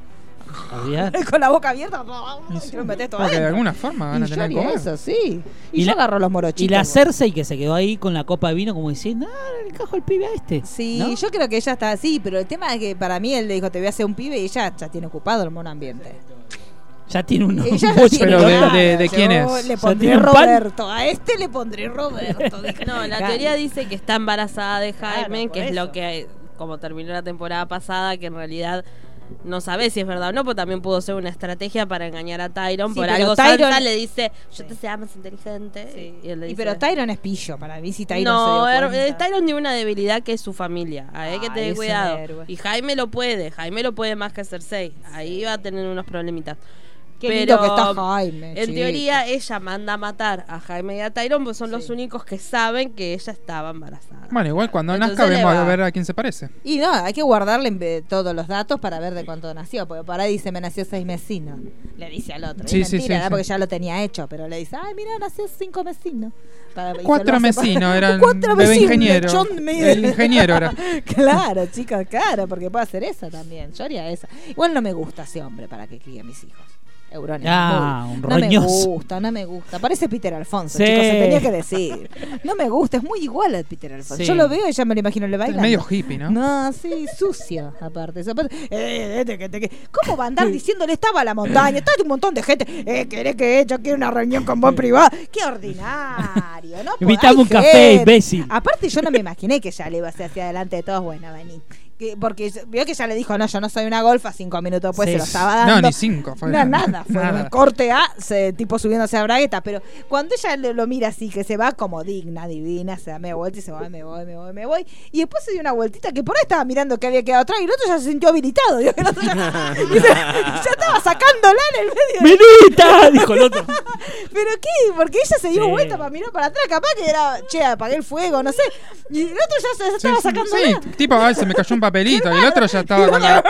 Olvidate.
Con la boca abierta. ¡ah! Quiero meter todo
Porque de
adentro.
alguna forma van
Y
a
yo
tener que
haría
comer.
eso, sí. Y,
Y
yo
la-
agarro los morochitos.
Y la
boludo.
Cersei que se quedó ahí con la copa de vino como diciendo, ah, le cajo el pibe a este.
Sí,
¿No?
yo creo que ella está así, pero el tema es que para mí él le dijo, te voy a hacer un pibe y ella ya tiene ocupado el mono ambiente.
Ya tiene un
Ella
un
ya
bocho
tiene
Pero
en el
de-
orto.
claro,
de- de
yo
quién es?
Le
¿Ya
pondré
tiene un pan?
Roberto, a este le pondré Roberto. dijo.
No, la
Claro.
teoría dice que está embarazada de
Claro,
Jaime,
por
que es
eso.
lo que, como terminó la temporada pasada, que en realidad no sabe si es verdad o no, pero también pudo ser una estrategia para engañar a Tyron.
Sí,
por
pero
algo
Tyron-
Sansa le dice, yo te
Sí.
sea más inteligente. Y él le
Y
dice,
pero Tyron es pillo para mí, si Tyron
no,
se dio
er-
cuenta.
eh, Tyron tiene una debilidad que es su familia. Hay que
Ay,
tener
es un
cuidado.
héroe.
Y Jaime lo puede, Jaime lo puede más que Cersei. Ahí va a tener unos problemitas.
Qué
pero
lindo que está Jaime.
En
chico.
teoría, ella manda a matar a Jaime y a Tyron, pues son los
Sí.
únicos que saben que ella estaba embarazada.
Bueno, igual cuando
Entonces
nazca
le
vemos
va.
a ver a quién se parece.
Y no, hay que guardarle en vez- todos los datos para ver de cuánto nació. Porque por ahí dice, me nació seis mesinos. Le dice al otro.
Sí,
es
sí,
mentira,
sí,
¿no?
sí.
porque ya lo tenía hecho. Pero le dice, ay, mira, nació cinco mesinos. Para- y se lo
Cuatro
hace para-
mesinos eran.
Cuatro
bebé
mesinos,
ingeniero.
lechón medio-
El ingeniero era.
Claro, chicos, claro. Porque puede hacer eso también. Yo haría eso. Igual no me gusta ese hombre para que críe a mis hijos. Eurones.
Ah,
muy-
un
no me
roñoso.
gusta, no me gusta. Parece Peter Alfonso,
Sí.
chicos, se tenía que decir. No me gusta, es muy igual al Peter Alfonso.
Sí.
Yo lo veo y ya me lo imagino le bailando.
Medio hippie, ¿no?
No, sí, sucio, aparte. eso, aparte, eh, eh, te que- te que- ¿Cómo va a andar diciéndole estaba a la montaña? Está un montón de gente. Eh, ¿querés que yo quiero una reunión con vos privada? ¡Qué ordinario! ¿no?
Invitame
Hay
un café,
gente.
imbécil.
Aparte, yo no me imaginé que ya le iba a hacer hacia adelante de todos. Bueno, vení. Que- porque yo- vio que ya le dijo, no, yo no soy una golfa. Cinco minutos después
Sí.
se lo estaba dando.
No, ni cinco. Fue
No, nada, fue
nada.
un corte A, se- tipo subiéndose a bragueta, pero cuando ella lo, lo mira así, que se va como digna, divina, se da media vuelta y se va, me voy, me voy, me voy, y después se dio una vueltita que por ahí estaba mirando que había quedado atrás y el otro ya se sintió habilitado, digo, el otro ya, y se- ya estaba sacándola en el medio.
¡Milita! Dijo el otro.
¿Pero qué? Porque ella se dio
Sí.
vuelta para mirar para atrás, capaz que era, che, apagué el fuego, no sé, y el otro ya se, se
Sí,
estaba
sí,
sacándola.
sí, tipo, ay, se me cayó un papelito. y el otro ya estaba con la.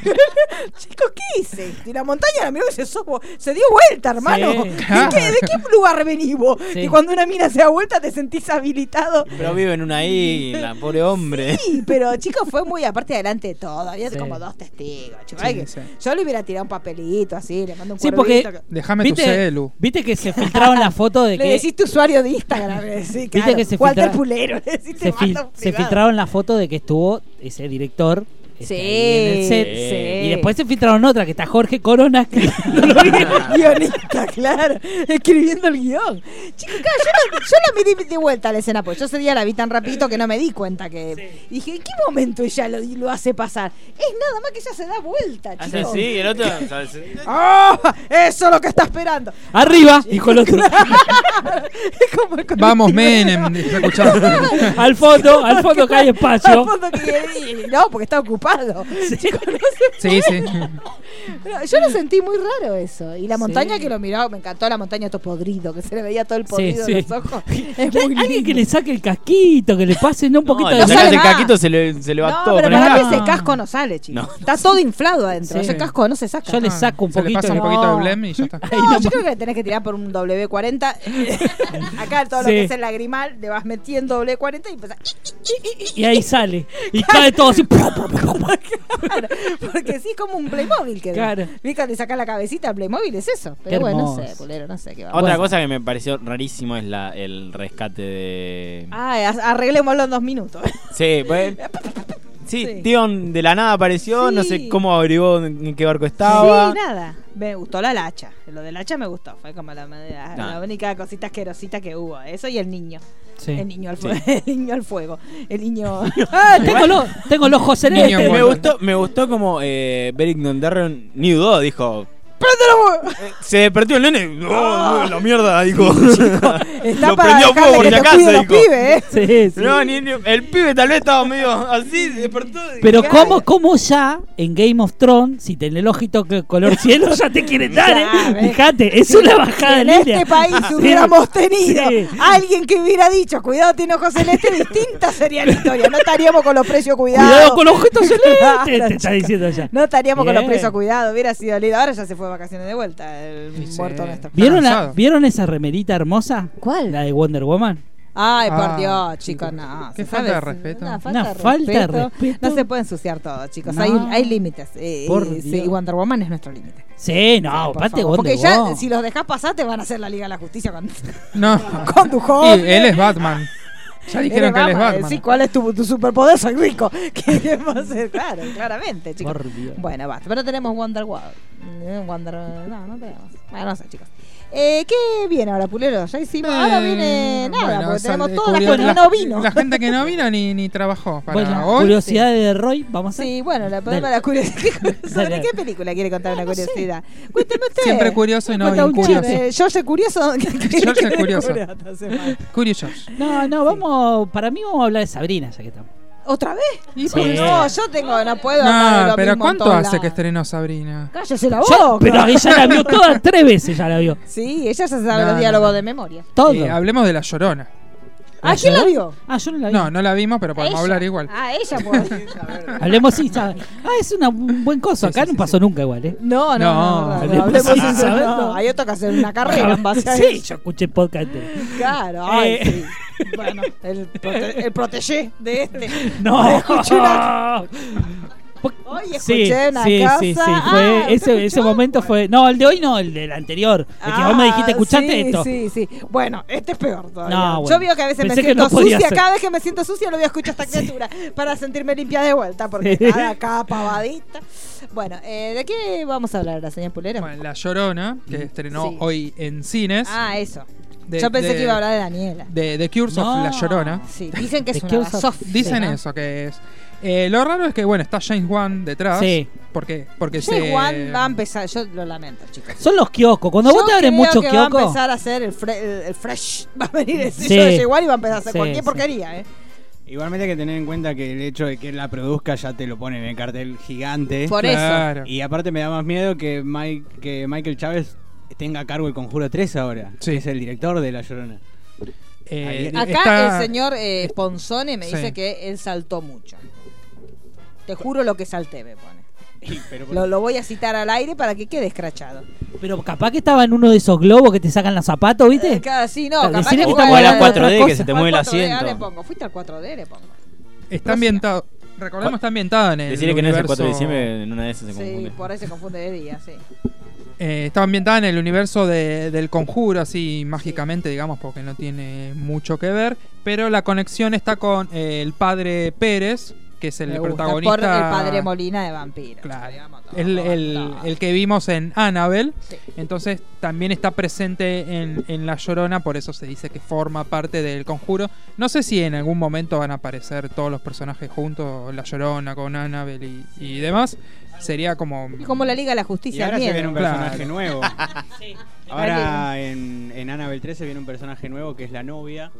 Chicos, ¿qué es esto? Y la montaña la miró y se sobo. Se dio vuelta, hermano.
Sí.
¿De, qué, de qué lugar venís vos?
Sí.
Que cuando una mina se da vuelta te sentís habilitado.
Pero viven una isla, pobre hombre.
Sí, pero chicos, fue muy aparte adelante de todo. Había
Sí.
como dos testigos. chicos.
Sí,
Hay que-
sí.
Yo le hubiera tirado un papelito así, le mando un
Sí, porque-
cuervito.
Déjame tu
¿Viste,
celu.
viste que se filtraron la foto de
Le
que
decís tu usuario de Instagram. Le decís,
Viste
claro,
que se
Walter
filtra-
Pulero. Le decís, te
se, fil-
mando un
se
privado.
filtraron la foto de que estuvo ese director este,
Sí,
ahí en el set.
sí.
Y después se filtraron otra que está Jorge Corona. que no lo vi.
guionista, claro, escribiendo el guión. Chicos, claro, yo, la, yo la miré de vuelta a la escena, pues yo ese día la vi tan rapidito que no me di cuenta que... Dije, ¿en qué momento ella lo, lo hace pasar? Es nada más que ella se da vuelta,
Hace
chicos.
así y Ah, el otro. ¿sabes?
¡Ah! Eso es lo que está esperando.
Arriba, dijo el otro.
Es como el
Vamos,
colectivo.
Menem. dijo, escuchá.
al fondo, al fondo que hay
Al
espacio.
fondo que- No, porque está ocupado. Chicos, no se
Sí, sí.
Pero yo lo sentí muy raro eso. Y la montaña que lo miraba, me encantó la montaña todo podrido, que se le veía todo el podrido en
sí.
los ojos.
Al- Alguien que le saque el casquito, que le pase ¿no? un poquito
le
de
sacas
sale
el
más.
caquito, se le, se le va
No,
todo.
pero
por el
para mí
lado.
ese casco no sale, chico.
No.
Está todo inflado adentro.
Sí.
Ese casco no se saca.
Yo le saco un
Se le
poquito.
pasa un
de-
poquito de
No.
blem y ya está.
Ahí
No,
nomás.
yo creo que tenés que tirar por un W40. Acá todo lo
Sí.
que es el lagrimal, le vas metiendo W40 y empezás.
Y ahí sale. Y cae todo así.
Claro, porque sí es como un Playmobil que
Claro.
Viste, le sacás la cabecita al Playmobil, es eso.
Qué
Pero bueno, no sé,
hermoso.
pulero, no sé qué va.
Otra
Bueno.
cosa que me pareció rarísimo es la, el rescate de.
Ah, arreglémoslo en dos minutos.
Sí, pues. Sí,
Sí.
Tion de la nada apareció, no sé
Sí.
cómo averiguó en qué barco estaba.
Sí, nada. Me gustó la lacha. Lo de lacha me gustó. Fue como la, la- la
Ah.
única cosita asquerosita que hubo. Eso y el niño. El
Sí.
niño al
Sí.
fuego. El niño al fuego. El niño.
Ah, tengo, lo- tengo los ojos este.
Niño
celestes.
me
Bueno.
gustó, me gustó como eh, Berignon Darren ni dudó, dijo. eh, Se despertó el nene. Oh, la mierda, dijo.
Está
Lo
para
prendió
dejarle
fuego por
que
si
te
acaso,
cuide los
dijo.
pibes, ¿eh?
Sí, sí.
No, ni- ni- el pibe tal vez estaba medio así, se despertó. y-
Pero
Claro.
¿cómo, cómo ya en Game of Thrones, si tenés el ojito que- color cielo, ya te quieren dar,
Ya,
eh?
ves.
Fíjate, es una bajada
en
de
este
línea.
país
Ah, Sí.
hubiéramos tenido
Sí.
alguien que hubiera dicho, cuidado, tiene ojos celestes, distinta sería la historia. No estaríamos con los precios cuidados.
Cuidado con los ojitos
Claro,
celestes, te está
chica.
diciendo ya.
No estaríamos con los
Bien.
precios cuidados, hubiera sido lindo. Ahora ya se fue de vacaciones de vuelta, el
Sí, sí.
muerto nuestro.
¿Vieron, la-
cansado.
¿Vieron esa remerita hermosa?
¿Cuál?
La de Wonder Woman.
Ay,
Ah,
por Dios, chicos,
chicos,
no.
qué
se
falta
sabe,
de respeto.
Una falta,
Una
de,
falta de
respeto.
respeto.
No se puede ensuciar todo, chicos.
No.
Hay, hay límites. eh,
Por
y, sí,
Dios.
y Wonder Woman es nuestro límite.
Sí, no,
Por
aparte
favor,
Wonder
Porque ya,
Woman.
si los dejas pasar, te van a hacer la Liga de la Justicia con,
No.
con tu
Y
joven.
él es Batman. Ya dijeron que él es Batman.
Sí, ¿cuál es tu, tu superpoder? Soy rico. ¿Qué le va a hacer? Claro, claramente, chicos.
Por Dios.
Bueno, basta. Pero tenemos Wonder Woman. Wonder... No, no tenemos. Bueno, no sé, chicos. Eh, ¿Qué viene ahora, Pulero? Ya hicimos. ahora viene
Eh,
nada,
bueno,
porque
sal-
tenemos toda la
cubrió-
gente que no vino.
La gente que no vino ni, ni trabajó. Para
Bueno,
hoy,
curiosidad de Roy, vamos a hacer.
Sí, bueno, la
Dale.
podemos la curiosidad.
Dale.
¿Sobre qué película quiere contar una curiosidad? Cuénteme usted.
Siempre curioso y no
Cuenta un
incurioso.
chiste. Yo soy curioso.
Yo soy curioso. Curioso.
No, no, vamos, para mí vamos a hablar de Sabrina, ya que estamos.
¿Otra vez?
Y
Sí.
pues-
No, yo tengo, no puedo. hablar de
No,
lo mismo
pero
en
¿cuánto
todos
hace que
lados.
estrenó Sabrina?
Cállese la
Yo-
boca.
pero ella la vio todas tres veces, ya la vio.
Sí, ella se sabe
No,
los
no,
diálogos
no.
de memoria.
Todo.
Eh, hablemos de La Llorona.
¿A quién la vio?
Ah, yo no la vi.
No, no la vimos, pero podemos
Ella.
hablar igual.
Ah, ella pues.
Hablemos sí, ¿sabes? Ah, es una, un buen coso. Acá no pasó nunca igual, ¿eh?
No, no,
No,
no, no,
hablemos
no, hablemos
sin
sin-
saber,
no,
no.
Hay otro que hacer una carrera en base a
sí,
eso.
yo escuché podcast. entero.
Claro, ay,
Eh.
sí. Bueno, el, prote el protégé de este.
No,
Escuché una-
Porque-
Hoy
Sí,
escuché una
sí,
casa.
sí, sí, fue-
Ah, ¿usted
ese, ese
escuchó?
momento fue. No, el de hoy no, el del anterior. El que vos me dijiste, escuchate
Ah, sí,
esto.
Sí, sí. Bueno, este es peor todavía.
No, bueno.
Yo veo que a veces
Pensé
me
que
siento
no podía
sucia.
ser.
Cada vez que me siento sucia lo voy a escuchar a esta criatura para sentirme limpia de vuelta, porque
Sí.
cada, cada pavadita. Bueno, eh, ¿de qué vamos a hablar, la señora Pulera?
Bueno, La Llorona, que estrenó
Sí.
hoy en cines.
ah, eso.
de-
Yo pensé
de-
que iba a hablar de Daniela.
De The Cures
No.
of La Llorona.
Sí, dicen que
¿De
es
qué
una
usa-
basofia.
Dicen
¿no?
eso, que es. Eh, lo raro es que, bueno, está James Wan detrás.
Sí.
¿Por qué? Porque
Jay
se.
Wan va a empezar, yo lo lamento, chicos.
Son los kioscos. Cuando
Yo
vos te abres
creo
muchos
que Va a
kioscos.
empezar a hacer el, fre- el- el fresh. Va a venir el sello
Sí.
de Jay Wan y va a empezar a hacer
Sí,
cualquier
sí.
porquería, ¿eh?
Igualmente hay que tener en cuenta que el hecho de que la produzca ya te lo ponen en el cartel gigante.
Por eso.
Claro.
Y aparte me da más miedo que, Mike, que Michael Chávez tenga a cargo el Conjuro 3 ahora.
Sí.
Que es el director de La Llorona.
Eh,
Ahí-
Acá
está-
el señor eh, Ponzone me
Sí.
dice que él saltó mucho. Te juro lo que salté, me pone.
Y- pero por-
Lo, lo voy a citar al aire para que quede escrachado.
Pero capaz que estaba en uno de esos globos que te sacan los zapatos, ¿viste?
Eh, claro, sí, no,
Claro,
capaz
decirle
que
que
fue
estamos en
O
al-
la
hablando de otra
4D que
cosa.
se te mueve el
al 4D, ah, le
asiento.
pongo. Fuiste al 4D, le pongo.
Está ambientado. Recordemos, está ambientado en el.
Decirle que no es el 4 de
universo-
diciembre, en una de esas se
Sí,
confunde.
por ahí se confunde de día, sí.
Eh, está ambientada en el universo de- del conjuro, así mágicamente, digamos, porque no tiene mucho que ver. Pero la conexión está con eh, el padre Pérez, que es el
Me gusta,
protagonista.
Por el padre Molina de Vampiro.
Claro. El, el- el que vimos en Annabelle. Entonces también está presente en, en La Llorona, por eso se dice que forma parte del conjuro. No sé si en algún momento van a aparecer todos los personajes juntos, La Llorona con Annabelle y, y demás. Sería como...
Y como la Liga de la
Y
Justicia, el
ahora se viene
miedo.
un
Claro.
personaje nuevo. Ahora en, en Annabelle 13 viene un personaje nuevo que es la novia.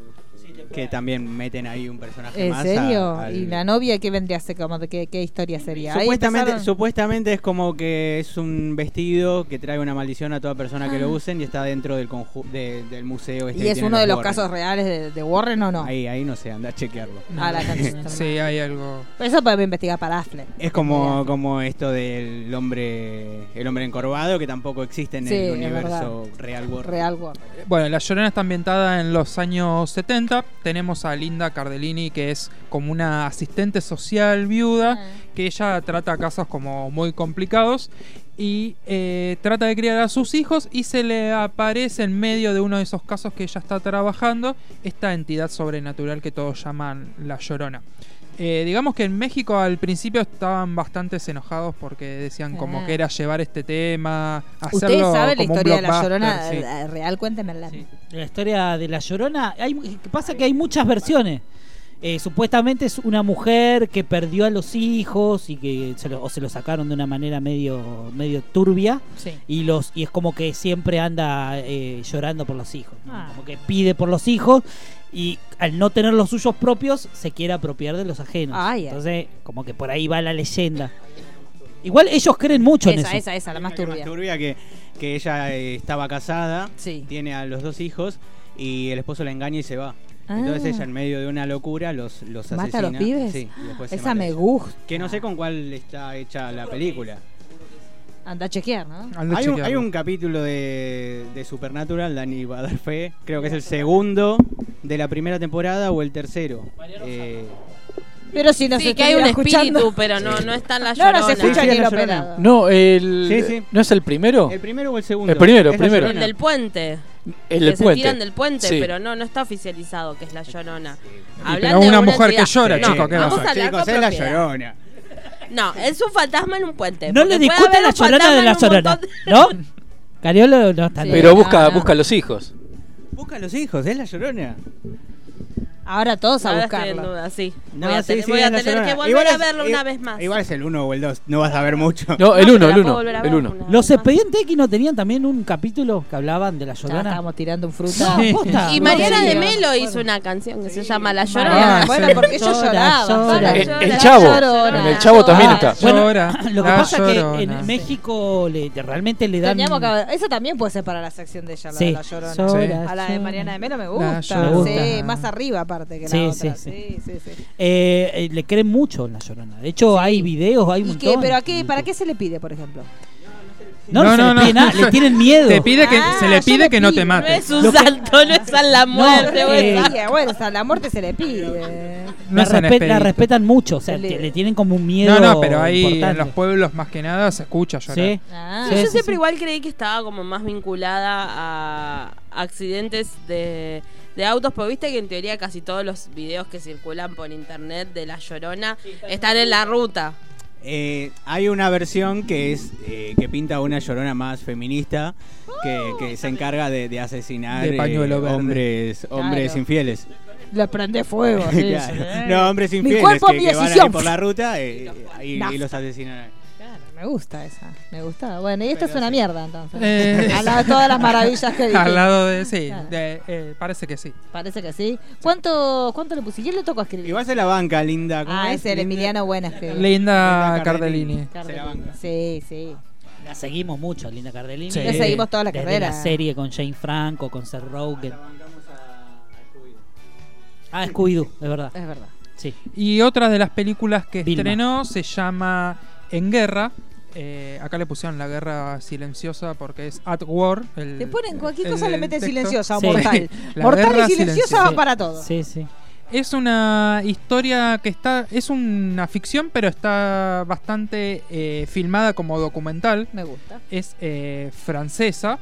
que también meten ahí un personaje
¿En
más. a-
serio?
al-
¿Y la novia qué vendría a ser? Como de qué, qué historia sería? Ahí
Supuestamente,
empezaron-
supuestamente es como que es un vestido que trae una maldición a toda persona que lo usen y está dentro del conju- de- del museo.
Ah.
este
¿Y
que
es
tienen
uno de los
Warren.
casos reales de, de Warren o no?
Ahí, ahí no sé, anda a chequearlo.
Ah, la canción.
Sí, hay algo.
Pero Eso podemos investigar para Affleck.
Es como, como esto del hombre el hombre encorvado que tampoco existe en
Sí,
el
es
universo real world.
Real Warren.
Bueno, La Llorona está ambientada en los años 70. Tenemos a Linda Cardellini, que es como una asistente social
Ah.
viuda, que ella trata casos como muy complicados y eh, trata de criar a sus hijos y se le aparece en medio de uno de esos casos que ella está trabajando esta entidad sobrenatural que todos llaman La Llorona. Eh, digamos que en México al principio estaban bastante enojados porque decían como
Ah.
que era llevar este tema,
¿Ustedes
hacerlo
saben la
como un
historia de la
blockbuster,
llorona
sí.
eh, real? Cuéntenmela.
La historia de la llorona. Hay, que pasa que hay muchas versiones. Eh, supuestamente es una mujer que perdió a los hijos y que se lo, o se lo sacaron de una manera medio medio turbia
Sí.
y los y es como que siempre anda eh, llorando por los hijos ¿no?
Ah.
como que pide por los hijos y al no tener los suyos propios se quiere apropiar de los ajenos
Ay, ay.
entonces como que por ahí va la leyenda igual ellos creen mucho en
esa,
eso
esa, esa, la más
Una que es
turbia.
que, que ella eh, estaba casada,
Sí.
tiene a los dos hijos y el esposo la engaña y se va.
Ah.
Entonces ella en medio de una locura los, los asesina.
¿Mata a los pibes?
Sí, y después se
esa
mata
me
ella.
gusta.
Que no sé con cuál está hecha la película.
Anda a chequear, ¿no?
Ando
Hay un,
chequeando.
hay un capítulo de, de Supernatural, Dani va a dar fe. Creo que es el segundo de la primera temporada o el tercero. Eh,
Pero si no
sí,
se
que hay un
escuchando.
espíritu, pero no, no está la
No,
llorona.
no se escucha
Sí, sí,
ni
la
lo
llorona.
pelado.
No, el.
Sí, sí.
¿No es el primero?
¿El primero o el segundo?
El primero,
Es la
primero.
El
Llorona.
del puente.
el
que
del
se
puente.
tiran del puente,
Sí.
pero no, no está oficializado que es la llorona.
Y
Hablan
pero
de
una mujer
entidad-
que llora,
no,
chicos, ¿qué
vamos
pasa?
a hablar
Chicos,
con
es la
propiedad.
llorona.
No, es un fantasma en un puente.
no
porque
le
puede
discutan
haber
la
un
llorona
fantasma
de
en
la
un montón
llorona
de-
no Cariolo no está
Sí.
no.
Pero busca,
No, no.
busca a los hijos.
Busca a los hijos, es la llorona.
Ahora todos a
Ahora estoy en
buscarlo.
duda, sí.
No,
voy a
sí,
tener,
sí,
voy
es
a
la
tener
llorona.
que volver
Igual
a
es-
verlo
i-
una vez más.
Igual es el uno o el dos, no vas a ver mucho.
No, el
No,
uno,
pero
el
la
uno.
puedo volver a ver
El uno.
una
Los
vez más.
expedientes X no tenían también un capítulo que hablaban de la
Ya
llorona.
estábamos tirando un fruta.
No, posta.
Y
No,
Mariana
sí,
de
no me
Melo
acuerdo.
hizo una canción que se llama La
Mariana,
Llorona.
Ah,
bueno,
sí.
porque yo
Llora,
lloraba.
llora.
El,
Eh,
Llora,
el
la
chavo.
llorona.
En el chavo también está.
Bueno,
Llora,
lo que
la
pasa que
Ah, llorona.
en México le, realmente le dan.
Teníamos que haber- Eso también puede ser para la sección de ella, la de
Sí.
la llorona.
Llora,
A la de
llora.
Mariana de Melo me
La
gusta.
Llorona.
Sí, más arriba aparte que la
Sí,
otra.
sí,
Sí, sí, sí.
Eh, eh, le creen mucho en la llorona. De hecho, hay videos, hay un
¿Y
montón.
qué, pero a qué, para qué se le pide, por ejemplo?
No, no,
No,
se
no,
le
no.
pide nada, le tienen miedo.
Te pide que,
Ah,
se le
yo
pide
le
que no te
pido,
No
mate.
es un salto, no es a la muerte.
eh,
o es a-
Sí, bueno, o sea, la muerte se le pide.
No
la,
es un
respe- la
expedito.
respetan mucho, o sea,
Le-
te- le tienen como un miedo.
No, no, pero ahí en
importante.
los pueblos más que nada se escucha llorar.
Sí.
Ah,
Sí,
Sí,
yo
sí,
siempre
sí.
igual creí que estaba como más vinculada a accidentes de, de autos, pero viste que en teoría casi todos los videos que circulan por internet de La Llorona están en la ruta.
Eh, hay una versión que es eh, que pinta una llorona más feminista
Oh,
que, que se encarga de, de asesinar
De pañuelo
eh,
verde.
hombres hombres
Claro.
infieles.
Le prende fuego. sí,
Claro.
sí.
No, hombres
Mi
infieles
cuerpo,
que,
mi
que van ahí
decisión.
por la ruta eh, y, y
Nafta.
los asesinan.
Claro, me gusta esa. Me gusta. Bueno, y esto
Pero
es una
sí.
mierda entonces.
Eh.
Al lado de todas las maravillas que dije.
Al lado de. Sí,
Claro.
de- eh, parece que sí.
Parece que sí. ¿Cuánto, cuánto le puse? ¿Quién le tocó escribir?
Igual se la banca, linda. ¿cómo
ah,
es?
es el
Linda-
Emiliano Buena escribió.
Linda
Linda
Cardellini.
Se la
Cardellini.
banca.
Sí, sí.
La seguimos mucho, Linda Cardellini.
Sí.
Desde-
La seguimos
toda la
desde
carrera.
La serie con Jane Franco, con Seth Rogen. Ah, Scooby-Doo, es verdad.
Es verdad.
Sí.
Y otra de las películas que
Vilma.
estrenó se llama En Guerra. Eh, acá le pusieron la guerra silenciosa porque es At War. el- eh,
Te ponen cualquier
el-
cosa, le
el
meten
texto.
silenciosa o
Sí.
mortal.
La
mortal
guerra
y silenciosa
silenciosa.
va para todo.
Sí, sí.
Es una historia que está. Es una ficción, pero está bastante eh, filmada como documental.
Me gusta.
es eh, francesa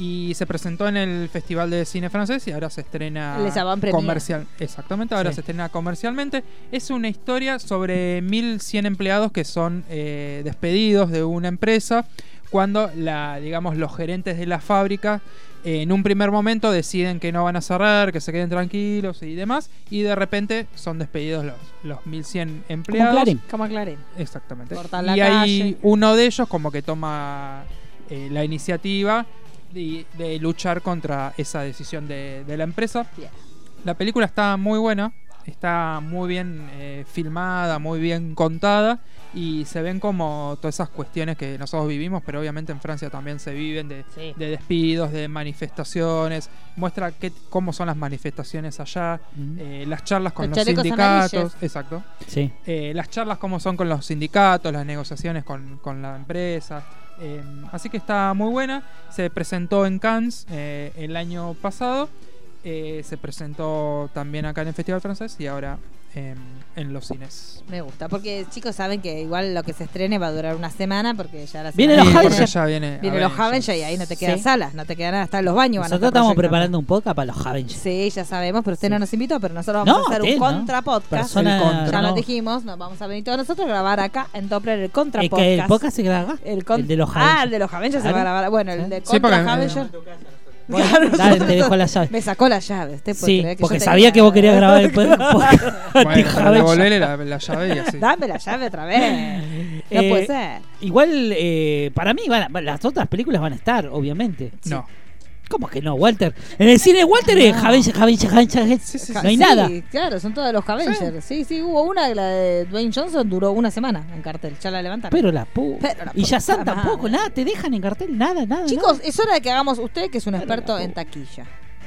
y se presentó en el Festival de Cine Francés y ahora se estrena
Le llaman premier.
comercial. Exactamente, ahora
Sí.
se estrena comercialmente. Es una historia sobre 1100 empleados que son eh, despedidos de una empresa cuando la digamos los gerentes de la fábrica eh, en un primer momento deciden que no van a cerrar, que se queden tranquilos y demás y de repente son despedidos los los 1100
Como
empleados.
Clarín.
Como aclaré.
Exactamente.
Cortan la
y
calle.
hay uno de ellos como que toma eh, la iniciativa de, de luchar contra esa decisión de, de la empresa.
Bien.
La película está muy buena, está muy bien eh, filmada, muy bien contada y se ven como todas esas cuestiones que nosotros vivimos, pero obviamente en Francia también se viven de,
Sí.
de despidos, de manifestaciones, muestra qué, cómo son las manifestaciones allá,
Ujú.
eh, las charlas con
Los
los
chalecos
sindicatos,
amarillos.
exacto,
Mm. Sí.
eh, las charlas cómo son con los sindicatos, las negociaciones con, con la empresa. eh, así que está muy buena. Se presentó en Cannes eh, el año pasado. eh, se presentó también acá en el Festival Francés y ahora eh, en los cines.
Me gusta, porque chicos saben que igual lo que se estrene va a durar una semana porque ya la
Viene
semana que
los
viene-
Sí, porque
Avengers.
ya viene
Vienen los
Avengers.
Avengers y ahí no te quedan
Sí.
salas, no te quedan hasta los baños. van a
Nosotros
estar
estamos
proyectando.
preparando un podcast para los Avengers.
Sí, ya sabemos, pero usted no nos invitó, pero nosotros
No,
vamos a hacer
usted
un
no.
contrapodcast.
Persona-
El contra, ya
no.
nos dijimos, nos vamos a venir todos nosotros a grabar acá en Doppler el
Es que el
contrapodcast.
podcast se graba. acá.
El con-
el de los
Ah,
Avengers.
el de los Avengers se va a
Claro.
grabar. Bueno, el
Sí.
de
Sí,
contra
porque-
Avengers.
Bueno,
Claro,
dale,
nosotros-
te dejó la llave.
Me sacó la llave. Usted puede
Sí,
creer que
porque
yo
sabía
tenía-
que vos querías grabar el podcast.
Bueno, pero
Avengers.
devolvele la, la llave y así.
Dame la llave otra vez. No
Eh,
puede ser.
Igual, eh, para mí, van a- las otras películas van a estar, obviamente.
No.
¿Cómo que no, Walter? En el cine Walter es Javencha, Javencha, Javencha.
Sí, sí,
No
sí.
hay
Sí,
nada.
Claro, son todos los Avengers. Sí, sí, hubo una, la de Dwayne Johnson, duró una semana en cartel. Ya la levantaron.
Pero la pu.
Pero la
Y
puta
Yazan
madre.
tampoco, nada, te dejan en cartel, nada, nada.
Chicos, es hora de que hagamos usted, que es un
Pero la
experto en
puta.
taquilla.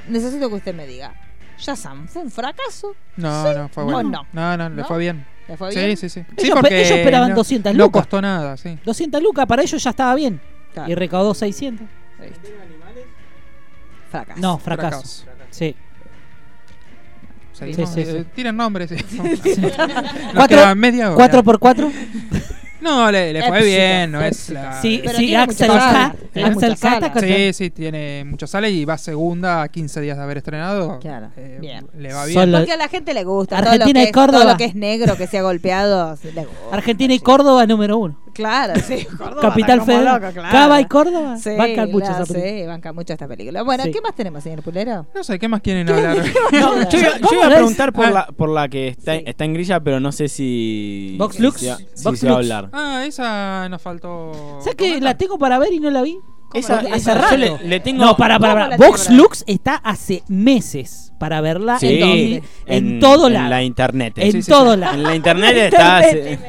Necesito que usted me diga. Shazam, ¿fue un fracaso?
No, no, fue
o
bueno.
no?
no, no, le
¿No?
fue bien.
¿Le fue
Sí,
bien?
sí, sí.
pe-
sí porque
ellos esperaban
no,
200
No
lucas.
costó nada, sí.
200 lucas, para ellos ya estaba bien.
Claro,
Y recaudó 600.
Ah, fracaso.
No, fracaso.
Fracaso.
Sí.
Seguimos.
Sí, sí, sí.
Eh, tiren nombres. sí. Nos
Cuatro-
queda media
Ah,
hora.
4x4.
No, le, le fue
Éxito,
bien, no es
éxito.
Ah,
la...
Sí,
Pero
sí,
tiene
Axel
muchas
K.
salas. Tiene
Axel
muchas
K. está
salas.
con-
Sí, sí, tiene muchas sales y va segunda a 15 días de haber estrenado.
Claro,
Eh,
bien.
Le va bien.
Solo-
Porque a la gente le gusta. todo, lo
Argentina
que
y
es, todo
Córdoba.
lo que es negro, que sea golpeado, se le gusta.
Argentina y Córdoba número uno.
Claro, sí. Córdoba está
Capital
como
Federal.
loco, claro.
Cava y Córdoba.
Sí,
bancan mucho
la-
esa película.
sí, banca mucho esta película. Bueno,
Sí.
¿qué más tenemos, señor Pulero?
No sé, ¿qué más quieren hablar?
No, yo, iba- yo
¿Cómo
iba a
la
preguntar por
Ah.
la, por la que está,
Sí.
está en grilla, pero no sé si.
Vox
si
Lux,
se va- si
Vox
se va a
Lux.
hablar.
ah, esa nos faltó.
¿Sabes que la tengo para ver y no la vi?
Esa,
Hace
esa-
rato.
yo le, le tengo.
No, para, para,
¿Cómo la
para. Vox
tiene?
Lux está hace meses para verla
Sí,
en,
en,
en todo lado.
En la internet.
en
Sí, sí,
todo
sí.
lado.
En la internet está hace,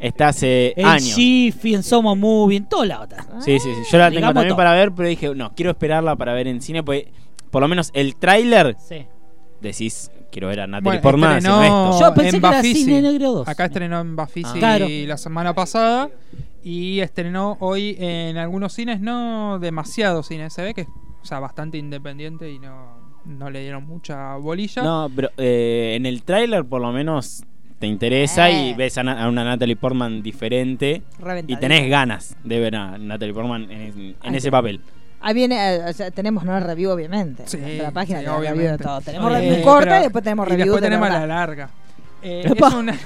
está hace
En
años. Sí,
Shifi, en Somos Movie, en toda la otra.
sí, sí. Yo la tengo
Digamos
también
todo.
para ver, pero dije, no, quiero esperarla para ver en cine, porque por lo menos el tráiler
Sí.
decís, quiero ver a Natalie
Bueno,
Portman
estrenó
haciendo esto.
Yo pensé
en
que era
Bafisi.
Cine Negro 2.
Acá estrenó en Bafisi
Ah.
Claro.
la semana pasada y estrenó hoy en algunos cines, no demasiados cines, se ve que es o sea, bastante independiente y no, no le dieron mucha bolilla.
No, pero eh, en el tráiler por lo menos te interesa y
Eh.
ves a, na- a una Natalie Portman diferente y
Reventadita.
tenés ganas de ver a Natalie Portman en, en
Ay,
ese papel.
Ahí viene, eh, o sea, tenemos ¿no? el review, obviamente.
Sí,
Nuestra página
sí,
tenemos review de
obviamente.
todo. Tenemos
Eh,
review corta
pero-
y después tenemos
y
review
después
de
tenemos
verdad.
la larga. Eh,
Epa.
es una-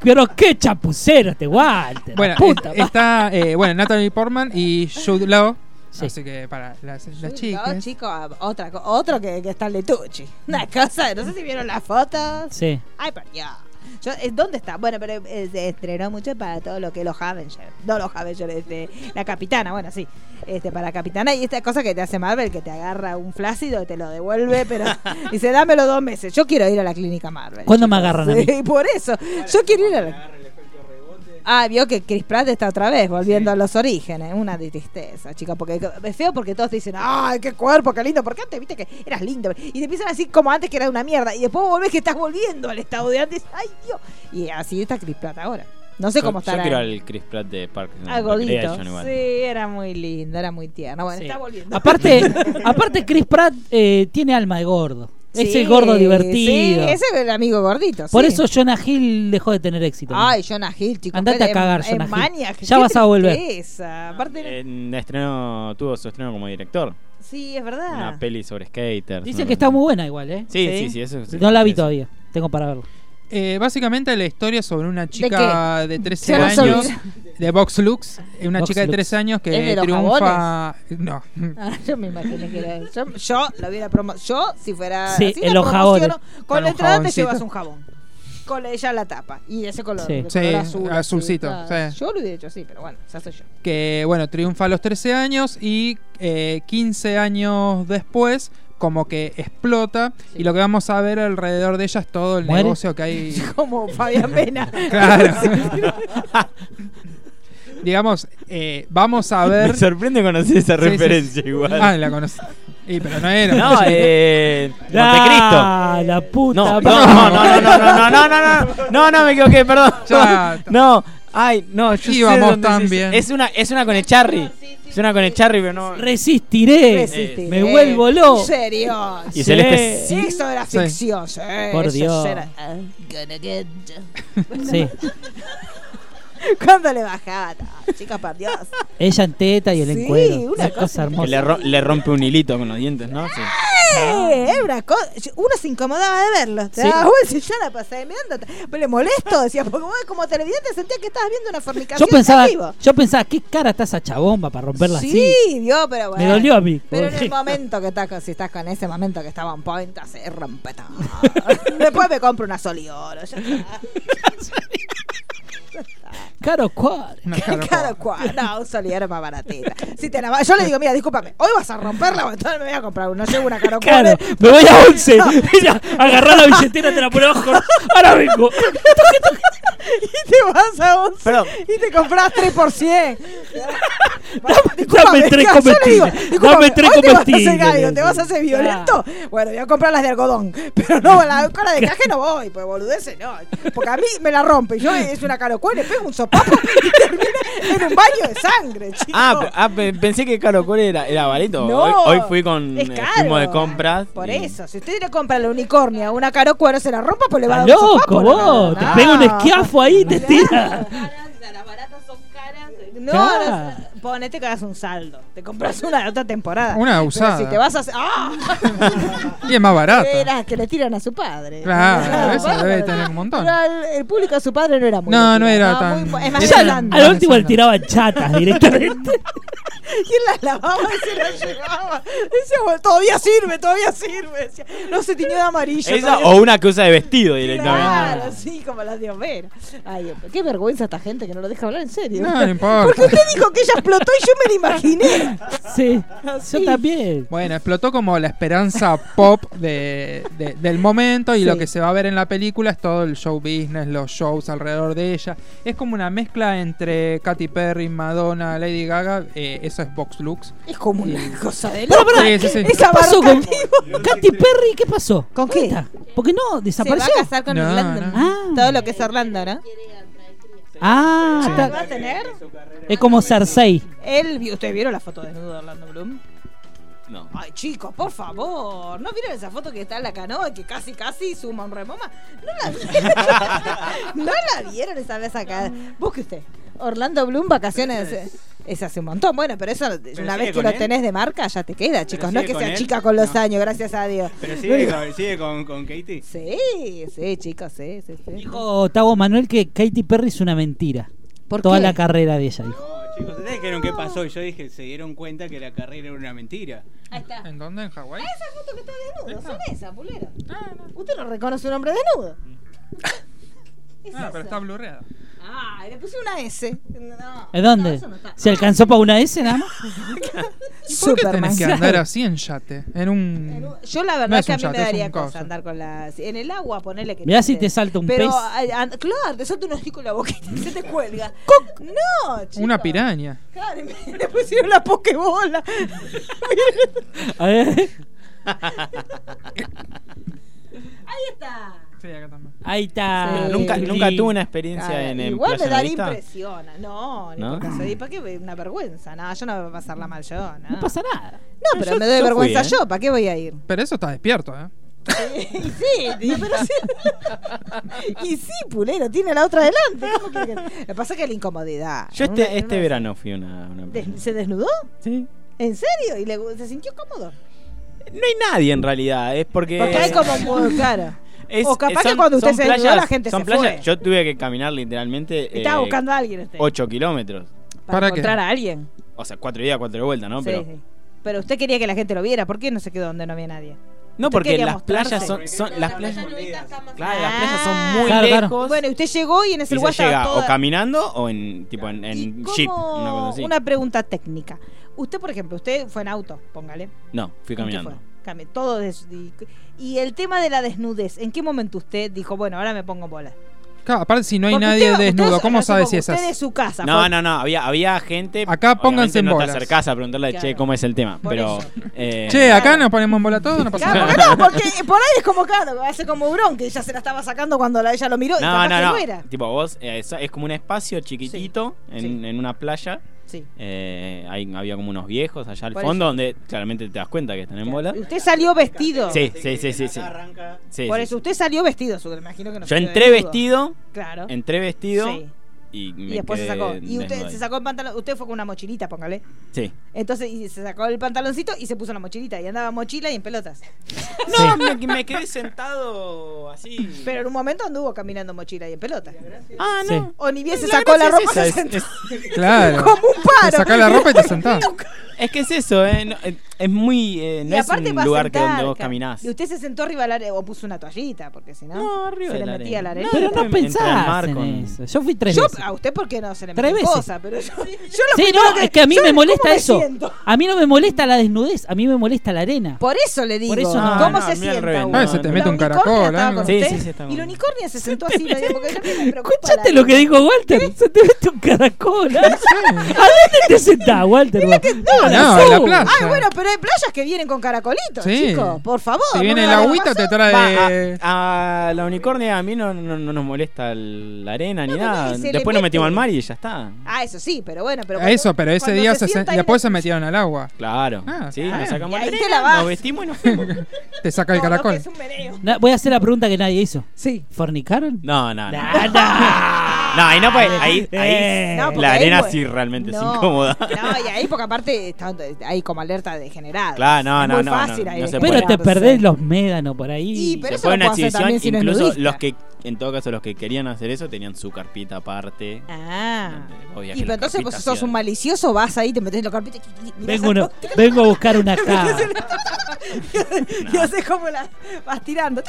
Pero qué chapucero este Walter.
bueno,
la puta.
es- está eh, bueno, Natalie Portman y Jude Law.
Sí.
Así que para las,
Sí,
las chicas.
no, chico, ah, otra, co- otro que, que está el de Tucci. Una cosa, no sé si vieron las fotos.
Sí.
Ay, por Dios. Yo, eh, ¿Dónde está? Bueno, pero eh, se estrenó mucho para todo lo que es los Avengers. No los Avengers, este, la capitana, bueno, sí. Este, para capitana y esta cosa que te hace Marvel, que te agarra un flácido y te lo devuelve, pero dice, dámelo dos meses. Yo quiero ir a la clínica Marvel.
¿Cuándo me agarran a mí?
Sí, por eso. Yo quiero ir a la. Ah, vio que Chris Pratt está otra vez volviendo a los orígenes. Una de tristeza, chica. Porque es feo porque todos te dicen, ¡ay, qué cuerpo, qué lindo! Porque antes viste que eras lindo. Y te empiezan así como antes que era una mierda. Y después volvés que estás volviendo al estado de antes. ¡Ay, Dios! Y así está Chris Pratt ahora. No sé
Yo-
cómo
yo,
estará.
quiero al Chris Pratt de Park and
Al gordito.
Recreation igual.
Sí, era muy lindo, era muy tierno. Bueno,
Sí.
está volviendo.
Aparte, aparte Chris Pratt eh, tiene alma de gordo. Es
Sí,
el gordo divertido.
Sí, ese es el amigo gordito.
Por
sí.
eso Jonah Hill dejó de tener éxito.
Ay, Jonah Hill, chicos.
Andate a cagar,
es,
Jonah Hill.
Maniac.
Ya
qué
vas a volver.
tristeza. Aparte,
En estreno, tuvo su estreno como director.
sí, es verdad.
Una peli sobre skaters.
Dicen
¿no?
que está muy buena igual, ¿eh?
Sí,
Sí.
sí, sí, eso
No la vi
eso.
todavía. Tengo para verlo.
Eh, básicamente la historia es sobre una chica de, 13
Se nos
años de Vox Lux, eh, una
Vox
chica de
Lux.
13 años que
¿Es de los
triunfa. No,
Ah, yo me imaginé que era él. Yo, yo lo hubiera promo- Yo, si fuera.
Sí,
así la
en los
promociono,
jabones.
Con
Con
la
un
entrada te
jaboncito.
llevas un jabón. Con ella la tapa. Y de ese color.
Sí.
de color
Sí,
azul, así,
azulcito,
claro.
sí.
Yo lo hubiera hecho así, pero bueno, ya soy yo.
que bueno, triunfa a los 13 años y eh, 15 años después como que explota y lo que vamos a ver alrededor de ella es todo el
¿Muere?
negocio que hay.
Como Fabián Pena.
Claro. Digamos, eh, vamos a ver.
Me sorprende conocer esa
Sí, sí,
referencia
sí.
igual.
Ah, la conocí. Y, pero no era.
No, eh. Montecristo.
Ah, la puta.
No, no,
madre.
no, no, no, no, no, no, no, no, no, no, no, me equivoqué, perdón.
Ya, t-
No, ay, no, yo sé
Íbamos
dónde
tan
es esa.
bien.
Es una, es una con el Charry. Es una con el Charry, pero no.
Resistiré.
Resistiré.
Me vuelvo loco.
¿En serio?
Y Celeste
Sí.
sí.
Eso era
Sí.
ficción. sí,
Por
eso
Dios.
era- I'm gonna get you.
Sí.
¿Cuándo le bajaba? No, chicas, por Dios.
Ella en teta y él en
Sí,
cuero.
una
Una cosa
Que le,
hermosa.
ro- le rompe un hilito con los dientes, ¿no? Sí.
Eh, era una cosa. yo- Uno se incomodaba de verlo. Te
Sí.
daba vuelta y yo la pasaba mirando. Pero le molesto, decía, porque vos como televidente sentías que estabas viendo una fornicación
Yo pensaba,
en vivo.
yo pensaba, ¿qué cara está esa chabomba para romperla
Sí,
así?
vio, pero bueno.
Me dolió a mí.
Pero en
Porque-
el momento que estás con, si estás con ese momento que estaba en point, se rompe todo. Después me compro una solioro. Ya está.
Caro cuar.
Una cara
Claro, cual. No, un solidario más baratita. Si te la va- yo le digo, mira, discúlpame, hoy vas a romperla, entonces me voy a comprar uno. Llevo una caro
Claro, me voy a once. Ella, agarrá la billetera, te la pone abajo. Ahora vengo.
y te vas a once
Perdón.
y te compras 3 por 100.
dame tres comestibles, dame tres
Te vas, a hacer algo,
comestibles.
¿Te vas a hacer violento? Bueno, voy a comprar las de algodón. Pero no, la cola de caje no voy, pues boludece no. Porque a mí me la rompe. Yo es una carocuela, le pego un sopapo y termina en un baño de sangre, chicos.
Ah, pe- ah, pe- pensé que Caro Core era, era barato.
No,
hoy, hoy fui con.
es
eh,
caro.
fuimos de compras.
Por
y-
eso, si usted le compra la unicornia a una caro cuero, se la rompa, pues le va a
Estás
dar un
loco
sopapo,
vos.
no,
Te
no.
pega un esquiafo ahí y te tira.
Las baratas son caras.
No,
Claro.
no, ponete que hagas un saldo. Te compras una de otra temporada.
Una
Pero
usada.
si te vas a hacer. ¡Ah!
Y es más barata.
Era que le tiran a su padre.
Claro,
No,
esa
bueno,
debe
pero-
tener un montón.
Pero el, el público a su padre no era muy.
No,
le
no
tiraba,
era tan-
muy po- es más,
Sí,
era
Ya, al,
blando.
al último le tiraban chatas directamente.
¿Quién las lavaba y se las llevaba? Decía, bueno, todavía sirve, todavía sirve. Decía, no se tiñó de amarillo.
Esa
todavía
o una que usa de vestido directamente.
Claro, sí, como las de Homero. Ay, qué vergüenza esta gente que no lo deja hablar en serio.
No, no
Porque
importa.
usted dijo que ella explotó y yo me la imaginé.
Sí, yo también.
Bueno, explotó como la esperanza pop de- de- del momento y
Sí.
lo que se va a ver en la película es todo el show business, los shows alrededor de ella. Es como una mezcla entre Katy Perry, Madonna, Lady Gaga, eh, eso es Vox Lux.
Es como una cosa de
Pará,
loco.
pará.
Sí, sí, sí.
Es
¿Qué pasó con
abarcativo.
Katy Perry? ¿Qué pasó?
¿Con
¿Dónde
qué?
está? Porque no, desapareció.
casar
con No, Orlando. no.
Ah.
Todo lo que es Orlando, ¿no?
Ah, está-
¿Va a tener?
es como Cersei.
Él, vi- ¿Ustedes vieron la foto desnudo de Orlando Bloom?
No.
Ay, chicos, por favor. ¿No vieron esa foto que está en la canoa y que casi, casi suma un remoma? ¿No la vieron? ¿No la vieron esa vez acá? Busque usted. Orlando Bloom, vacaciones. eh, Es hace un montón. Bueno, pero eso, una vez
sigue
que
con
lo
él?
tenés de marca, ya te queda, chicos. No es
sigue
que
con
sea
él?
chica con los
No.
años, gracias a Dios.
Pero sigue, con- sigue con, con Katie.
Sí, sí, chicos, sí, sí, sí.
Dijo Tavo Manuel que Katy Perry es una mentira.
¿Por
Toda
qué?
la carrera de ella, dijo.
No, chicos, ustedes dijeron qué pasó y yo dije, se dieron cuenta que la carrera era una mentira.
Ahí está.
¿En dónde? ¿En Hawái?
Esa foto que está desnudo, son
Ah.
esas, pulero. Usted no reconoce un hombre desnudo. Es
Ah,
esa.
pero está blurreada.
Ah, le puse una S. No.
¿Eh, ¿Dónde? ¿Se alcanzó para una S nada más?
¿Y por qué tenés que
Claro.
andar así en yate? En un...
Yo la verdad
No es
que a
un
mí
yate,
me
es
daría
un
cosa
coso.
andar con las... En el agua, ponerle que...
Mirá
no
si
sé.
te salta un
Pero,
pez.
ay, an- claro, te salta un hocico en la boquita y se te cuelga. No, chico.
Una piraña.
Claro, y me- le pusieron la pokebola.
A ver.
Ahí está.
Sí, acá también.
Ahí está.
Sí.
Nunca,
Luli.
nunca tuve una experiencia
Claro,
en, en
igual me
Playa
daría
Nudista.
impresión. No, ni
¿No?
por caso. ¿Y para qué? Una vergüenza. No, yo no me voy a pasarla mal yo. No,
No pasa nada.
No, pero
Yo-
me doy
yo
vergüenza
fui, ¿eh?
yo, ¿para qué voy a ir?
Pero eso está despierto, ¿eh?
y sí, y, pero sí. y sí, pulero, tiene la otra delante. ¿cómo quiere que- Lo que pasa es que la incomodidad.
Yo
Una-
este, este
una-
verano fui a una, una playa.
¿Des- ¿Se desnudó?
Sí.
¿En serio? ¿Y le, se sintió cómodo?
No hay nadie en realidad, es porque.
Porque hay como muy claro.
es-
o capaz
son-
que cuando usted
son
se desnudó
playas-
la gente
son
se
playas-
fue.
Yo tuve que caminar literalmente.
Estaba
eh,
buscando a alguien usted.
8 kilómetros.
¿Para
para
qué?
encontrar a alguien.
O sea, cuatro días, cuatro vueltas, ¿no?
sí,
Pero,
sí. Pero usted quería que la gente lo viera, ¿por qué no se quedó donde no había nadie?
No,
Usted
porque
quería
las
mostrarse.
playas son. son las playas, claro,
Ah.
las playas son muy
Claro, claro.
lejos.
Bueno, y usted llegó y en
y se
ese lugar estaba
llega o
toda-
caminando o en tipo en,
¿Y
en
cómo-
jeep, una cosa así.
una pregunta técnica. Usted, por ejemplo, usted fue en auto, póngale.
No, fui
¿En qué
caminando.
fue? Cami- todo des- y, y el tema de la desnudez, ¿en qué momento usted dijo, bueno, ahora me pongo bola?
Claro, aparte si no hay
Porque
nadie
usted-
desnudo,
usted-
¿cómo
recién
sabe
porque
si es
usted
así?
de su casa.
No,
fue-
no, no. Había, había gente.
Acá
obviamente
pónganse en
no
bolas.
te acercás a preguntarle, che,
Claro.
¿cómo es el tema?
Por
Pero.
eso.
eh,
Che, acá nos ponemos en bola todo, no pasa
Claro, porque
nada.
no, porque por ahí es como claro, hace como Bron, que ella se la estaba sacando cuando la- ella lo miró y
No,
capaz
no,
que
no.
no era.
Tipo, vos, eh, es, es como un espacio chiquitito en,
sí.
en una playa.
Sí.
Eh, ahí había como unos viejos allá al
Por
fondo donde claramente te das cuenta que están en bola.
Y Usted salió vestido.
Sí, sí, sí, sí. sí. Sí,
Por
sí,
eso usted salió vestido, su- me imagino que no
sí. Yo
salió
entré
desnudo.
vestido,
Claro.
entré vestido
Sí.
y me
Y después se
quedé
sacó. Y
desnudo
usted
ahí.
se sacó el pantalón. Usted fue con una mochilita, póngale.
Sí.
Entonces y se sacó el pantaloncito y se puso la mochilita. Y andaba mochila y en pelotas.
No, me, me quedé sentado así.
Pero en un momento anduvo caminando mochila y en pelotas.
ah,
Sí.
no.
O ni bien se sacó la
gracia es
ropa. se
esa, es-
sentó
Claro.
Como un paro.
Te sacás la ropa y te sentás.
Es que es eso, eh, no, eh, es muy. eh, no
y
es
aparte
un
para
lugar que
sentar,
donde vos
claro.
caminás.
Y usted se sentó arriba de la arena o puso una toallita, porque si no.
No, arriba
Se
de
le
la
metía
arena.
la arena.
Pero
Entra
no
en
pensás
mar
en
con-
eso. Yo fui tres
Yo,
veces.
a usted porque no se le
Tres
metió
veces.
cosa, pero yo, yo lo
Sí,
primero
no, es que a mí
yo-
me
¿cómo
molesta eso.
siento?
A mí no me molesta la desnudez, a mí me molesta la arena.
Por eso le digo,
Por eso no.
¿cómo
No, no,
se
a mí al
sienta
revés,
uno?
no,
Ah, se te
no.
mete
La
un
unicornia
caracol,
estaba
algo.
con
Sí,
usted,
sí, sí, estaba
Y la
con-
unicornia se sentó así, le digo, porque yo me preocupa
Escuchaste
la-
lo que dijo Walter. Se te mete un caracol. ¿ah? ¿A dónde te sentás, Walter?
no,
No, en la playa.
Ay, Ah, bueno, pero hay playas que vienen con caracolitos,
Sí.
chicos. Por favor.
Si
no
viene
me
el
hagan
agüita, te
pasar.
trae.
Ah, A, a la unicornia a mí no, no, no nos molesta el- la arena ni
No, porque
nada.
se le
Después nos
mete.
metimos al mar y ya está.
Ah, eso sí, pero bueno. Pero
A
cuando-
eso, pero ese
cuando
día
se
se sen-
sienta ahí
después
en
se metieron al agua.
Claro.
Ah,
sí,
claro.
nos sacamos
Y ahí
la
te
arena,
lavás.
nos vestimos y nos fuimos.
Te saca el
el- No, no,
caracol.
que es un meneo.
Na- Voy a hacer la pregunta que nadie hizo.
Sí.
¿Fornicaron?
No, no, no.
Ah,
No, ahí no puede. Ahí,
Eh.
ahí
No, porque
la
ahí
arena
fue-
sí realmente
No,
es incómoda.
No, y ahí porque aparte está- hay como alerta degenerada.
Claro, no,
es
no,
muy
no,
fácil
no,
ahí.
no se
después
puede.
Pero te
darse.
perdés los médanos por ahí.
Y, pero
Se
eso
fue
lo
una
puedo hacer
exhibición,
también si no es
incluso
nudista.
los que, en todo caso, los que querían hacer eso tenían su carpita aparte.
Ah.
Obvio que
Y pero
la
entonces vos
carpita
sos
hacía-
un malicioso, vas ahí, te metes en la carpeta y- y- y mirás
vengo,
a-
uno- Ah. vengo a buscar una caja.
Y haces como la vas tirando.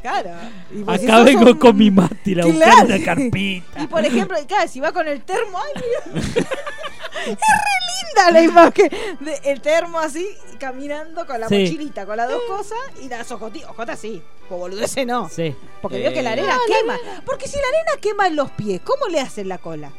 Claro. Y vos decís,
Acá
sos
vengo
un-
con mi mástil a buscar
Claro.
una carpita.
Y por ejemplo, y claro, si va con el termo, ay, mira. es re linda la imagen. de el termo así, caminando con la
Sí.
mochilita, con las dos cosas y las ojotitas. Ojotas sí, pues boludeces no.
Sí.
Porque veo que la arena quema. Porque si la arena quema en los pies, ¿cómo le hacen la cola?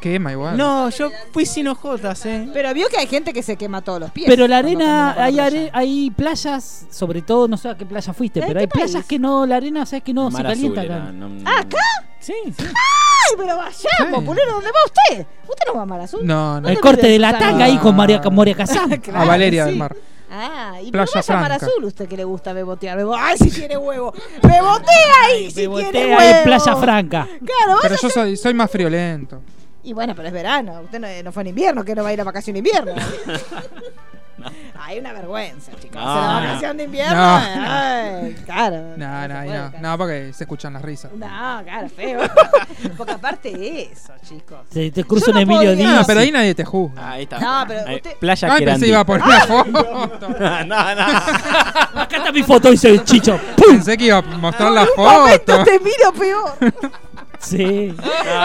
Quema igual.
No, yo fui sin ojotas, eh.
Pero vio que hay gente que se quema todos los pies.
Pero la
cuando
arena, hay,
camina por la playa.
are- hay playas, sobre todo, no sé a qué playa fuiste,
¿Eh?
pero
¿Qué
hay
país?
playas que no, la arena, sabes que no
Mar
se calienta
Azul
acá.
era, no-
¿Acá?
Sí, sí.
¡Ay, pero vayamos,
Sí.
boludo! ¿Dónde va usted? Usted no va a Marazul.
No, no.
El corte de la
Susana?
tanga ahí con María, con Moria Casán.
A Valeria del Mar.
Ah, y
Playa
pero vaya a
Franca.
Marazul usted que le gusta bebotear. Bebo... ¡Ay, si tiene huevo! ¡Bebotea ahí! Si tiene
Bebotea
huevo.
en Playa Franca.
Claro,
Pero
vaya.
yo soy, soy más friolento.
Y bueno, pero es verano. Usted no, no fue en invierno, que no va a ir a vacación de invierno. Hay una vergüenza, chicos.
No,
Hacer la
no.
vacación de invierno.
No.
ay, claro. se
No, no,
puede,
no.
claro.
No, porque se escuchan las risas.
No, claro, feo. Porque aparte de eso, chicos.
Se te cruza
Yo
un
no Ah,
Emilio
podía.
Díaz.
No, pero ahí nadie te juzga.
Ahí está.
No, pero
Ahí,
usted-
Playa
Ay,
Querandí.
pensé iba a poner una foto.
no, no.
Acá está mi foto, dice el chicho. ¡Pum!
Pensé que iba a mostrar
Por
la
un
foto.
momento te miro peor.
Sí.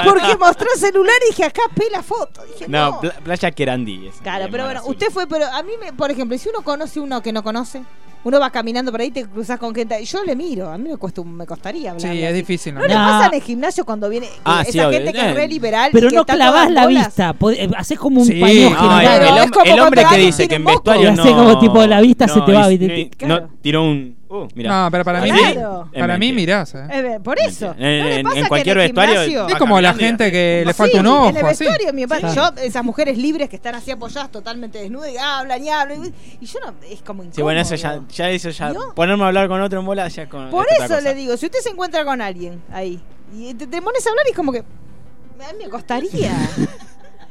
Porque mostró el celular y dije, acá ve la foto. Dije, no.
Ah, No, pla- Playa Querandí. es
Claro,
de
pero
Mar
bueno,
Azul.
usted fue, pero a mí, me, por ejemplo, y si uno conoce uno que no conoce, uno va caminando por ahí y te cruzas con gente. Yo le miro, a mí me, cuesta, un- me costaría hablar.
Sí, es difícil. ¿no?
¿No, le
No.
pasa en el gimnasio cuando viene que
Ah,
esa
sí, obvio.
gente que es re liberal? y
Pero
que
no
está
clavás
todas
la
bolas?
vista. pod- Haces como un
Sí.
pañuelo
No, el-
general.
el,
Pero es
hom-
como
el hombre
cuando
que
alguien
dice
tiene
que en
moco.
vestuario
Y
no.
hace como tipo, la vista se te va,
y-
¿viste?
y-
Claro.
No, tiró un. Uh, mirá.
No, pero para mí,
Ahí
Claro.
sí, es
para mí
mentira.
mirás, ¿eh?
Eh, ve, por eso.
Mentira. En-
¿No le
en-
pasa
en
que
cualquier
el
vestuario-
gimnasio- Ah,
va
Es como la
caminando y-
gente que le
Sí,
falta un
En el
ojo, así.
vestuario, mi padre, yo, esas mujeres libres que están así apoyadas totalmente desnudas y hablan y hablan. y- Y yo no, es como incómodo.
Sí, bueno, eso ya, ya eso ya.
¿Vio?
Ponerme a hablar con otro en bola ya es con.
Por
es otra
eso
cosa.
le digo, si usted se encuentra con alguien ahí y te, te pones a hablar y es como que. A mí me costaría.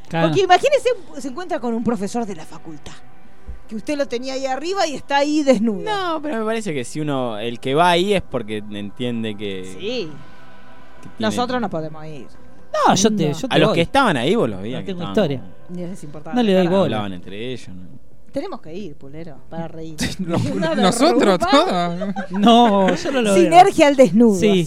Claro.
Porque imagínese, un- se encuentra con un profesor de la facultad. Que usted lo tenía ahí arriba y está ahí desnudo.
No, pero me parece que si uno. El que va ahí es porque entiende que.
Sí.
que tiene-
Nosotros no podemos ir.
No, yo te, yo te
A los
voy.
que estaban ahí vos los veías.
No
que
tengo
estaban-
historia.
Ni es importante.
No le doy bola.
Hablaban entre ellos. ¿no?
Tenemos que ir, pulero, para reír.
Nos-
Una
Nosotros
derrupa.
todos.
No, yo no lo veo.
Sinergia al desnudo.
Sí.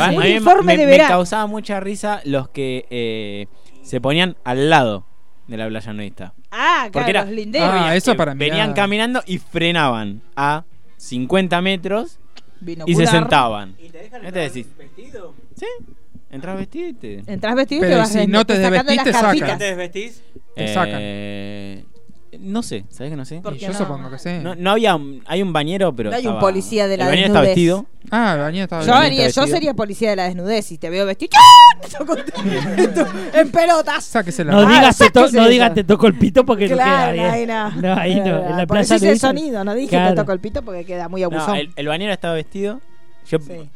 A mí
uniforme
me,
de
me
verano.
causaba mucha risa los que eh, se ponían al lado. de la playa nudista.
Ah, claro,
Porque era-
los linderos.
Ah, eso
que
para mirar.
Venían caminando y frenaban a 50 metros y se
Binocular.
sentaban.
¿Y te dejan
¿Qué te decís?
vestido?
¿Sí? Entrás vestido y te...
Entras vestido y
Pero
te vas
si
rende-
no te
sacando
desvestís,
las
te sacan.
carpitas.
¿Te
desvestís?
Te
Eh, No sé, ¿sabés que no sé?
¿Por
Y
qué
yo
no?
supongo que sí.
No, no había... un- Hay un bañero, pero
No hay un
estaba-
policía de la
El bañero está
desnudez.
vestido.
Ah, Daniel estaba
Yo,
bien.
haría- yo
vestido.
sería policía de la desnudez y te veo vestido. ¡Ah! Te toco- en pelotas.
Sáquese la
No
Ah,
digas, te, to-
sáquese
no
eso.
digas te toco el pito porque
Claro,
no queda
ahí
bien.
no.
No, ahí no. En la
Por eso
plaza
hice el
nudista-
sonido, no dije
Claro.
que toco el pito porque queda muy
No,
abusón.
el, el bañero estaba vestido. Yo
Sí.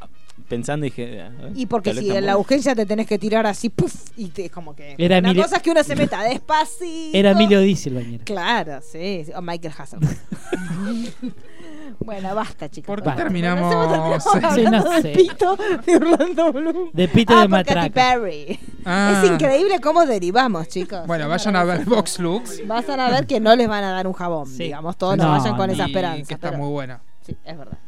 pensando dije... a ver,
Y porque
tal vez
si en la
tampoco.
urgencia te tenés que tirar así, puff, y te, como que...
Era
una
Emilio-
cosa es que uno se meta despacito.
Era Emilio Diesel, bañero.
Claro, sí. sí, O Michael Hassan. bueno, basta, chicos.
¿Por qué
Basta.
terminamos?
Bueno,
Sí,
hacemos- terminamos
no
hablando
sé.
del pito de Orlando Bloom.
De pito
ah,
de
por Katy
matraca.
Perry.
Ah.
Es increíble cómo derivamos, chicos.
Bueno,
Es
vayan a ver
maravilloso.
Vox Lux.
Vayan a ver que no les van a dar un jabón,
Sí.
digamos. Todos no,
No,
vayan con
no.
esa
y
esperanza.
Que está
pero-
muy buena.
Sí, es verdad.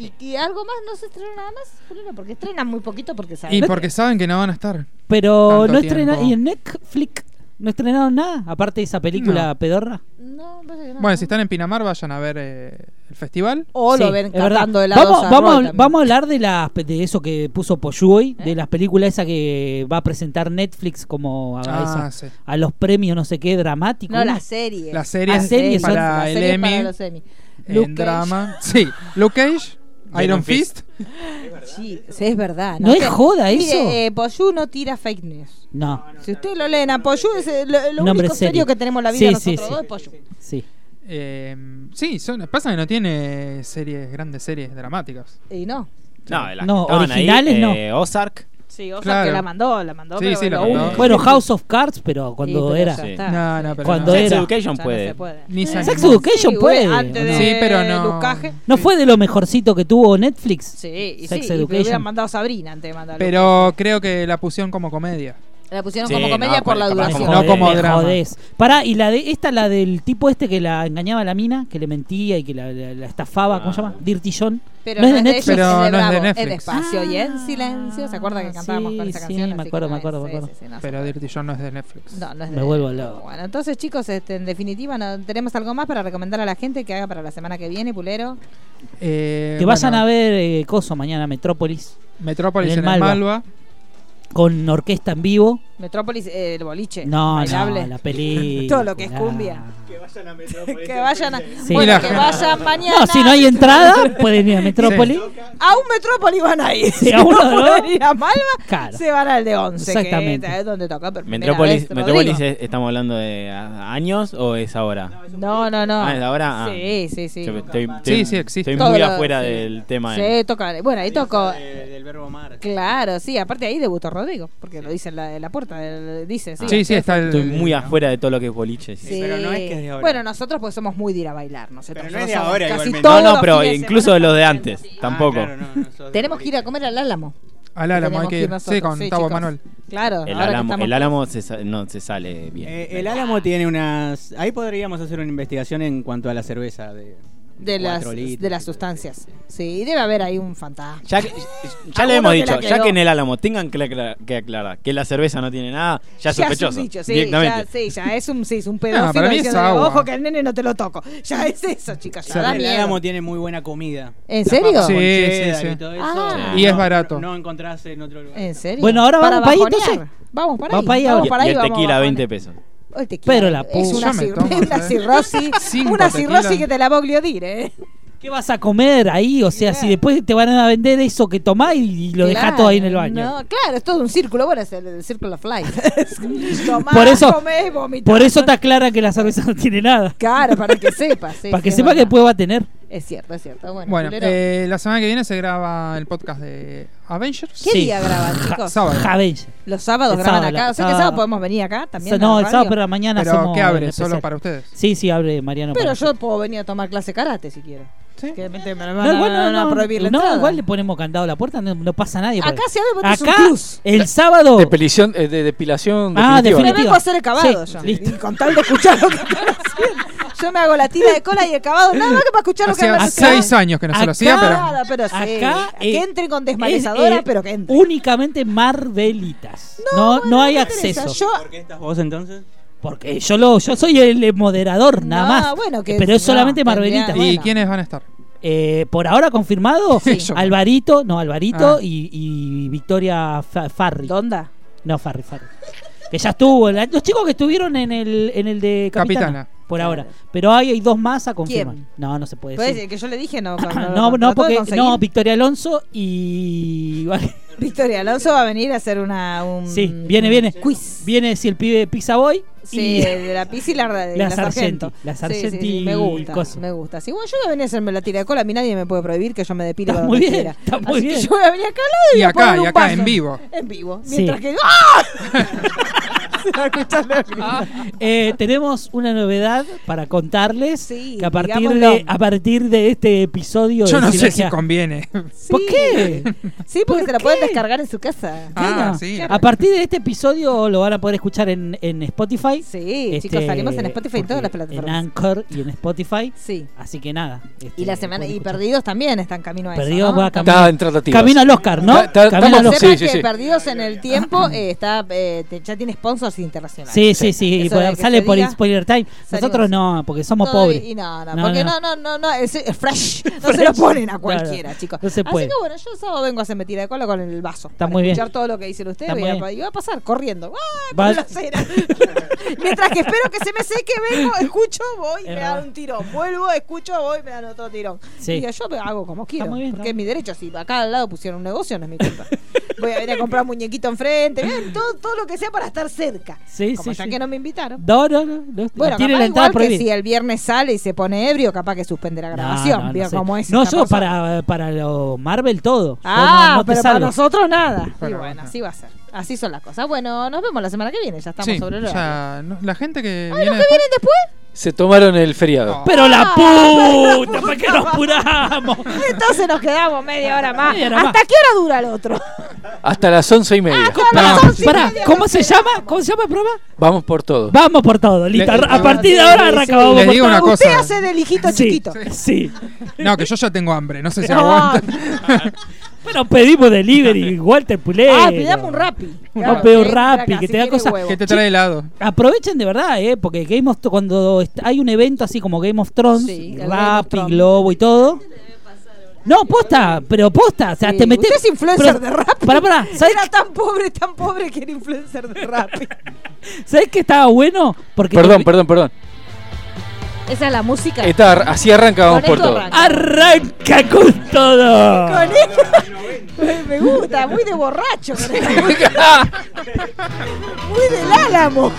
¿Y, y algo más? ¿No se estrenó nada más? Juliano? porque estrenan muy poquito porque saben.
Y porque saben que no van a estar.
Pero
Tanto
no estrenaron.
tiempo.
¿Y en Netflix? ¿No estrenaron nada? Aparte de esa película
No.
pedorra.
No, parece que no.
Bueno, si están en Pinamar, vayan a ver eh, el festival.
O lo
Sí,
ven
es verdad.
cantando helados
Vamos,
a
vamos,
Roy
a,
también.
vamos a hablar de, las, de eso que puso Poyu hoy, de las películas esas que va a presentar Netflix como a,
Ah,
esa-
sí.
a los premios, no sé qué, dramático.
No,
Una-
las series.
Las series
Las series
para
las
el
series
Emmy.
para los Emmy. Luke
en
Cage.
drama. Sí, Luke Cage, Iron
Iron
Fist.
Sí, sí, es verdad.
No es joda eso.
Mire, eh, Poyú no tira fake news.
No,
Si usted lo leen a Poyú, es eh, lo, lo
Un hombre
único serio
serio.
que tenemos en la vida
Sí, sí,
nosotros
sí.
dos es Poyú.
sí.
Eh, sí, son, pasa que no tiene series, grandes series dramáticas.
Y no.
No, de las
No,
que estaban ahí,
originales no.
eh, Ozark.
Sí, o
Claro.
sea que la mandó, la mandó.
Sí,
pero
sí, la
lo
mandó.
único-
Bueno, House of Cards, pero
Sí,
cuando
pero
era.
ya
Sí.
está,
No,
sí.
no, pero
Cuando
no.
Sex
era.
Education
Ya no
puede.
se puede.
Ni se
Sex
animó.
Education
Sí,
puede.
bueno, antes
¿o no?
de
Sí, pero no.
Lucaje.
¿No fue de lo mejorcito que tuvo Netflix?
Sí, y
Sex
sí, y
Education.
hubieran mandado a Sabrina antes de mandarlo.
Pero creo que la pusieron como comedia.
la pusieron
Sí,
como
no,
comedia por la
bueno, capaz
duración.
como-
No como
me
drama.
jodés. Pará, y la de esta, la del tipo este que la engañaba a la mina, que le mentía y que la, la- la estafaba, ¿cómo se llama? Dirty John.
Pero no es de Netflix,
Pero
es de
no es de
Bravo. Es
Netflix.
despacio y en
Ah,
silencio. ¿Se acuerda que cantábamos con esa
sí,
canción?
sí, me
Así
acuerdo,
que no
me acuerdo,
es-
me acuerdo.
Ah, sí, sí, no se
Pero Dirty John no es de Netflix.
No, no es
Me
de-
vuelvo loco.
Bueno, entonces chicos, este, en definitiva, no, tenemos algo más para recomendar a la gente que haga para la semana que viene, Pulero.
Eh,
que vayan
bueno,
a ver eh, Coso mañana, Metrópolis,
Metrópolis
en
en
el
el Malva.
con orquesta en vivo.
Metrópolis, eh, el boliche.
No,
bailable.
no, la película.
Todo lo que es cumbia. que vayan a,
Sí.
bueno,
Mira,
que
gente.
vayan mañana.
No, si no hay entrada, pueden ir a Metrópolis.
A un Metrópolis van a ir. Si
a uno,
no
¿no?
pueden ir a Malva,
Claro.
se van al de 11.
Exactamente.
Que es donde toca por primera
Metrópolis,
vez
Metrópolis
Rodrigo.
es- estamos hablando de a- años o es ahora?
No, no, no.
Ah, ¿es ahora? Ah.
Sí, sí, sí.
Yo estoy,
Sí,
estoy-
sí, existe.
Estoy muy
Todo lo-
afuera
sí.
del tema. eh.
Sí, toca. Bueno, ahí tocó.
del verbo amar.
Claro, sí, aparte ahí debutó Rodrigo, porque lo dice en la, en la puerta, el- dice, sí.
Sí, sí, está el.
Estoy muy afuera de todo lo que es boliches.
Sí.
Pero no es que es de ahora.
Bueno, nosotros pues somos muy de ir a bailar, nosotros.
Pero no es de
Nosotros somos
ahora
casi
igualmente.
todos
No, no,
los
pero
fines de
incluso
semana.
los de antes. Tampoco.
Tenemos que ir a comer al Álamo.
Al Álamo,
Tenemos
hay que ir.
nosotros,
Sí, con Tavo
chicos.
Manuel.
Claro,
El
ahora que
álamo,
estamos-
el álamo se sa- no se sale bien.
el Álamo tiene unas. Ahí podríamos hacer una investigación en cuanto a la cerveza de,
de las,
cuatro litros.
de las sustancias. Sí, debe haber ahí un fantasma.
Ya, que- ya
Alguno
le hemos
que
dicho,
la
ya
quedó.
que en el álamo tengan que, acla- que aclarar que la cerveza no tiene nada, ya
es
es
un
sospechoso.
dicho, sí, ya,
directamente.
sí, ya es un, sí, es un pedófilo
para mí es
diciéndole,
agua.
ojo que al nene no te lo toco. Ya es eso, chicas, ya
Sí.
da
el
miedo.
Álamo tiene muy buena comida.
¿En
La
serio?
papa
Sí,
con
sí,
cheddar
sí.
Y, todo eso,
Ah.
Y es
no-
barato.
No, encontrás en otro lugar.
¿En serio?
Bueno, ahora vamos para ahí,
bajonear.
entonces.
Vamos para ahí.
Vamos para ahí
vamos
ahora.
para
y
ahí,
el
vamos
tequila
a
20 pesos.
Oh, el tequila.
Pero la
Es
puta.
una,
Yo me
cir-
tomo,
una
¿sabes?
cirrosis.
Cinco
una
tequilas.
cirrosis que te la voglio dir, ¿eh?
¿Qué vas a comer ahí? O sea, si después te van a vender eso que tomás y, y lo dejás
Claro,
todo ahí en el baño.
No, claro, es todo un círculo. Bueno, es el, el Circle of Life. Es Tomás,
Por eso-
comés, vomitas.
Por eso está clara que la cerveza no tiene nada.
Claro, para que sepas. sí,
para que
sí, es
sepa que
verdad.
después va a tener.
Es cierto, es cierto. Bueno,
Bueno,
Julero,
eh, la semana que viene se graba el podcast de Avengers.
¿qué
sí.
día graban, chicos?
Sábado.
Javenger.
Los sábados
El
graban
sábado,
acá.
la-
O sea que el
sábado.
sábado podemos venir acá también. a la
No, el sábado
radio.
por la mañana
Pero
hacemos
¿qué
el
abre?
especial.
¿Solo para ustedes?
Sí, sí, abre Mariano.
Pero
para
yo puedo venir a tomar clase de karate si quiero.
Sí.
Que me- me- me
No,
van a-
igual no,
van a
no,
prohibir la
no,
entrada.
igual le ponemos candado a la puerta, no, no pasa nadie. por
Acá
ahí.
se abre porque es un
Acá,
plus.
el sábado.
Depilición, eh, de depilación
Ah,
Me
definitiva.
definitiva.
vengo a hacer el cavado
Sí,
yo.
listo.
Y con tal de escuchar lo que están haciendo. Yo me hago la tira de cola y el cavado. Nada más que para escuchar lo que
Hacía
hablan
acá-
ustedes.
seis años que no se lo hacía, pero.
Claro, pero sí.
acá,
que
eh,
entren con desmalezadora,
es, eh,
pero que entren.
Únicamente Marvelitas. No, no, hay
me
acceso.
interesa. Yo,
¿Por qué estás vos entonces?
Porque yo lo, yo soy el eh, moderador, nada
No,
más.
bueno, que-
Pero es solamente
no,
Marvelita.
tendría-
¿Y
Bueno.
quiénes van a estar?
Eh, por ahora confirmado,
Sí, yo-
Alvarito, no, Alvarito
Ah.
y, y Victoria Fa- Farri.
¿Donda?
No, Farri, Farri. Que ya estuvo. la- Los chicos que estuvieron en el, en el de Capitana.
Capitana.
Por ahora. Pero hay, hay dos más a confirmar.
¿Quién?
No, no se puede
Puede
decir.
decir que yo le dije no.
No, no, porque. No,
No,
Victoria Alonso y. vale,
Victoria Alonso va a venir a hacer una. Un,
sí, viene, viene.
Quiz.
Viene si el pibe Pizza Boy.
Sí,
y-
de la Pizzi y la, de la
La
Sargento.
Sargenti, la
Sí, sí, sí,
Sargenti
me gusta,
coso.
me gusta. Sí, bueno, yo voy a venir a hacerme la tira de cola. A mí nadie me puede prohibir que yo me depile
Está
para
muy
donde
bien,
quiera.
está muy
Así que
bien.
yo voy a venir acá al lado y,
Y
voy a
acá,
poner
y
un
acá,
vaso.
en vivo.
En vivo.
Sí.
Mientras que... ¡Ah! Se va escuchando el vivo.
Eh, tenemos una novedad para contarles
Sí,
que a partir de
digámoslo.
a partir de este episodio
Yo
de
no sé
Sinergia-
si conviene.
¿Por
Sí. Ah,
qué?
Sí, porque
¿Por
se la pueden
qué?
descargar en su casa.
Ah,
Claro.
sí.
A partir de este episodio lo van a poder escuchar en, en Spotify.
Sí,
Este,
chicos, salimos en Spotify y
porque
todas las
En
plataformas.
Anchor y en Spotify.
Sí.
Así que nada. este,
Y la semana
pueden
y
escuchar.
perdidos también están camino a eso.
Perdidos
¿no?
va a cam-
Está en tratativas.
Camino al Oscar, ¿no?
Ta- ta-
Camino al
estamos-
Oscar.
Sepan
sí,
que
sí.
Perdidos en el tiempo eh, está eh, te- ya tiene sponsors internacionales.
Sí, sí, sí.
Eso
por-
de que
sale
se
por
diga.
Spoiler Time. Nosotros
Salimos.
no, porque somos
Todavía-
pobres.
Y no, no,
No,
porque
no.
no, no, no, no, es, es fresh. No se
Fresh.
lo ponen a
Claro.
cualquiera, chicos.
No se puede.
Así que bueno, yo el sábado vengo a hacer metida de cola con el vaso.
Está
para
muy bien.
escuchar todo lo que dicen ustedes
Está
voy a-
muy bien.
y voy a pasar corriendo. ¡Ay, por
Vas-
la acera! Mientras que espero que se me seque, vengo, escucho, voy,
Es
me
verdad.
dan un tirón. Vuelvo, escucho, voy, me dan otro tirón.
Sí.
Y yo me hago como quiero.
muy bien,
porque
está
es mi derecho. Si acá al lado pusieron un negocio, no es mi culpa. voy a venir a comprar un muñequito enfrente, bien, todo, todo lo que sea para estar cerca.
Sí,
como
sí,
ya
sí.
que no me invitaron.
No, no, no. no.
Bueno,
tiene
capaz
la
igual
entrada
que
prohibida.
si el viernes sale y se pone ebrio, capaz que suspende la grabación.
No, no, no
Vieron
sé.
cómo es
No,
esta
yo
persona.
para, para lo Marvel todo. Yo
Ah,
no- no te
pero para
salvo.
nosotros nada. Y
Bueno,
bueno,
ajá.
así va a ser. Así son las cosas. Bueno, nos vemos la semana que viene. Ya estamos
Sí,
sobre el
o
horario.
sea, no- la gente que viene
¿Qué
después-
vienen después?
Se tomaron el feriado.
Pero la
Ah, pero
puta, ¿para qué nos apuramos?
Entonces nos quedamos media hora más.
Media hora
¿Hasta
más.
qué hora dura el otro?
Hasta las once y media.
Pará,
No.
once y
pará,
media
¿cómo
nos
se llama? ¿Cómo se llama el programa?
Vamos por todo.
Vamos por todo, listo.
Le-
a partir de ahora
Sí, sí.
arrancamos
Les
por
digo
todo.
una
Usted
cosa.
hace del hijito
Sí,
chiquito.
sí.
No, que yo ya tengo hambre. No sé si
No.
aguanto.
Bueno, pedimos delivery, Walter Pulero.
Ah, pidamos un rapi.
No,
Claro,
pero
que
rapi,
entra
que
acá,
te da
si quiere
cosa.
huevo.
Que te trae helado.
Aprovechen de verdad, eh, porque Game of cuando est- hay un evento así como Game of Thrones,
Sí, el Game of
Rap y
Thrones.
Globo y todo. No, posta, pero posta, o sea,
Sí,
te metes.
usted es influencer de rap.
Pará, pará, ¿sabes,
Era tan pobre, tan pobre que era influencer de rap.
¿sabes qué estaba bueno? Porque
Perdón, perdón, perdón.
Esa es la música.
Está, así arranca, vamos
Con
por
esto
todo.
arranca.
Arranca con todo.
Con ella. Me gusta, muy de borracho. con esa música. muy del álamo.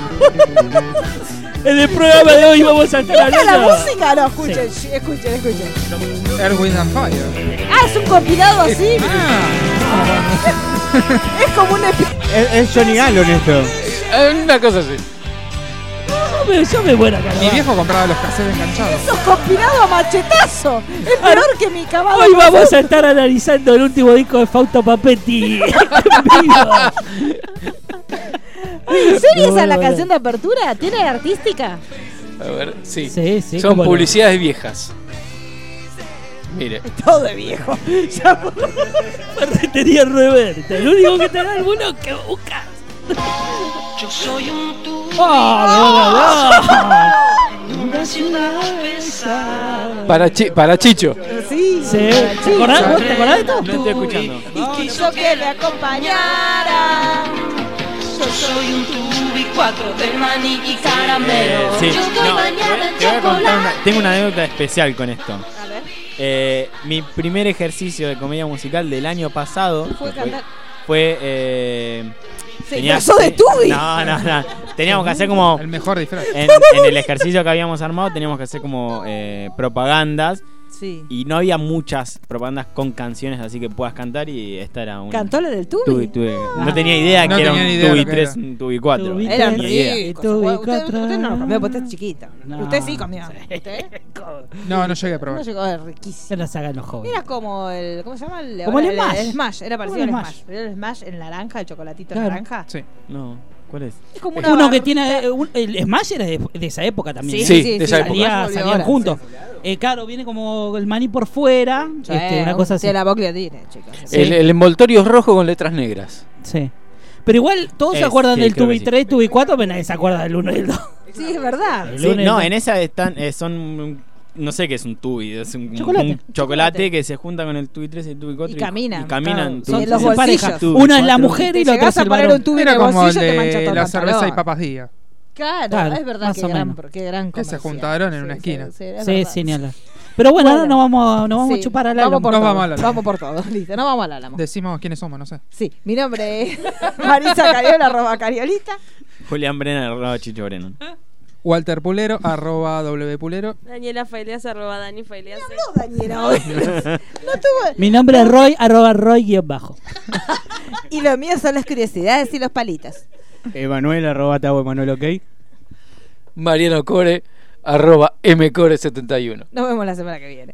En el programa de hoy vamos a estar
Esta es la
hablando.
música. No, escuchen, escuchen, escuchen.
Air, Wind and Fire.
Ah, es un compilado así.
Ah,
Es como un epi-
Es, es Johnny Gallon esto.
Eh, Una cosa así.
Yo me- Yo me muero acá.
mi viejo compraba los cassettes enganchados.
Esos compilados a machetazo. Es peor que mi caballo.
Hoy vamos a estar analizando el último disco de Fausto Papetti. En vivo.
¿En serio esa es
Bueno,
la
bueno.
canción de apertura? ¿Tiene artística?
A ver, sí.
Sí, sí,
Son
cómo no.
publicidades viejas. Mire.
Todo de viejo. Ya por-
Ferretería Roberta, el único que te da el bueno que buscas. Yo soy un
Ah,
Para, Chi- para Chicho.
Sí.
eh. ¿Te acordás? ¿Vos ¿Te acordás de esto?
No estoy escuchando.
Y quiso que me acompañara.
Eh, sí. No, te voy a contar una- tengo una anécdota especial con esto.
A ver,
Eh, mi primer ejercicio de comedia musical del año pasado
fue
que fue-
cantar.
fue, eh,
Se
tenía-
disfrazó de Tubi.
No, no, no. Teníamos que hacer como
El mejor disfraz.
en, en el ejercicio que habíamos armado teníamos que hacer como eh, propagandas
Sí.
y no había muchas propagandas con canciones así que puedas cantar y esta era una.
¿Cantó Ah. la del Tubi?
Tubi, tubi. No tenía idea
No
que era un
tenía ni idea
tubi
lo que
3,
era.
un tubi 4.
Tubi
Eran
Ni
ricos.
Tubi
Usted, usted
cuatro.
no lo comió porque usted es chiquita.
No.
Usted sí comió. Usted
No, no llegué a
no
probar.
llegó a ver
Se
riquísimo.
nos hagan los jóvenes.
Era como el. ¿Cómo se llama? El,
Como el
ahora
Smash.
Smash. Era parecido al
Como el
Smash.
Smash.
Pero el Smash en naranja, el chocolatito
Claro.
naranja.
Sí.
No, ¿cuál es?
Es como una.
Uno que
barrita.
tiene. eh, un- el Smash era de, de esa época
Sí,
también. ¿eh?
Sí,
sí,
de
sí,
esa época.
salía-
Salía,
volvió
salían
ahora,
juntos. Eh, claro, viene como el maní por fuera.
Sí,
este, una
un-
cosa así.
De la Boclia tiene, chicos.
Sí.
El, el envoltorio es rojo con letras negras.
Sí. Pero igual todos se
Es-
acuerdan
sí,
del
creo que
tubi
sí.
3, tubi 4, pero nadie se acuerda del 1 y el 2.
Sí, es verdad.
El
Sí,
lunes,
no,
¿no?
en esa están, eh, son. No sé qué es un tubi, es un un- un
Chocolate.
chocolate,
Chocolate.
que se junta con el tubi 3 y el tubi 4.
caminan.
Y caminan.
Claro,
tubi
son- en los
tres.
bolsillos.
pareja.
Tubi
Una es la
cuatro.
mujer
Te
y la otra
llegás
es
a
el
poner
varón.
un tubo en
Era
el
como el
bolsillo te mancha todo
de
el
la
pantalón.
cerveza y papas día.
Claro,
Claro,
es verdad
más
que
o
gran,
menos.
qué gran
Que se
comercial.
juntaron en
Sí,
una
sí,
esquina.
Sí, es
Sí,
verdad.
sí, ni hablar. Pero bueno, ahora
Bueno.
nos vamos, nos vamos
Sí,
a chupar al
Vamos
álamo.
por
Nos
todo.
vamos al álamo.
Vamos por todo, listo. No vamos al álamo.
Decimos quiénes somos, no sé.
Sí, mi nombre es Marisa Cariola, arroba Cariolita.
Julián Brennan, arroba Chicho Brennan.
Walter Pulero, arroba W Pulero.
Daniela Faileas, arroba Dani Faileas.
No, Daniela, hoy. No tuvo.
Mi nombre es Roy, arroba Roy guión bajo.
Y lo mío son las curiosidades y los palitos.
Emanuel, arroba tabo Emanuel, ok.
Mariano Core, arroba mcore71.
Nos vemos la semana que viene.